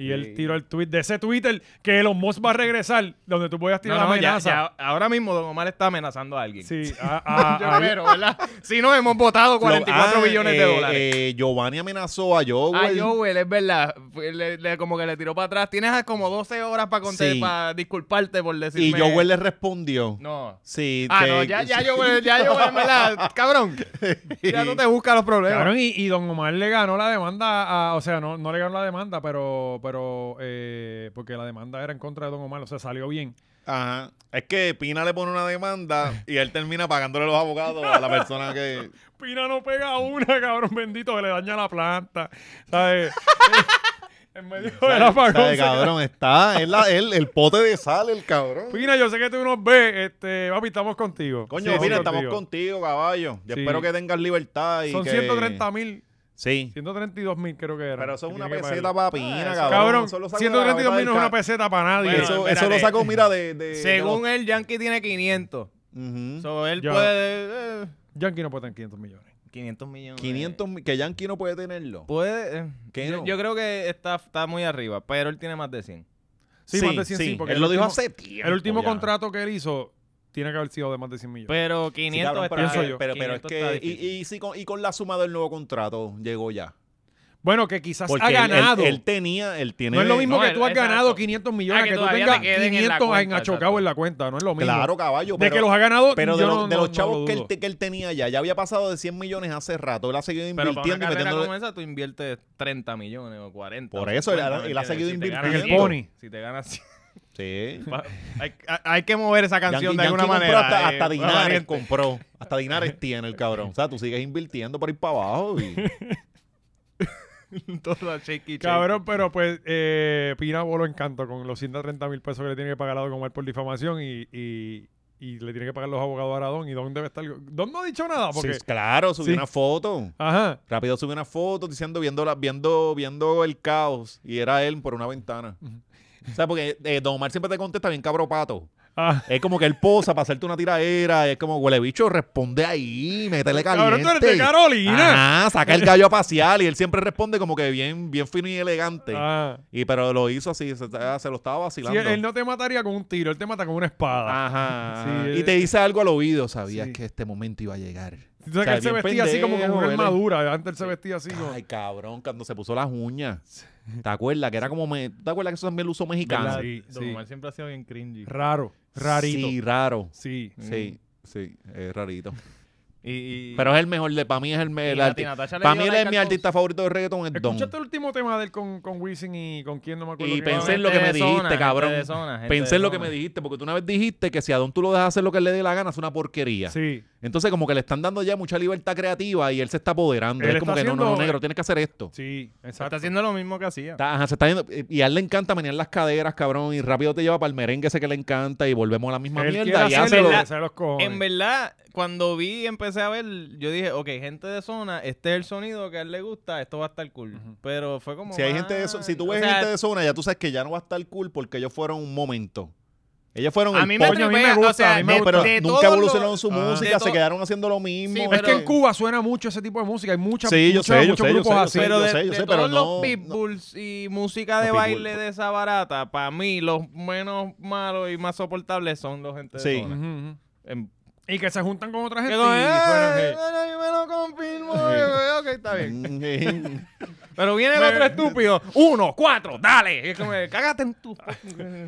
Speaker 2: Y él
Speaker 4: Sí.
Speaker 2: tiró el tweet de ese Twitter que Elon Musk va a regresar, donde tú podías
Speaker 3: No,
Speaker 2: tirar la
Speaker 3: no, ya-
Speaker 2: amenaza.
Speaker 3: ya- ahora mismo Don Omar está amenazando a alguien.
Speaker 2: Sí, a- a-
Speaker 3: Yo
Speaker 2: a-
Speaker 3: espero, ¿verdad? Si no, hemos votado 44
Speaker 4: Lo- ah,
Speaker 3: millones de
Speaker 4: eh,
Speaker 3: dólares.
Speaker 4: eh, Giovanni amenazó a Joel.
Speaker 3: Ah, Joel, es verdad. Fue- le- le- como que le tiró para atrás. Tienes como 12 horas para
Speaker 4: Sí.
Speaker 3: para disculparte por
Speaker 4: y
Speaker 3: decirme.
Speaker 4: Joel le respondió.
Speaker 3: No.
Speaker 4: Sí,
Speaker 3: Ah,
Speaker 4: que-
Speaker 3: no, ya, ya Joel, ya Joel, en ¿verdad? Cabrón. Ya no te buscas los problemas.
Speaker 2: Cabrón, y, y Don Omar le ganó la demanda, a- o sea, no, no le ganó la demanda, pero, pero eh, porque la demanda era en contra de Don Omar, o sea, salió bien.
Speaker 4: Ajá. Es que Pina le pone una demanda y él termina pagándole los abogados a la persona que.
Speaker 2: Pina no pega una, cabrón, bendito, que le daña la planta, ¿sabes? en medio del
Speaker 4: O sea,
Speaker 2: apagón. se
Speaker 4: el
Speaker 2: queda-
Speaker 4: cabrón, está. Es la- el, el pote de sal, el cabrón.
Speaker 2: Pina, yo sé que tú nos ves, este, papi, estamos contigo.
Speaker 4: Coño,
Speaker 2: Sí,
Speaker 4: mira, estamos contigo, caballo. Yo
Speaker 2: Sí.
Speaker 4: espero que tengas libertad. Y
Speaker 2: Son
Speaker 4: que-
Speaker 2: 130 mil,
Speaker 4: Sí.
Speaker 2: 132 mil creo que era.
Speaker 4: Pero eso es
Speaker 2: que
Speaker 4: una
Speaker 2: tiene que
Speaker 4: peseta
Speaker 2: pagar.
Speaker 4: para Pina, cabrón.
Speaker 2: Cabrón,
Speaker 4: Eso lo saco de la
Speaker 2: 132
Speaker 4: gaveta
Speaker 2: mil
Speaker 4: del
Speaker 2: no es una
Speaker 4: ca-
Speaker 2: peseta para nadie.
Speaker 3: Bueno,
Speaker 4: Eso, eso
Speaker 3: espérate.
Speaker 4: lo sacó, mira, de. de- de
Speaker 3: Según
Speaker 4: los-
Speaker 3: él, Yankee tiene 500.
Speaker 4: Ujú.
Speaker 3: So, él
Speaker 2: Ya.
Speaker 3: puede. eh,
Speaker 2: Yankee no puede tener 500 millones.
Speaker 3: 500 millones.
Speaker 4: 500 mi- que Yankee no puede tenerlo.
Speaker 3: Puede. eh,
Speaker 4: ¿Qué
Speaker 3: yo,
Speaker 4: no?
Speaker 3: yo creo que está, está muy arriba, pero él tiene más de 100.
Speaker 2: Sí, más de 100, sí, porque
Speaker 4: él
Speaker 2: el
Speaker 4: lo dijo
Speaker 2: último-
Speaker 4: hace tiempo.
Speaker 2: El último
Speaker 4: ya.
Speaker 2: contrato que él hizo tiene que haber sido de más de 100 millones.
Speaker 3: Pero
Speaker 4: Sí,
Speaker 3: 500
Speaker 4: cabrón,
Speaker 3: está,
Speaker 4: pero,
Speaker 2: pienso
Speaker 4: es que-
Speaker 2: yo.
Speaker 4: pero, pero es
Speaker 3: 500 está
Speaker 4: que. Y,
Speaker 3: difícil.
Speaker 4: y si con, y con la suma del nuevo contrato llegó ya.
Speaker 2: bueno, que quizás
Speaker 4: Porque
Speaker 2: ha
Speaker 4: él- él-
Speaker 2: ganado.
Speaker 4: Él, tenía. Él tiene
Speaker 2: no es lo mismo
Speaker 3: No,
Speaker 2: que
Speaker 3: él-
Speaker 2: tú has
Speaker 3: exacto.
Speaker 2: ganado 500 millones
Speaker 3: Ah,
Speaker 2: que,
Speaker 3: que
Speaker 2: tú
Speaker 3: todavía
Speaker 2: tengas
Speaker 3: te queden en la
Speaker 2: 500 en
Speaker 3: cuenta,
Speaker 2: achocado
Speaker 3: exacto.
Speaker 2: en la cuenta. No es lo mismo.
Speaker 4: Claro, caballo.
Speaker 2: de
Speaker 4: pero-
Speaker 2: que los ha ganado,
Speaker 4: Pero de,
Speaker 2: yo
Speaker 4: los-
Speaker 2: no-
Speaker 4: de
Speaker 2: no-
Speaker 4: los
Speaker 2: no
Speaker 4: chavos
Speaker 2: lo
Speaker 4: que, él,
Speaker 2: dudo.
Speaker 4: te- que él tenía ya, ya había pasado de 100 millones hace rato. Él ha seguido
Speaker 3: Pero para
Speaker 4: invirtiendo
Speaker 3: una
Speaker 4: y
Speaker 3: carrera
Speaker 4: metiéndole-
Speaker 3: como esa, tú inviertes 30 millones o 40.
Speaker 4: Por
Speaker 3: o
Speaker 4: eso, él ha-
Speaker 3: 50,
Speaker 4: él ha
Speaker 3: ¿entiendes?
Speaker 4: seguido
Speaker 3: Si te ganas cien,
Speaker 4: invirtiendo.
Speaker 2: En el pony.
Speaker 3: Si te ganas cien.
Speaker 4: Sí.
Speaker 3: Va- hay, hay- hay que mover esa canción
Speaker 4: Yankee-
Speaker 3: de alguna
Speaker 4: Yankee compró
Speaker 3: manera.
Speaker 4: Hasta,
Speaker 3: eh,
Speaker 4: hasta Dinares
Speaker 3: Valiente.
Speaker 4: compró. Hasta Dinares tiene el cabrón. O sea, tú sigues invirtiendo por ir para abajo. Y...
Speaker 3: Todo shaky, shaky.
Speaker 2: Cabrón, pero pues eh, Pina voló encanto con los 130 mil pesos que le tiene que pagar a Don Omar por difamación y, y, y le tiene que pagar los abogados a Don y Don debe estar... Don no ha dicho
Speaker 3: Ah,
Speaker 2: nada porque...
Speaker 4: Sí, claro,
Speaker 2: Sí.
Speaker 4: subió una foto.
Speaker 2: Ajá.
Speaker 4: Rápido subió una foto diciendo, viendo, la- viendo, viendo el caos. Y era él por una ventana. O sea, porque eh, Don Omar siempre te contesta bien cabropato.
Speaker 2: Ah.
Speaker 4: Es como que él posa para hacerte una tiradera. Es como, huele bicho, responde ahí, métele caliente.
Speaker 2: Cabrón, tú eres de Carolina.
Speaker 4: Ajá, saca el gallo a pasear y él siempre responde como que bien, bien fino y elegante.
Speaker 2: Ah.
Speaker 4: Y pero lo hizo así, se, se lo estaba
Speaker 2: Sí,
Speaker 4: vacilando.
Speaker 2: él no te mataría con un tiro, él te mata con una
Speaker 4: Ah,
Speaker 2: espada.
Speaker 4: Ajá.
Speaker 2: Sí,
Speaker 4: y
Speaker 2: él-
Speaker 4: te dice algo al oído, sabías
Speaker 2: Sí.
Speaker 4: que este momento iba a llegar.
Speaker 2: Tú sabes
Speaker 4: O sea,
Speaker 2: que él se
Speaker 4: bien
Speaker 2: vestía así como con
Speaker 4: pendejo,
Speaker 2: una
Speaker 4: él es-
Speaker 2: armadura. Antes él se vestía así como.
Speaker 4: Ay, cabrón, cuando se puso las uñas. ¿Te acuerdas? Que era como. me- ¿Te acuerdas que eso también lo usó mexicano?
Speaker 2: ¿Verdad? Sí,
Speaker 3: Don
Speaker 2: sí.
Speaker 3: Omar siempre ha sido bien cringy.
Speaker 2: Raro, rarito.
Speaker 4: Sí, raro.
Speaker 2: Sí.
Speaker 4: Sí, sí, es rarito.
Speaker 3: Mm. Y, y-
Speaker 4: Pero es el mejor, de- para mí es el, me-
Speaker 3: y
Speaker 4: el
Speaker 3: Nati
Speaker 4: arti-
Speaker 3: Natasha le
Speaker 4: Para
Speaker 3: dio
Speaker 4: mí él
Speaker 3: like
Speaker 4: es mi
Speaker 3: al
Speaker 4: artista favorito de reggaeton, es Don.
Speaker 2: Escuchaste Mm. el último tema de él con, con Wisin y con quién no me acuerdo.
Speaker 4: Y
Speaker 2: que
Speaker 4: pensé en
Speaker 2: era.
Speaker 4: lo que me
Speaker 3: Gente de
Speaker 4: dijiste,
Speaker 3: zona, gente
Speaker 4: cabrón.
Speaker 3: de zona, gente
Speaker 4: Pensé
Speaker 3: de
Speaker 4: en lo que
Speaker 3: zona.
Speaker 4: me dijiste, porque tú una vez dijiste que si a Don tú lo dejas hacer lo que le dé la gana, es una porquería.
Speaker 2: Sí.
Speaker 4: Entonces, como que le están dando ya mucha libertad creativa y él se está apoderando.
Speaker 2: Él
Speaker 4: es como
Speaker 2: está
Speaker 4: que no, no, no,
Speaker 2: haciendo-
Speaker 4: negro, tienes que hacer esto.
Speaker 2: Sí, exacto.
Speaker 3: Está haciendo lo mismo que hacía.
Speaker 4: Está- ajá, se está yendo- eh, y a él le encanta menear las caderas, cabrón, y rápido te lleva para el merengue ese que le encanta y volvemos a la misma
Speaker 2: Él quiere
Speaker 4: mierda. Y
Speaker 2: hacerle-
Speaker 4: hace lo-
Speaker 2: le hace los cojones.
Speaker 3: En verdad, cuando vi y empecé a ver, yo dije, ok, gente de zona, este es el sonido que a él le gusta, esto va a estar cool. Pero fue como.
Speaker 4: Si hay
Speaker 3: más-
Speaker 4: gente de eso, si tú
Speaker 3: o
Speaker 4: ves
Speaker 3: sea,
Speaker 4: gente de zona, ya tú sabes que ya no va a estar cool porque ellos fueron un momento. Ellos fueron
Speaker 3: A
Speaker 4: el
Speaker 3: mí me
Speaker 4: pop,
Speaker 2: Coño, a mí me
Speaker 3: tripea,
Speaker 2: gusta,
Speaker 3: o sea,
Speaker 2: a mí me
Speaker 3: de-
Speaker 4: no, pero
Speaker 3: de todos
Speaker 4: nunca evolucionaron
Speaker 3: los-
Speaker 4: su
Speaker 2: Ah.
Speaker 4: música,
Speaker 3: de
Speaker 4: se
Speaker 3: to-
Speaker 4: quedaron haciendo lo mismo.
Speaker 3: Sí,
Speaker 2: Es
Speaker 3: pero-
Speaker 2: que en Cuba suena mucho ese tipo de música. Hay muchas,
Speaker 4: Sí, yo
Speaker 2: muchas-
Speaker 4: sé, yo
Speaker 2: muchos
Speaker 4: sé, yo
Speaker 2: grupos
Speaker 4: sé, yo
Speaker 2: así.
Speaker 4: sé.
Speaker 3: pero de,
Speaker 4: yo
Speaker 3: de
Speaker 4: sé, pero
Speaker 3: todos
Speaker 4: no-
Speaker 3: los pitbulls y música de
Speaker 4: Los pitbull,
Speaker 3: baile de esa barata, para mí los menos malos y más soportables son los gente
Speaker 4: Sí.
Speaker 3: de zona.
Speaker 2: Ujú, ujú.
Speaker 3: En-
Speaker 2: Y que se juntan con otra
Speaker 3: que
Speaker 2: gente.
Speaker 3: como,
Speaker 2: y
Speaker 3: "Ay,
Speaker 2: suenan, eh.
Speaker 3: bueno, yo me lo confirmo, yo, ok, está bien.
Speaker 4: Mm,
Speaker 3: Pero viene eh, el
Speaker 2: Me-
Speaker 3: otro estúpido, uno, cuatro, dale. Y es como, cágate en tu...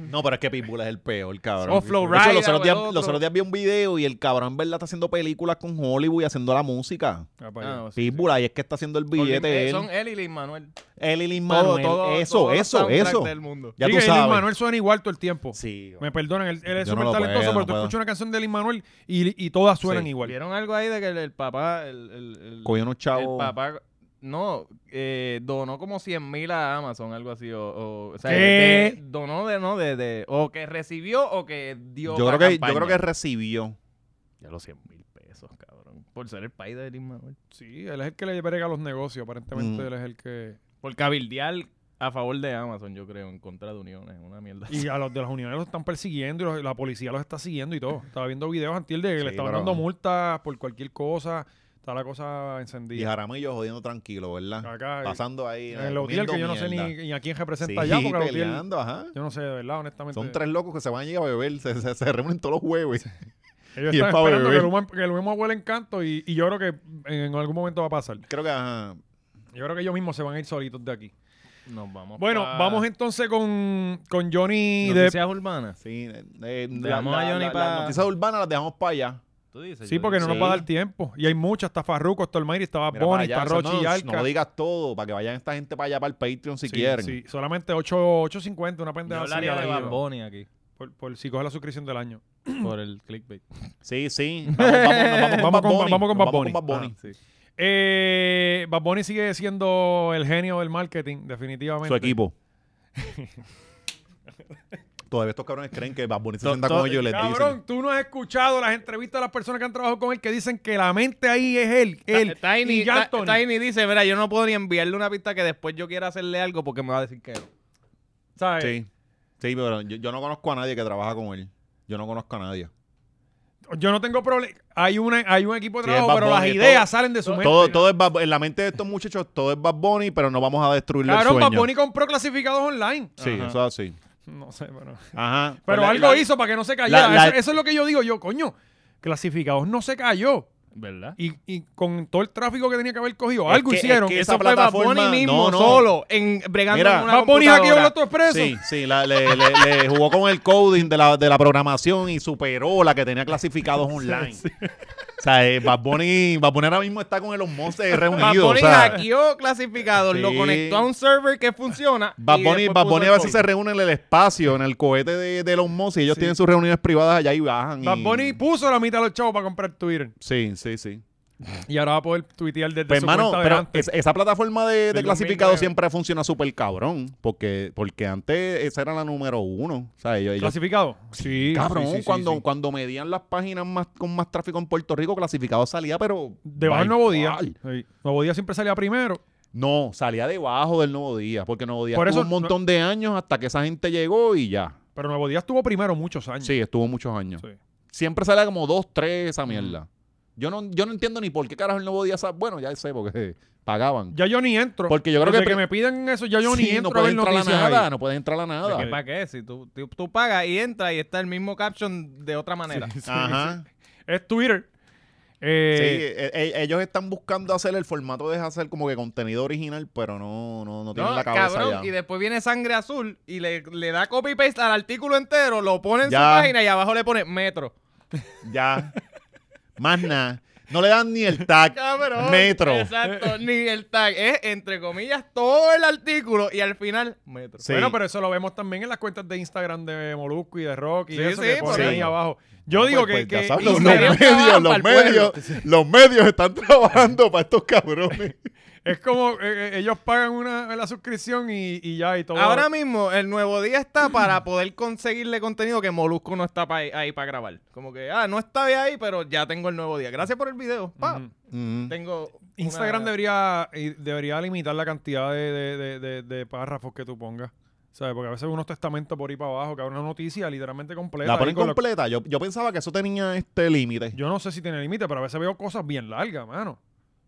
Speaker 4: no, pero es que Pitbull es el peor, cabrón.
Speaker 3: O Flow
Speaker 4: De hecho,
Speaker 3: Rida,
Speaker 4: los, otros
Speaker 3: o
Speaker 4: días,
Speaker 3: el otro.
Speaker 4: los otros días vi un video y el cabrón, en verdad, está haciendo películas con Hollywood y haciendo la música.
Speaker 2: Ah, para allá.
Speaker 3: Ah, no, sí, sí.
Speaker 4: Pitbull, ahí es que está haciendo el
Speaker 3: Con Lin-
Speaker 4: billete
Speaker 3: eh,
Speaker 4: él.
Speaker 3: Son él y Lin Manuel.
Speaker 4: Él y Lin
Speaker 3: Todo-
Speaker 4: Manuel.
Speaker 3: todo-
Speaker 4: eso,
Speaker 3: todos los
Speaker 4: eso,
Speaker 3: soundtracks
Speaker 4: eso.
Speaker 3: del mundo.
Speaker 4: Ya
Speaker 2: Sí,
Speaker 4: tú
Speaker 2: que Lin
Speaker 4: sabes.
Speaker 2: Manuel suena igual todo el tiempo.
Speaker 4: Sí.
Speaker 2: Me perdonan, él, él es
Speaker 4: Yo no
Speaker 2: súper
Speaker 4: lo puedo,
Speaker 2: talentoso,
Speaker 4: no
Speaker 2: pero tú
Speaker 4: puedo.
Speaker 2: escuchas una canción de Lin Manuel y, y todas suenan
Speaker 4: Sí.
Speaker 2: igual.
Speaker 3: ¿Vieron algo ahí de que el, el papá, el, el, el-
Speaker 4: Cogió unos
Speaker 3: el
Speaker 4: chavos.
Speaker 3: papá, no, eh, donó como 100 mil a Amazon, algo así, o, o, o sea,
Speaker 2: ¿Qué?
Speaker 3: que donó de, no, de, de, o que recibió o que dio
Speaker 4: Yo
Speaker 3: pa'
Speaker 4: creo, que, yo
Speaker 3: campaña.
Speaker 4: creo que recibió.
Speaker 3: Ya los 100 mil pesos, cabrón, por ser el país de Lin Manuel.
Speaker 2: Sí, él es el que le brega los negocios, aparentemente
Speaker 4: Mm.
Speaker 2: él es el que...
Speaker 3: Por cabildear a favor de Amazon, yo creo, en contra de uniones, una mierda.
Speaker 2: Y a los de las uniones los están persiguiendo y los- la policía los está siguiendo y todo. Estaba viendo videos antier de que
Speaker 4: Sí,
Speaker 2: le estaban
Speaker 4: pero-
Speaker 2: dando multas por cualquier cosa. Está la cosa
Speaker 4: Y
Speaker 2: encendida.
Speaker 4: Jaramillo jodiendo tranquilo, ¿verdad?
Speaker 2: Acá,
Speaker 4: Pasando ahí.
Speaker 3: Eh,
Speaker 2: en el hotel que yo no sé ni, ni a quién
Speaker 4: Sí,
Speaker 2: representa allá, porque el hotel-
Speaker 4: peleando, ajá.
Speaker 2: yo no sé, de verdad, honestamente.
Speaker 4: Son tres locos que se van a ir a beber, se, se, se reúnen todos los jueves.
Speaker 2: Ellos
Speaker 4: y es
Speaker 2: están
Speaker 4: pa'
Speaker 2: esperando que
Speaker 4: beber.
Speaker 2: el, humo, que el humo huele encanto y, y yo creo que en algún momento va a pasar.
Speaker 4: Creo que ajá.
Speaker 2: Yo creo que ellos mismos se van a ir solitos de aquí.
Speaker 3: Nos vamos
Speaker 2: Bueno,
Speaker 3: pa-
Speaker 2: vamos entonces con, con Johnny Depp.
Speaker 3: Noticias urbanas.
Speaker 4: Sí, eh, eh,
Speaker 3: Dejamos a Johnny
Speaker 4: la-
Speaker 3: pa-
Speaker 4: las noticias urbanas las dejamos para allá.
Speaker 3: Tú dices,
Speaker 2: Sí,
Speaker 3: yo
Speaker 2: porque no
Speaker 3: digo.
Speaker 2: nos va a dar tiempo. Y hay muchas. Está Farruko, está Almighty, está Bad
Speaker 4: Mira,
Speaker 2: Bunny,
Speaker 4: para allá.
Speaker 2: está
Speaker 4: O sea,
Speaker 2: Rochi y
Speaker 4: no,
Speaker 2: Alca.
Speaker 4: no digas todo, para que vayan esta gente para allá, para el Patreon si
Speaker 2: Sí,
Speaker 4: quieren.
Speaker 2: sí, solamente 8, 8.50, una
Speaker 3: Yo
Speaker 2: pendeja así.
Speaker 3: hablaría
Speaker 2: al
Speaker 3: de
Speaker 2: año.
Speaker 3: Bad Bunny aquí,
Speaker 2: Por, por si coge la suscripción del año.
Speaker 3: por el clickbait.
Speaker 4: Sí, sí. Vamos, vamos,
Speaker 2: Vamos
Speaker 4: vamos,
Speaker 2: con- vamos con
Speaker 4: vamos, con Eh, Bad
Speaker 2: Bad Bunny.
Speaker 4: Bunny. Vamos con Bad Bunny.
Speaker 3: Ah, sí.
Speaker 2: Eh, Bad Bunny sigue siendo el genio del marketing, definitivamente.
Speaker 4: Su equipo. Todavía estos cabrones creen que Bad Bunny se
Speaker 3: To-
Speaker 4: sienta
Speaker 3: to-
Speaker 4: con ellos y les
Speaker 2: Cabrón,
Speaker 4: dicen.
Speaker 2: tú no has escuchado las entrevistas de las personas que han trabajado con él que dicen que la mente ahí es él, él
Speaker 3: Ta- Tiny,
Speaker 2: y
Speaker 3: Ta-
Speaker 2: Anthony.
Speaker 3: Tiny dice, mira, yo no puedo ni enviarle una pista que después yo quiera hacerle algo porque me va a decir que no.
Speaker 2: ¿sabes?
Speaker 4: Sí. Sí, pero yo, yo no conozco a nadie que trabaja con él. Yo no conozco a nadie.
Speaker 2: Yo no tengo problema. Hay, una, hay un equipo de
Speaker 4: Sí,
Speaker 2: trabajo,
Speaker 4: es Bad
Speaker 2: pero las
Speaker 4: Bunny,
Speaker 2: ideas
Speaker 4: todo-
Speaker 2: salen de su mente.
Speaker 4: Todo, todo es Bad Bu- En la mente de estos muchachos, todo es Bad Bunny, pero no vamos a destruirle
Speaker 2: Claro,
Speaker 4: el
Speaker 2: Bad
Speaker 4: sueño.
Speaker 2: Bunny compró clasificados online. Ah,
Speaker 4: Sí,
Speaker 3: Ajá.
Speaker 4: eso es así.
Speaker 2: No sé, pero...
Speaker 4: Ajá. Pues
Speaker 2: Pero
Speaker 4: la-
Speaker 2: algo
Speaker 4: la-
Speaker 2: hizo para que no se cayera.
Speaker 4: la- la-
Speaker 2: eso, eso es lo que yo digo. Yo, coño, clasificados no se cayó.
Speaker 3: ¿Verdad?
Speaker 2: Y, y con todo el tráfico que tenía que haber cogido,
Speaker 4: Es
Speaker 2: algo
Speaker 4: que- es
Speaker 2: hicieron.
Speaker 4: que
Speaker 2: eso
Speaker 4: esa
Speaker 2: fue Bad
Speaker 4: plataforma-
Speaker 2: Bunny.
Speaker 3: Bonnie mismo,
Speaker 4: no, no.
Speaker 3: solo, en, bregando
Speaker 4: Mira,
Speaker 3: en una
Speaker 2: Bad Bunny hackeó el
Speaker 3: computadora.
Speaker 2: otro expreso.
Speaker 4: Sí, sí, la- le, le- le jugó con el coding de la, de la programación y superó la que tenía clasificados online. O sea, eh, Bad, Bunny, Bad Bunny ahora mismo está con Elon Musk eh,
Speaker 3: Bad
Speaker 4: reunido. o
Speaker 3: Bunny
Speaker 4: sea,
Speaker 3: hackeó clasificado, lo
Speaker 4: Sí.
Speaker 3: conectó a un server que funciona.
Speaker 4: Bad
Speaker 3: y
Speaker 4: Bunny,
Speaker 3: después
Speaker 4: Bad
Speaker 3: puso
Speaker 4: Bunny
Speaker 3: el
Speaker 4: a veces se
Speaker 3: código.
Speaker 4: reúnen en el espacio, en el cohete de, de Elon Musk y ellos
Speaker 2: Sí.
Speaker 4: tienen sus reuniones privadas allá y bajan. y-
Speaker 2: Bad Bunny puso la mitad de los chavos para comprar Twitter.
Speaker 4: Sí, sí, sí.
Speaker 2: Y ahora va a poder tuitear desde
Speaker 4: Pues,
Speaker 2: su
Speaker 4: hermano,
Speaker 2: cuenta de
Speaker 4: pero
Speaker 2: antes.
Speaker 4: es- esa plataforma de, de
Speaker 2: Del
Speaker 4: clasificado
Speaker 2: 2009.
Speaker 4: siempre funciona súper cabrón. Porque, porque antes esa era la número uno. O sea, ellos, ellos-
Speaker 2: ¿Clasificado? Sí.
Speaker 4: cabrón,
Speaker 2: sí, sí, sí,
Speaker 4: cuando,
Speaker 2: sí.
Speaker 4: cuando medían las páginas más, con más tráfico en Puerto Rico, clasificado salía, pero.
Speaker 2: Debajo
Speaker 4: by
Speaker 2: del Nuevo Día.
Speaker 4: far.
Speaker 2: Sí. Nuevo Día siempre salía primero.
Speaker 4: No, salía debajo del nuevo día. Porque nuevo día
Speaker 2: Por
Speaker 4: tuvo
Speaker 2: eso
Speaker 4: un montón de años hasta que esa gente llegó y ya.
Speaker 2: Pero Nuevo Día estuvo primero muchos años.
Speaker 4: Sí, estuvo muchos años.
Speaker 2: Sí.
Speaker 4: Siempre sale como dos, tres esa mierda. Yo no, yo no entiendo ni por qué carajo el nuevo día sa- Bueno, ya sé, porque pagaban.
Speaker 2: Ya yo ni entro.
Speaker 4: Porque yo creo
Speaker 2: Desde
Speaker 4: que-
Speaker 2: que, me piden eso, ya yo
Speaker 4: Sí,
Speaker 2: ni entro
Speaker 4: no
Speaker 2: a
Speaker 4: puedes
Speaker 2: ver
Speaker 4: entrar a
Speaker 2: noticias
Speaker 4: nada,
Speaker 2: ahí.
Speaker 4: no puedes entrar a nada.
Speaker 3: ¿Qué para qué? Si tú, tú, tú pagas y entras y está el mismo caption de otra manera.
Speaker 4: Ajá.
Speaker 2: Es Twitter.
Speaker 4: Sí,
Speaker 2: Eh,
Speaker 4: e- e- ellos están buscando hacer el formato de hacer como que contenido original, pero no, no, no tienen
Speaker 3: No,
Speaker 4: la cabeza
Speaker 3: cabrón,
Speaker 4: ya.
Speaker 3: y después viene sangre azul y le, le da copy paste al artículo entero, lo pone en su
Speaker 4: Ya.
Speaker 3: página y abajo le pone metro.
Speaker 4: Ya. Más nada. No le dan ni el tag.
Speaker 3: Cabrón.
Speaker 4: Metro.
Speaker 3: Exacto, ni el tag. Es entre comillas todo el artículo y al final metro.
Speaker 4: Sí.
Speaker 2: Bueno, pero eso lo vemos también en las cuentas de Instagram de Molusco y de Rock y
Speaker 3: Sí,
Speaker 2: eso
Speaker 3: sí,
Speaker 2: que
Speaker 3: por
Speaker 2: ponen
Speaker 4: ahí.
Speaker 2: ahí abajo. Yo
Speaker 4: No,
Speaker 2: digo que,
Speaker 4: pues, pues,
Speaker 2: que
Speaker 4: ya sabes, los,
Speaker 2: Instagram-
Speaker 4: los medios,
Speaker 3: trabajan
Speaker 4: los
Speaker 3: pa'l
Speaker 4: medios, los medios están trabajando para estos cabrones.
Speaker 2: es como eh, eh, ellos pagan una la suscripción y, y ya y todo.
Speaker 3: Ahora mismo el nuevo día está para poder conseguirle contenido que Molusco no está pa- ahí para grabar. Como que, ah, no está ahí, pero ya tengo el nuevo día. Gracias por el video. Pa.
Speaker 2: Ujú.
Speaker 3: Tengo
Speaker 2: Instagram
Speaker 3: una-
Speaker 2: debería eh, debería limitar la cantidad de, de- de- de- de párrafos que tú pongas. ¿Sabes? Porque a veces unos testamentos por ahí para abajo, que una noticia literalmente completa.
Speaker 4: La
Speaker 2: ahí
Speaker 4: ponen
Speaker 2: con lo-
Speaker 4: completa. Yo, yo pensaba que eso tenía este límite.
Speaker 2: Yo no sé si tiene límite, pero a veces veo cosas bien largas, mano.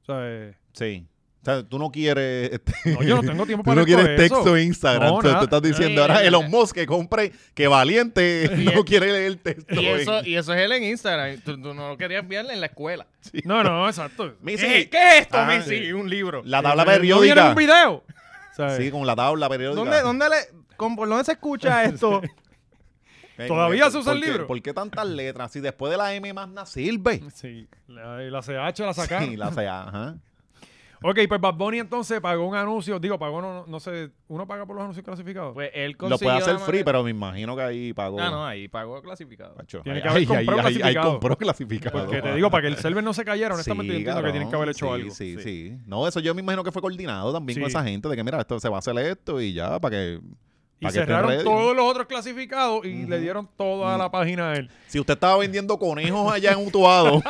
Speaker 2: O sea, eh,
Speaker 4: Sí. O sea, tú no quieres, este,
Speaker 2: no, yo no tengo tiempo
Speaker 4: tú
Speaker 2: para
Speaker 4: no
Speaker 2: leer todo
Speaker 4: quieres
Speaker 2: eso.
Speaker 4: texto en Instagram.
Speaker 2: No,
Speaker 4: O sea,
Speaker 2: nada.
Speaker 4: tú estás diciendo
Speaker 3: Eh,
Speaker 4: ahora Elon Musk que compre, que valiente, no quiere leer texto.
Speaker 3: Y
Speaker 4: en-
Speaker 3: eso, y eso es él en Instagram. Tú, tú no lo querías enviarle en la escuela.
Speaker 2: No, no, exacto.
Speaker 4: Missy,
Speaker 3: Eh, ¿Qué es esto,
Speaker 4: Ah,
Speaker 3: Missy?
Speaker 4: sí.
Speaker 3: Un libro.
Speaker 4: La tabla
Speaker 2: ¿No viene en
Speaker 4: periódica.
Speaker 2: un video? O sea,
Speaker 4: Sí, con la tabla periódica.
Speaker 3: ¿Dónde, dónde le, con- ¿Por dónde se escucha esto?
Speaker 4: Eh,
Speaker 2: ¿Todavía
Speaker 4: ¿por-
Speaker 2: se usa
Speaker 4: por
Speaker 2: el
Speaker 4: qué-
Speaker 2: libro?
Speaker 4: ¿Por qué tantas letras? Si después de la M más nada sirve.
Speaker 2: sí. La, y la CH la sacaron.
Speaker 4: Sí, la sea, ajá.
Speaker 2: Ok, pues Bad Bunny entonces pagó un anuncio. Digo, pagó, no, no, no sé, ¿uno paga por los anuncios clasificados?
Speaker 3: Pues él
Speaker 4: Lo puede
Speaker 3: consiguió
Speaker 4: hacer
Speaker 3: la
Speaker 4: free,
Speaker 3: manera-
Speaker 4: pero me imagino que ahí pagó.
Speaker 3: Ah, no, ahí pagó clasificado.
Speaker 4: Macho,
Speaker 2: Tiene
Speaker 4: ahí-
Speaker 2: que haber
Speaker 4: ahí-
Speaker 2: comprado
Speaker 4: ahí- ahí- ahí
Speaker 2: clasificado.
Speaker 4: compró clasificado.
Speaker 2: Porque te digo, para Pues, que el server no se cayera, honestamente yo entiendo
Speaker 4: cabrón,
Speaker 2: que tienen que haber hecho
Speaker 4: sí,
Speaker 2: algo.
Speaker 4: Sí, sí, No, eso yo me imagino que fue coordinado también con
Speaker 2: Sí.
Speaker 4: esa gente de que, mira, esto se va a hacer esto y ya, para
Speaker 2: Y
Speaker 4: que. para que estén
Speaker 2: cerraron
Speaker 4: ready.
Speaker 2: todos los otros clasificados y le
Speaker 4: Ujú. Mm.
Speaker 2: dieron toda la página a él.
Speaker 4: Si usted estaba vendiendo conejos allá en Utuado,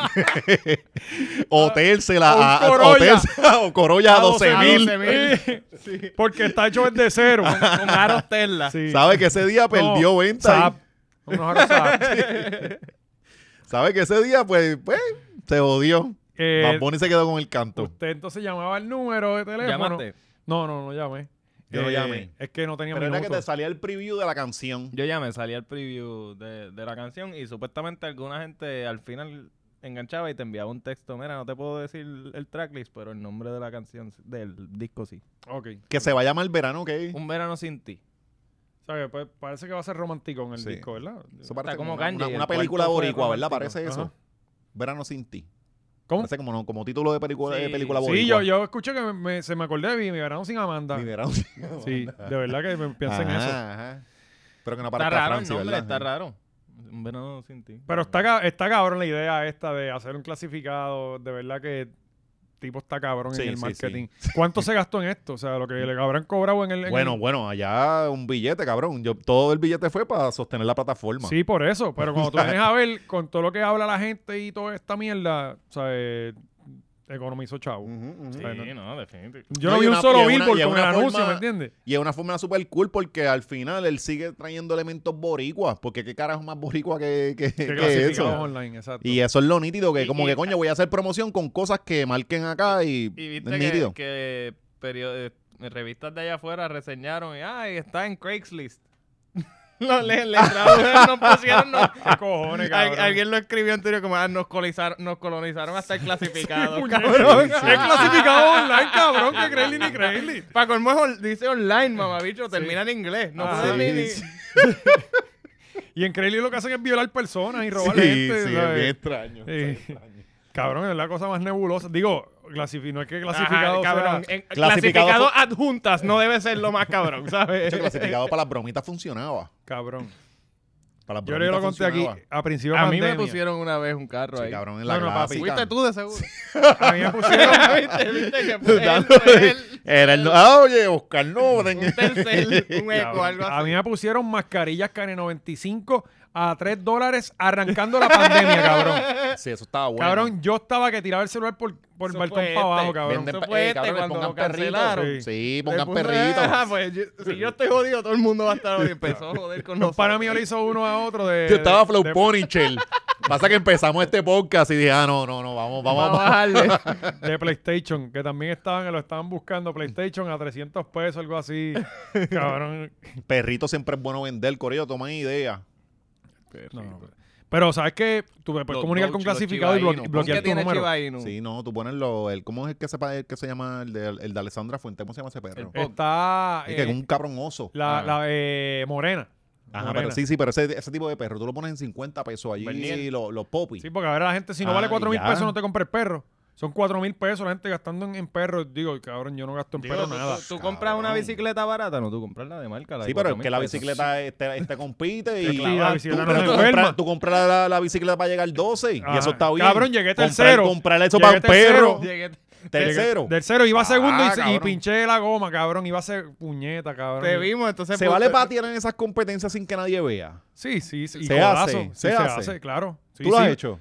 Speaker 4: hotelsela
Speaker 2: Un
Speaker 4: a, a-
Speaker 2: Corolla.
Speaker 4: hotelsela o Corolla a 12 mil.
Speaker 2: 12,000. Porque está hecho desde cero.
Speaker 3: Con Aro Tesla.
Speaker 2: Sí.
Speaker 4: ¿Sabe que ese día perdió
Speaker 2: No,
Speaker 4: venta?
Speaker 2: Zap. Unos aros Zap.
Speaker 4: ¿Sabe que ese día, pues, pues se odió?
Speaker 2: Eh,
Speaker 4: Bad Bunny se quedó con el canto.
Speaker 2: Usted entonces llamaba el número de teléfono.
Speaker 3: Llamaste.
Speaker 2: No, no, no llamé. Eh,
Speaker 4: Yo no llamé.
Speaker 2: Es que no tenía
Speaker 4: Pero era que te
Speaker 2: minutos.
Speaker 4: salía el preview de la canción.
Speaker 3: Yo ya me salía el preview de, de la canción y supuestamente alguna gente al final enganchaba y te enviaba un texto. Mira, no te puedo decir el tracklist, pero el nombre de la canción, del disco sí.
Speaker 2: Ok.
Speaker 4: Que se va a llamar el verano, que
Speaker 3: Un verano sin ti.
Speaker 2: O sea, que, pues, parece que va a ser romántico en el
Speaker 4: Sí.
Speaker 2: disco, ¿verdad?
Speaker 4: Eso parece
Speaker 3: Está como
Speaker 4: como una,
Speaker 3: Kanye,
Speaker 4: una-
Speaker 3: el
Speaker 4: una película
Speaker 3: cuarto fue
Speaker 4: boricua, ¿verdad?
Speaker 3: romántico.
Speaker 4: Parece eso.
Speaker 2: Ajá.
Speaker 4: Verano sin ti.
Speaker 2: ¿Cómo?
Speaker 4: Parece como, no- como título de película, de
Speaker 3: Sí,
Speaker 4: película boricua.
Speaker 2: Sí, yo, yo escuché que me- me- se me acordé de mi verano sin Amanda.
Speaker 4: Mi Ah. verano sin ti.
Speaker 2: Sí, de verdad que me piensa en
Speaker 4: Ajá,
Speaker 2: eso.
Speaker 4: ajá. Pero que no
Speaker 3: Está
Speaker 4: parezca
Speaker 3: raro
Speaker 4: Franci,
Speaker 3: el nombre,
Speaker 4: ¿verdad?
Speaker 3: está raro. Un verano sin ti.
Speaker 2: Pero está, ca- está cabrón la idea esta de hacer un clasificado. De verdad que tipo está cabrón
Speaker 4: Sí,
Speaker 2: en el
Speaker 4: sí,
Speaker 2: marketing. ¿Cuánto se gastó en esto? O sea, lo que le habrán cobrado en el... en
Speaker 4: Bueno,
Speaker 2: el-
Speaker 4: bueno, allá un billete, cabrón. Yo, todo el billete fue para sostener la plataforma.
Speaker 2: Sí, por eso. Pero cuando tú vienes a ver con todo lo que habla la gente y toda esta mierda, o sea, eh, economizó chavo.
Speaker 4: Ujú, ujú.
Speaker 3: Sí,
Speaker 2: Bueno.
Speaker 3: no, definitivamente.
Speaker 2: Yo no
Speaker 4: No, y
Speaker 2: vi un
Speaker 4: una- y
Speaker 2: solo
Speaker 4: es una-
Speaker 2: billboard
Speaker 4: y es
Speaker 2: con el
Speaker 4: una
Speaker 2: anuncio,
Speaker 4: forma-
Speaker 2: ¿me entiendes?
Speaker 4: Y es una forma súper cool porque al final él sigue trayendo elementos boricuas. Porque qué carajo más boricua que, que-
Speaker 2: Que
Speaker 4: que
Speaker 2: clasificados
Speaker 4: eso.
Speaker 2: online, exacto.
Speaker 4: Y eso es lo nítido, que
Speaker 3: Y-
Speaker 4: como
Speaker 3: y-
Speaker 4: que coño, voy a hacer promoción con cosas que marquen acá y,
Speaker 3: Y
Speaker 4: es
Speaker 3: viste que,
Speaker 4: nítido.
Speaker 3: que perio- eh, revistas de allá afuera reseñaron y ay, está en Craigslist. no, le, le tradujeron, nos pusieron, nos-
Speaker 2: ¿Qué cojones,
Speaker 3: Al-
Speaker 2: cabrón?
Speaker 3: alguien lo escribió anterior como ah, nos colonizaron, nos colonizaron hasta el clasificado.
Speaker 2: Cabrón, es clasificado online, cabrón, que Craigslist ni Craigslist.
Speaker 3: Para colmo es on- dice online, mamabicho, termina en inglés. No
Speaker 2: Ah,
Speaker 3: puede
Speaker 4: sí,
Speaker 3: ni- ni-
Speaker 4: sí.
Speaker 2: Y en Craigslist lo que hacen es violar personas y robar
Speaker 4: Sí,
Speaker 2: gente.
Speaker 4: sí, es
Speaker 2: ¿sabes?
Speaker 4: bien extraño.
Speaker 2: Sí. Cabrón, es la cosa más nebulosa. Digo, clasifi- no es que
Speaker 3: Ajá,
Speaker 2: clasificado sea-
Speaker 3: cabrón. En-
Speaker 4: Clasificado
Speaker 3: clasificado
Speaker 4: fue-
Speaker 3: adjuntas no debe ser lo más cabrón, ¿sabes?
Speaker 4: Yo clasificado para las bromitas funcionaba.
Speaker 2: Cabrón.
Speaker 4: Para las
Speaker 2: Yo
Speaker 4: bromitas
Speaker 2: le lo conté aquí
Speaker 4: funcionaba.
Speaker 2: a principio de
Speaker 3: A mí
Speaker 2: pandemia.
Speaker 3: me pusieron una vez un carro
Speaker 4: Sí,
Speaker 3: ahí.
Speaker 4: cabrón, en la
Speaker 2: No, no, papi.
Speaker 3: Fuiste
Speaker 4: clásica.
Speaker 3: tú de seguro.
Speaker 2: A mí me pusieron...
Speaker 3: ¿Viste? ¿Viste que fue él, fue
Speaker 4: Dándole-
Speaker 3: él?
Speaker 4: Era el... Ah, oye, Oscar Norden.
Speaker 3: Un tercer, un eco, algo
Speaker 2: A
Speaker 3: así.
Speaker 2: mí me pusieron mascarillas Cane 95 a 3 dólares arrancando la pandemia, cabrón.
Speaker 4: Sí, eso estaba bueno.
Speaker 2: Cabrón, yo estaba que tiraba el celular por, por el
Speaker 3: Eso
Speaker 2: balcón
Speaker 3: fue
Speaker 2: para abajo,
Speaker 3: este.
Speaker 2: cabrón.
Speaker 4: Venden
Speaker 3: eso
Speaker 4: pa-
Speaker 3: fue
Speaker 4: eh,
Speaker 3: este
Speaker 4: cabrones,
Speaker 3: cuando
Speaker 4: pongan
Speaker 3: lo cancelaron.
Speaker 4: perritos. Sí, pongan perritos.
Speaker 3: Ah, pues, yo- si yo estoy jodido, todo el mundo va a estar jodido. Empezó a joder con
Speaker 2: Los
Speaker 3: nosotros.
Speaker 2: panas míos le hizo uno a otro de...
Speaker 4: Yo estaba
Speaker 2: de-
Speaker 4: Flow
Speaker 2: de-
Speaker 4: Pony, Chel. Pasa que empezamos este podcast y dije, ah, no, no, no, vamos, vamos,
Speaker 3: Vamos a
Speaker 4: vamos.
Speaker 3: bajarle.
Speaker 2: de PlayStation, que también estaban, lo estaban buscando, PlayStation a 300 pesos, algo así. Cabrón.
Speaker 4: Perrito siempre es bueno vender, Corillo, toman ideas.
Speaker 2: No,
Speaker 4: pues.
Speaker 2: no. Pero sabes que tú me puedes
Speaker 3: Los
Speaker 2: comunicar con
Speaker 3: Doge, los
Speaker 2: clasificado y
Speaker 3: Chiba
Speaker 2: blo-
Speaker 3: Inu. ¿Con
Speaker 2: bloquear
Speaker 3: qué
Speaker 2: tu
Speaker 3: tiene
Speaker 2: número.
Speaker 3: Chiba Inu?
Speaker 4: Sí, no, tú pones lo, el, ¿cómo es el que se, pa- el que se llama? El de, el de Alessandra Fuente, ¿cómo se llama ese perro?
Speaker 3: El-
Speaker 2: Está
Speaker 4: Es que
Speaker 2: eh,
Speaker 4: es un cabrón oso.
Speaker 2: la,
Speaker 3: Ah.
Speaker 2: la eh, morena.
Speaker 4: Ajá,
Speaker 2: Morena.
Speaker 4: pero sí, sí, pero ese, ese tipo de perro, tú lo pones en 50 pesos allí,
Speaker 3: Bernier.
Speaker 4: lo- los popis.
Speaker 2: Sí, porque ahora la gente, si no
Speaker 4: Ah,
Speaker 2: vale 4 mil
Speaker 4: ya.
Speaker 2: pesos, no te compres perro. Son 4 mil pesos la gente gastando en, en perros. Digo, cabrón, yo no gasto en perros nada.
Speaker 3: Tú compras una bicicleta barata, no, tú compras la de marca. La de
Speaker 4: Sí, pero es
Speaker 3: 4.000
Speaker 4: que la
Speaker 3: pesos.
Speaker 4: bicicleta este, este compite y,
Speaker 2: Sí, la
Speaker 4: tú-
Speaker 2: bicicleta
Speaker 4: pero
Speaker 2: no se
Speaker 4: tú, compras,
Speaker 2: enferma.
Speaker 4: tú compras la, la bicicleta para llegar 12 y
Speaker 2: Ajá.
Speaker 4: eso está bien.
Speaker 2: Cabrón, llegué
Speaker 4: Comprar-
Speaker 2: tercero.
Speaker 4: Comprar eso
Speaker 2: Llegué
Speaker 4: para un perro.
Speaker 2: tercero.
Speaker 3: Llegué-
Speaker 4: Tercero.
Speaker 2: Del cero iba
Speaker 4: Ah,
Speaker 2: segundo y se- y,
Speaker 4: cabrón.
Speaker 2: pinché la goma, cabrón. Iba a ser puñeta, cabrón.
Speaker 3: Te vimos, entonces.
Speaker 4: ¿Se
Speaker 3: pues,
Speaker 4: vale
Speaker 3: te-
Speaker 4: para tirar en esas competencias sin que nadie vea?
Speaker 2: Sí, sí, sí. y
Speaker 4: Se hace,
Speaker 2: codazo. Sí,
Speaker 4: se hace.
Speaker 2: claro. Sí,
Speaker 4: ¿Tú lo has
Speaker 2: sí.
Speaker 4: hecho?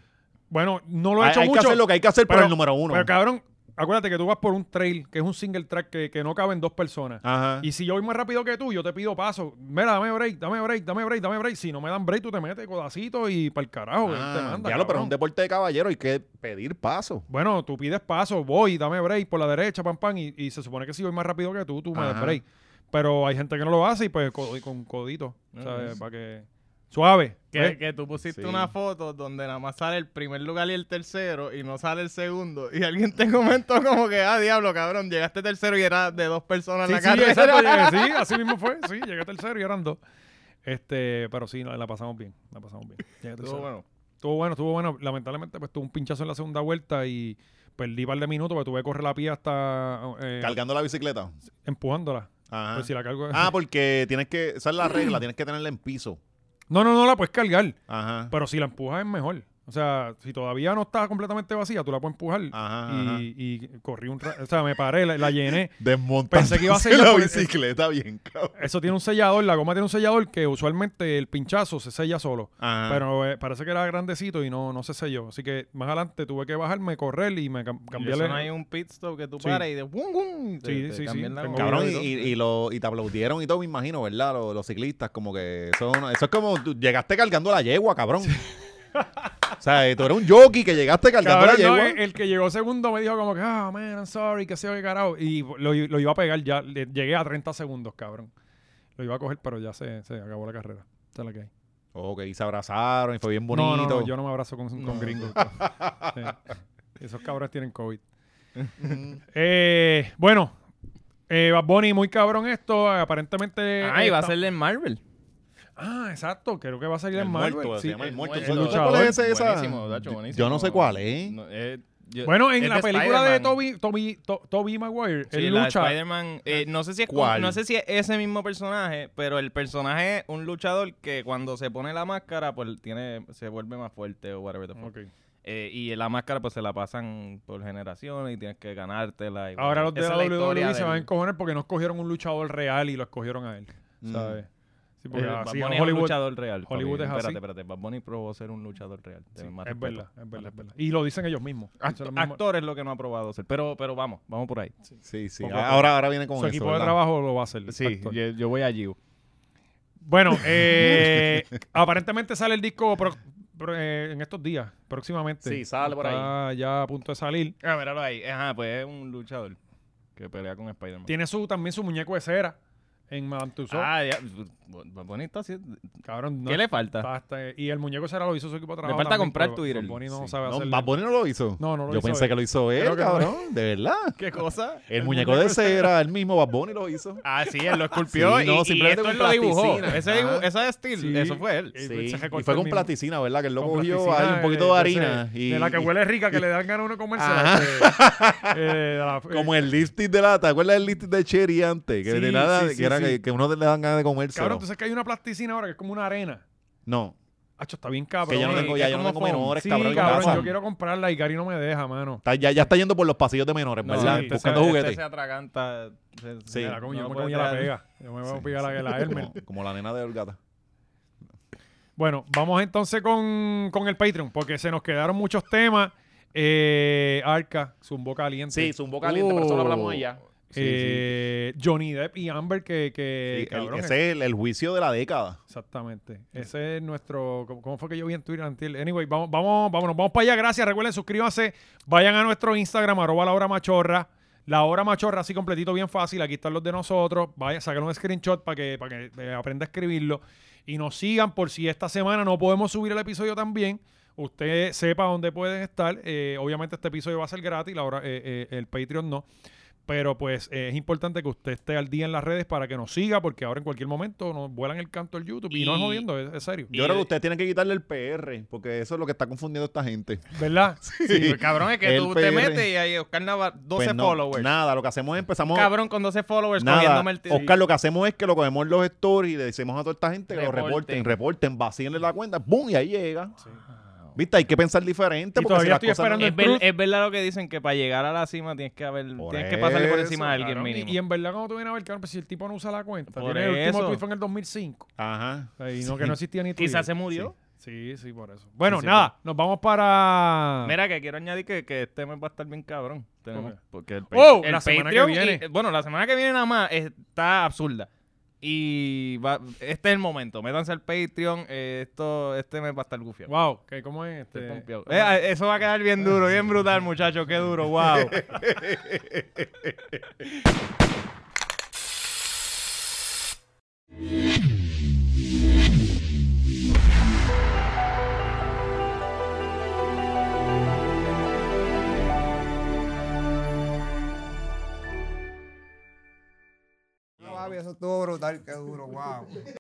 Speaker 2: Bueno, no lo he
Speaker 4: Hay-
Speaker 2: hecho
Speaker 4: hay que
Speaker 2: mucho.
Speaker 4: hacer lo que hay que hacer por el número uno.
Speaker 2: Pero cabrón, acuérdate que tú vas por un trail, que es un single track que, que no caben dos personas.
Speaker 4: Ajá.
Speaker 2: Y si yo voy más rápido que tú, yo te pido paso. Mira, dame break, dame break, dame break, dame break. Si no me dan break, tú te metes codacito y para el carajo. él te
Speaker 4: Ah,
Speaker 2: manda,
Speaker 4: diablo, pero es
Speaker 2: cabrón.
Speaker 4: un deporte de caballero, hay que pedir paso.
Speaker 2: Bueno, tú pides paso, voy, dame break por la derecha, pam, pam. Y, y se supone que si voy más rápido que tú, tú me das
Speaker 4: Ajá.
Speaker 2: break. Pero hay gente que no lo hace y pues co- y con codito.
Speaker 3: Ah,
Speaker 2: ¿sabes?
Speaker 3: sí.
Speaker 2: Para que. Suave.
Speaker 3: Que,
Speaker 2: ¿ves?
Speaker 3: que tú pusiste
Speaker 4: Sí.
Speaker 3: una foto donde nada más sale el primer lugar y el tercero y no sale el segundo. Y alguien te comentó como que, ah, diablo, cabrón, llegaste tercero y era de dos personas
Speaker 2: Sí,
Speaker 3: la
Speaker 2: sí,
Speaker 3: carrera.
Speaker 2: exacto, llegué, sí, así mismo fue. Sí, llegué tercero y eran dos. Este, pero sí, la, la pasamos bien. La pasamos bien. Llegué
Speaker 3: Estuvo
Speaker 2: tercero.
Speaker 3: bueno.
Speaker 2: Estuvo bueno, estuvo bueno. Lamentablemente, pues tuve un pinchazo en la segunda vuelta y perdí un par de minutos, porque tuve que correr la pía hasta eh,
Speaker 4: Cargando la bicicleta.
Speaker 2: empujándola.
Speaker 4: Ajá.
Speaker 2: Pues si Pues la cargo.
Speaker 4: Ah, porque tienes que, esa es la regla, tienes que tenerla en piso.
Speaker 2: No, no, no la puedes cargar.
Speaker 4: Ajá.
Speaker 2: Pero si la empujas es mejor. O sea, si todavía no está completamente vacía, tú la puedes empujar.
Speaker 4: Ajá,
Speaker 2: y,
Speaker 4: Ah, ajá.
Speaker 2: y corrí un ra- O sea, me paré, la, la llené.
Speaker 4: Desmontando
Speaker 2: Pensé que iba a ser
Speaker 4: la
Speaker 2: yo por-
Speaker 4: bicicleta bien, cabrón.
Speaker 2: Eso tiene un sellador, la goma tiene un sellador que usualmente el pinchazo se sella solo.
Speaker 4: Ajá.
Speaker 2: Pero eh, parece que era grandecito y no, no se selló. Así que más adelante tuve que bajarme, correr y me cam- cambié
Speaker 3: Eso no
Speaker 2: la-
Speaker 3: hay un pit stop que tú
Speaker 2: Sí.
Speaker 3: paras y de ¡wum, wum! te-
Speaker 2: Sí,
Speaker 3: te
Speaker 2: sí, sí,
Speaker 3: cambian la
Speaker 2: tengo
Speaker 3: goma.
Speaker 4: Cabrón, y,
Speaker 2: Obvio,
Speaker 4: y, y lo- y te aplaudieron y todo, me imagino, ¿verdad? Los, los ciclistas, como que eso, es una- eso es como tú llegaste cargando la yegua, cabrón. o sea, eh, tú eres un jockey que llegaste cargando
Speaker 2: Cabrón,
Speaker 4: la
Speaker 2: no, eh,
Speaker 4: yegua.
Speaker 2: el, el que llegó segundo me dijo como que, ah, man, I'm sorry, que sé yo qué carajo. Y lo, lo iba a pegar ya, le- llegué a 30 segundos, cabrón. Lo iba a coger, pero ya se, se acabó la carrera. Esa es la que hay.
Speaker 4: Ok, y se abrazaron y fue bien bonito.
Speaker 2: No, no, no, yo no me abrazo con, con
Speaker 3: No.
Speaker 2: gringos. pues. Sí. Esos cabrones tienen COVID. Eh, bueno, eh, Bad Bunny, muy cabrón esto. Aparentemente.
Speaker 3: Ah, y va a
Speaker 2: está-
Speaker 3: ser en Marvel.
Speaker 2: Ah, exacto. Creo que va a salir
Speaker 4: El
Speaker 2: en Marvel.
Speaker 4: muerto, se
Speaker 2: sí.
Speaker 4: llama el muerto.
Speaker 2: el
Speaker 4: ¿Sabes
Speaker 2: luchador.
Speaker 4: cuál es ese- esa?
Speaker 3: Buenísimo, Dacho,
Speaker 4: Yo no sé
Speaker 3: buenísimo.
Speaker 4: cuál, ¿eh?
Speaker 3: No, eh, yo-
Speaker 2: Bueno, en
Speaker 3: es
Speaker 2: la
Speaker 3: de
Speaker 2: película de Toby,
Speaker 3: Spider-Man.
Speaker 2: Toby, To- Tobey Maguire,
Speaker 3: Sí,
Speaker 2: él
Speaker 3: la de
Speaker 2: lucha.
Speaker 3: Spider-Man. eh, no, sé si es con-
Speaker 4: ¿Cuál?
Speaker 3: no sé si es ese mismo personaje, pero el personaje es un luchador que cuando se pone la máscara, pues tiene, se vuelve más fuerte o whatever the fuck.
Speaker 2: Ok.
Speaker 3: Eh, y la máscara, pues se la pasan por generaciones y tienes que ganártela. y
Speaker 2: Ahora
Speaker 3: bueno,
Speaker 2: los de
Speaker 3: esa
Speaker 2: la
Speaker 3: es la
Speaker 2: WWE
Speaker 3: historia
Speaker 2: se van a
Speaker 3: del-
Speaker 2: encojonar porque no escogieron un luchador real y lo escogieron a él.
Speaker 4: Mm.
Speaker 2: ¿Sabes? Sí, porque
Speaker 3: Eh, Bad
Speaker 2: así en
Speaker 3: Bunny es un
Speaker 2: Hollywood.
Speaker 3: luchador real. papi.
Speaker 2: Hollywood es así.
Speaker 3: Espérate, espérate. Bad Bunny probó ser un luchador real.
Speaker 2: Sí,
Speaker 3: Ten más
Speaker 2: es
Speaker 3: respeto. Ah,
Speaker 2: verdad, es verdad, es verdad. Y lo dicen ellos mismos. Dicen los mismos-
Speaker 3: Actor es lo que no ha probado ser. Pero, pero vamos, vamos por ahí.
Speaker 4: Sí, sí.
Speaker 2: Poco a poco.
Speaker 4: Ahora, ahora viene con
Speaker 2: Su
Speaker 4: eso.
Speaker 2: equipo de
Speaker 4: ¿verdad?
Speaker 2: trabajo lo va a hacer.
Speaker 3: Sí,
Speaker 2: actor.
Speaker 3: yo, yo voy allí.
Speaker 2: Bueno, eh, aparentemente sale el disco pro- pro- eh, en estos días, próximamente.
Speaker 4: Sí, sale por ahí.
Speaker 2: Está ya a punto de salir.
Speaker 3: Ah, míralo ahí. Ajá, pues es un luchador que pelea con Spider-Man.
Speaker 2: Tiene su, también su muñeco de cera en Madame Tussauds.
Speaker 3: Ah, ya. Bad Bunny está haciendo-
Speaker 2: Cabrón, no.
Speaker 3: ¿Qué le falta?
Speaker 2: está hasta- y el muñeco de cera lo hizo su equipo de trabajo.
Speaker 3: falta
Speaker 2: también,
Speaker 3: comprar
Speaker 2: pero
Speaker 3: Twitter.
Speaker 2: Bad Bunny no
Speaker 3: Sí.
Speaker 2: sabe
Speaker 4: No,
Speaker 2: hacerlo.
Speaker 4: Bad Bunny no lo hizo.
Speaker 2: No, no lo
Speaker 4: yo
Speaker 2: hizo
Speaker 4: pensé
Speaker 2: él.
Speaker 4: que lo hizo él,
Speaker 2: Creo que no.
Speaker 4: cabrón. De verdad.
Speaker 3: ¿Qué cosa?
Speaker 4: El, muñeco de cera, el mismo Bad Bunny lo hizo.
Speaker 3: Ah, sí, él lo esculpió
Speaker 4: Sí,
Speaker 3: y,
Speaker 4: no,
Speaker 3: no,
Speaker 4: simplemente
Speaker 3: esto
Speaker 4: con
Speaker 3: él lo dibujó.
Speaker 4: plasticina.
Speaker 3: Ese dibu-
Speaker 4: Ajá.
Speaker 3: esa es Steel,
Speaker 2: Sí.
Speaker 3: eso fue él.
Speaker 2: Eh,
Speaker 4: Sí.
Speaker 2: se recortó
Speaker 4: Y fue
Speaker 2: el
Speaker 4: con
Speaker 2: mismo.
Speaker 4: platicina, ¿verdad? Que él lo
Speaker 2: Con
Speaker 4: cogió
Speaker 2: plasticina
Speaker 4: ahí un poquito de
Speaker 2: ese-
Speaker 4: harina. y,
Speaker 2: de la que
Speaker 4: y-
Speaker 2: huele rica, que le dan ganas a uno comerse. este, eh,
Speaker 4: Como el lipstick de lata, ¿te acuerdas del lipstick de Cherry antes? Que
Speaker 2: pues. Sí,
Speaker 4: de nada,
Speaker 2: sí,
Speaker 4: que
Speaker 2: sí,
Speaker 4: era
Speaker 2: sí.
Speaker 4: Que, que uno le dan ganas de comerse.
Speaker 2: Cabrón, tú sabes que hay una plasticina ahora que es como una arena.
Speaker 4: No,
Speaker 2: Hacho, está bien cabrón. eh,
Speaker 4: que yo no
Speaker 3: sí,
Speaker 4: tengo,
Speaker 3: que
Speaker 4: ya
Speaker 3: es
Speaker 4: yo no
Speaker 3: como
Speaker 4: tengo
Speaker 3: foam.
Speaker 4: menores,
Speaker 2: Sí,
Speaker 4: cabrón,
Speaker 2: cabrón,
Speaker 4: en casa.
Speaker 2: yo quiero comprarla y Gary no me deja, mano.
Speaker 4: Está- ya, ya está yendo por los pasillos de menores,
Speaker 2: No,
Speaker 4: ¿verdad?
Speaker 2: sí, este
Speaker 4: Buscando
Speaker 2: se-
Speaker 4: juguetes.
Speaker 3: se atraganta. se-
Speaker 4: Sí.
Speaker 3: se-
Speaker 2: Mira, coño,
Speaker 3: no
Speaker 2: yo me
Speaker 3: puede
Speaker 2: comí la
Speaker 3: tragar.
Speaker 2: pega. Yo me voy a
Speaker 4: Sí,
Speaker 2: pegar la, la Hermes.
Speaker 4: Como, como la nena de Olgata.
Speaker 2: Bueno, vamos entonces con, con el Patreon, porque se nos quedaron muchos temas. Eh, Arca, Zumbo Caliente.
Speaker 4: Sí, zumbó caliente, pero eso lo hablamos allá.
Speaker 3: Sí,
Speaker 2: Eh, Johnny Depp y Amber, que, que
Speaker 4: Sí, eh, el-
Speaker 2: cabrón,
Speaker 4: ese es el, el juicio de la década.
Speaker 2: Exactamente. Ese es nuestro. ¿cómo- ¿Cómo fue que yo vi en Twitter? antier? Anyway, vamos, vamos, vámonos, vamos para allá. Gracias. Recuerden, suscríbanse. Vayan a nuestro Instagram, arroba la hora machorra. La hora machorra, así completito, bien fácil. Aquí están los de nosotros. Vayan, saquen un screenshot para que, para que eh, aprenda a escribirlo. Y nos sigan por si esta semana no podemos subir el episodio también. Usted sepa dónde pueden estar. Eh, obviamente este episodio va a ser gratis, la hora- eh, eh, el Patreon no. Pero pues eh, es importante que usted esté al día en las redes para que nos siga, porque ahora en cualquier momento nos vuelan el canto el YouTube. Y, no es
Speaker 4: Y-
Speaker 2: jodiendo, es, es serio.
Speaker 4: Yo creo que ustedes tienen que quitarle el PR, porque eso es lo que está confundiendo a esta gente.
Speaker 2: ¿Verdad?
Speaker 3: Sí, pues, cabrón, es que
Speaker 4: El
Speaker 3: tú te
Speaker 4: PR.
Speaker 3: metes y ahí Oscar Navarro, 12
Speaker 4: Pues no,
Speaker 3: followers.
Speaker 4: Nada, lo que hacemos es empezamos.
Speaker 3: Cabrón, con 12
Speaker 2: pues,
Speaker 3: followers
Speaker 4: Nada.
Speaker 3: cogiéndome el tío.
Speaker 4: Oscar, lo que hacemos es que lo cogemos en los stories y le decimos a toda esta gente que lo
Speaker 3: Reporten.
Speaker 4: reporten, reporten, vacíenle la cuenta, ¡boom! Y ahí llega. Viste, hay que pensar diferente.
Speaker 2: Y
Speaker 4: porque si
Speaker 2: todavía
Speaker 4: las
Speaker 2: estoy
Speaker 4: cosas
Speaker 2: esperando
Speaker 4: no-
Speaker 3: Uh, Es,
Speaker 2: el
Speaker 3: ver-
Speaker 2: truth.
Speaker 3: es verdad lo que dicen que para llegar a la cima tienes que haber,
Speaker 4: Por
Speaker 3: tienes que pasarle por
Speaker 4: eso,
Speaker 3: encima de alguien
Speaker 2: Cabrón, y-
Speaker 3: mínimo.
Speaker 2: Y en verdad, cuando tú vienes a ver, cabrón, pues si el tipo no usa la cuenta,
Speaker 3: Por
Speaker 2: tiene el último
Speaker 3: eso.
Speaker 2: tweet fue en el 2005.
Speaker 4: Ajá.
Speaker 2: O sea, Y no, que no existía ni Twitter.
Speaker 3: Quizás se murió.
Speaker 2: Sí, sí, por eso. Bueno,
Speaker 3: Sí, sí,
Speaker 2: nada, nos vamos para.
Speaker 3: Mira que quiero añadir que, que este mes va a estar bien cabrón. Tenemos,
Speaker 2: Ok.
Speaker 3: Porque el,
Speaker 2: ¡Oh!
Speaker 3: el
Speaker 2: La semana que
Speaker 3: y-
Speaker 2: viene.
Speaker 3: bueno, la semana que viene nada más está absurda. Y va- este es el momento. Métanse al Patreon. eh, esto, este mes va a estar gufiado.
Speaker 2: Wow, que ¿cómo es
Speaker 3: Estoy
Speaker 2: este?
Speaker 3: pompeado. Eh, eso va a quedar bien duro, bien brutal, muchachos. Qué duro, wow.
Speaker 5: No, Javi, eso estuvo brutal, qué duro, wow.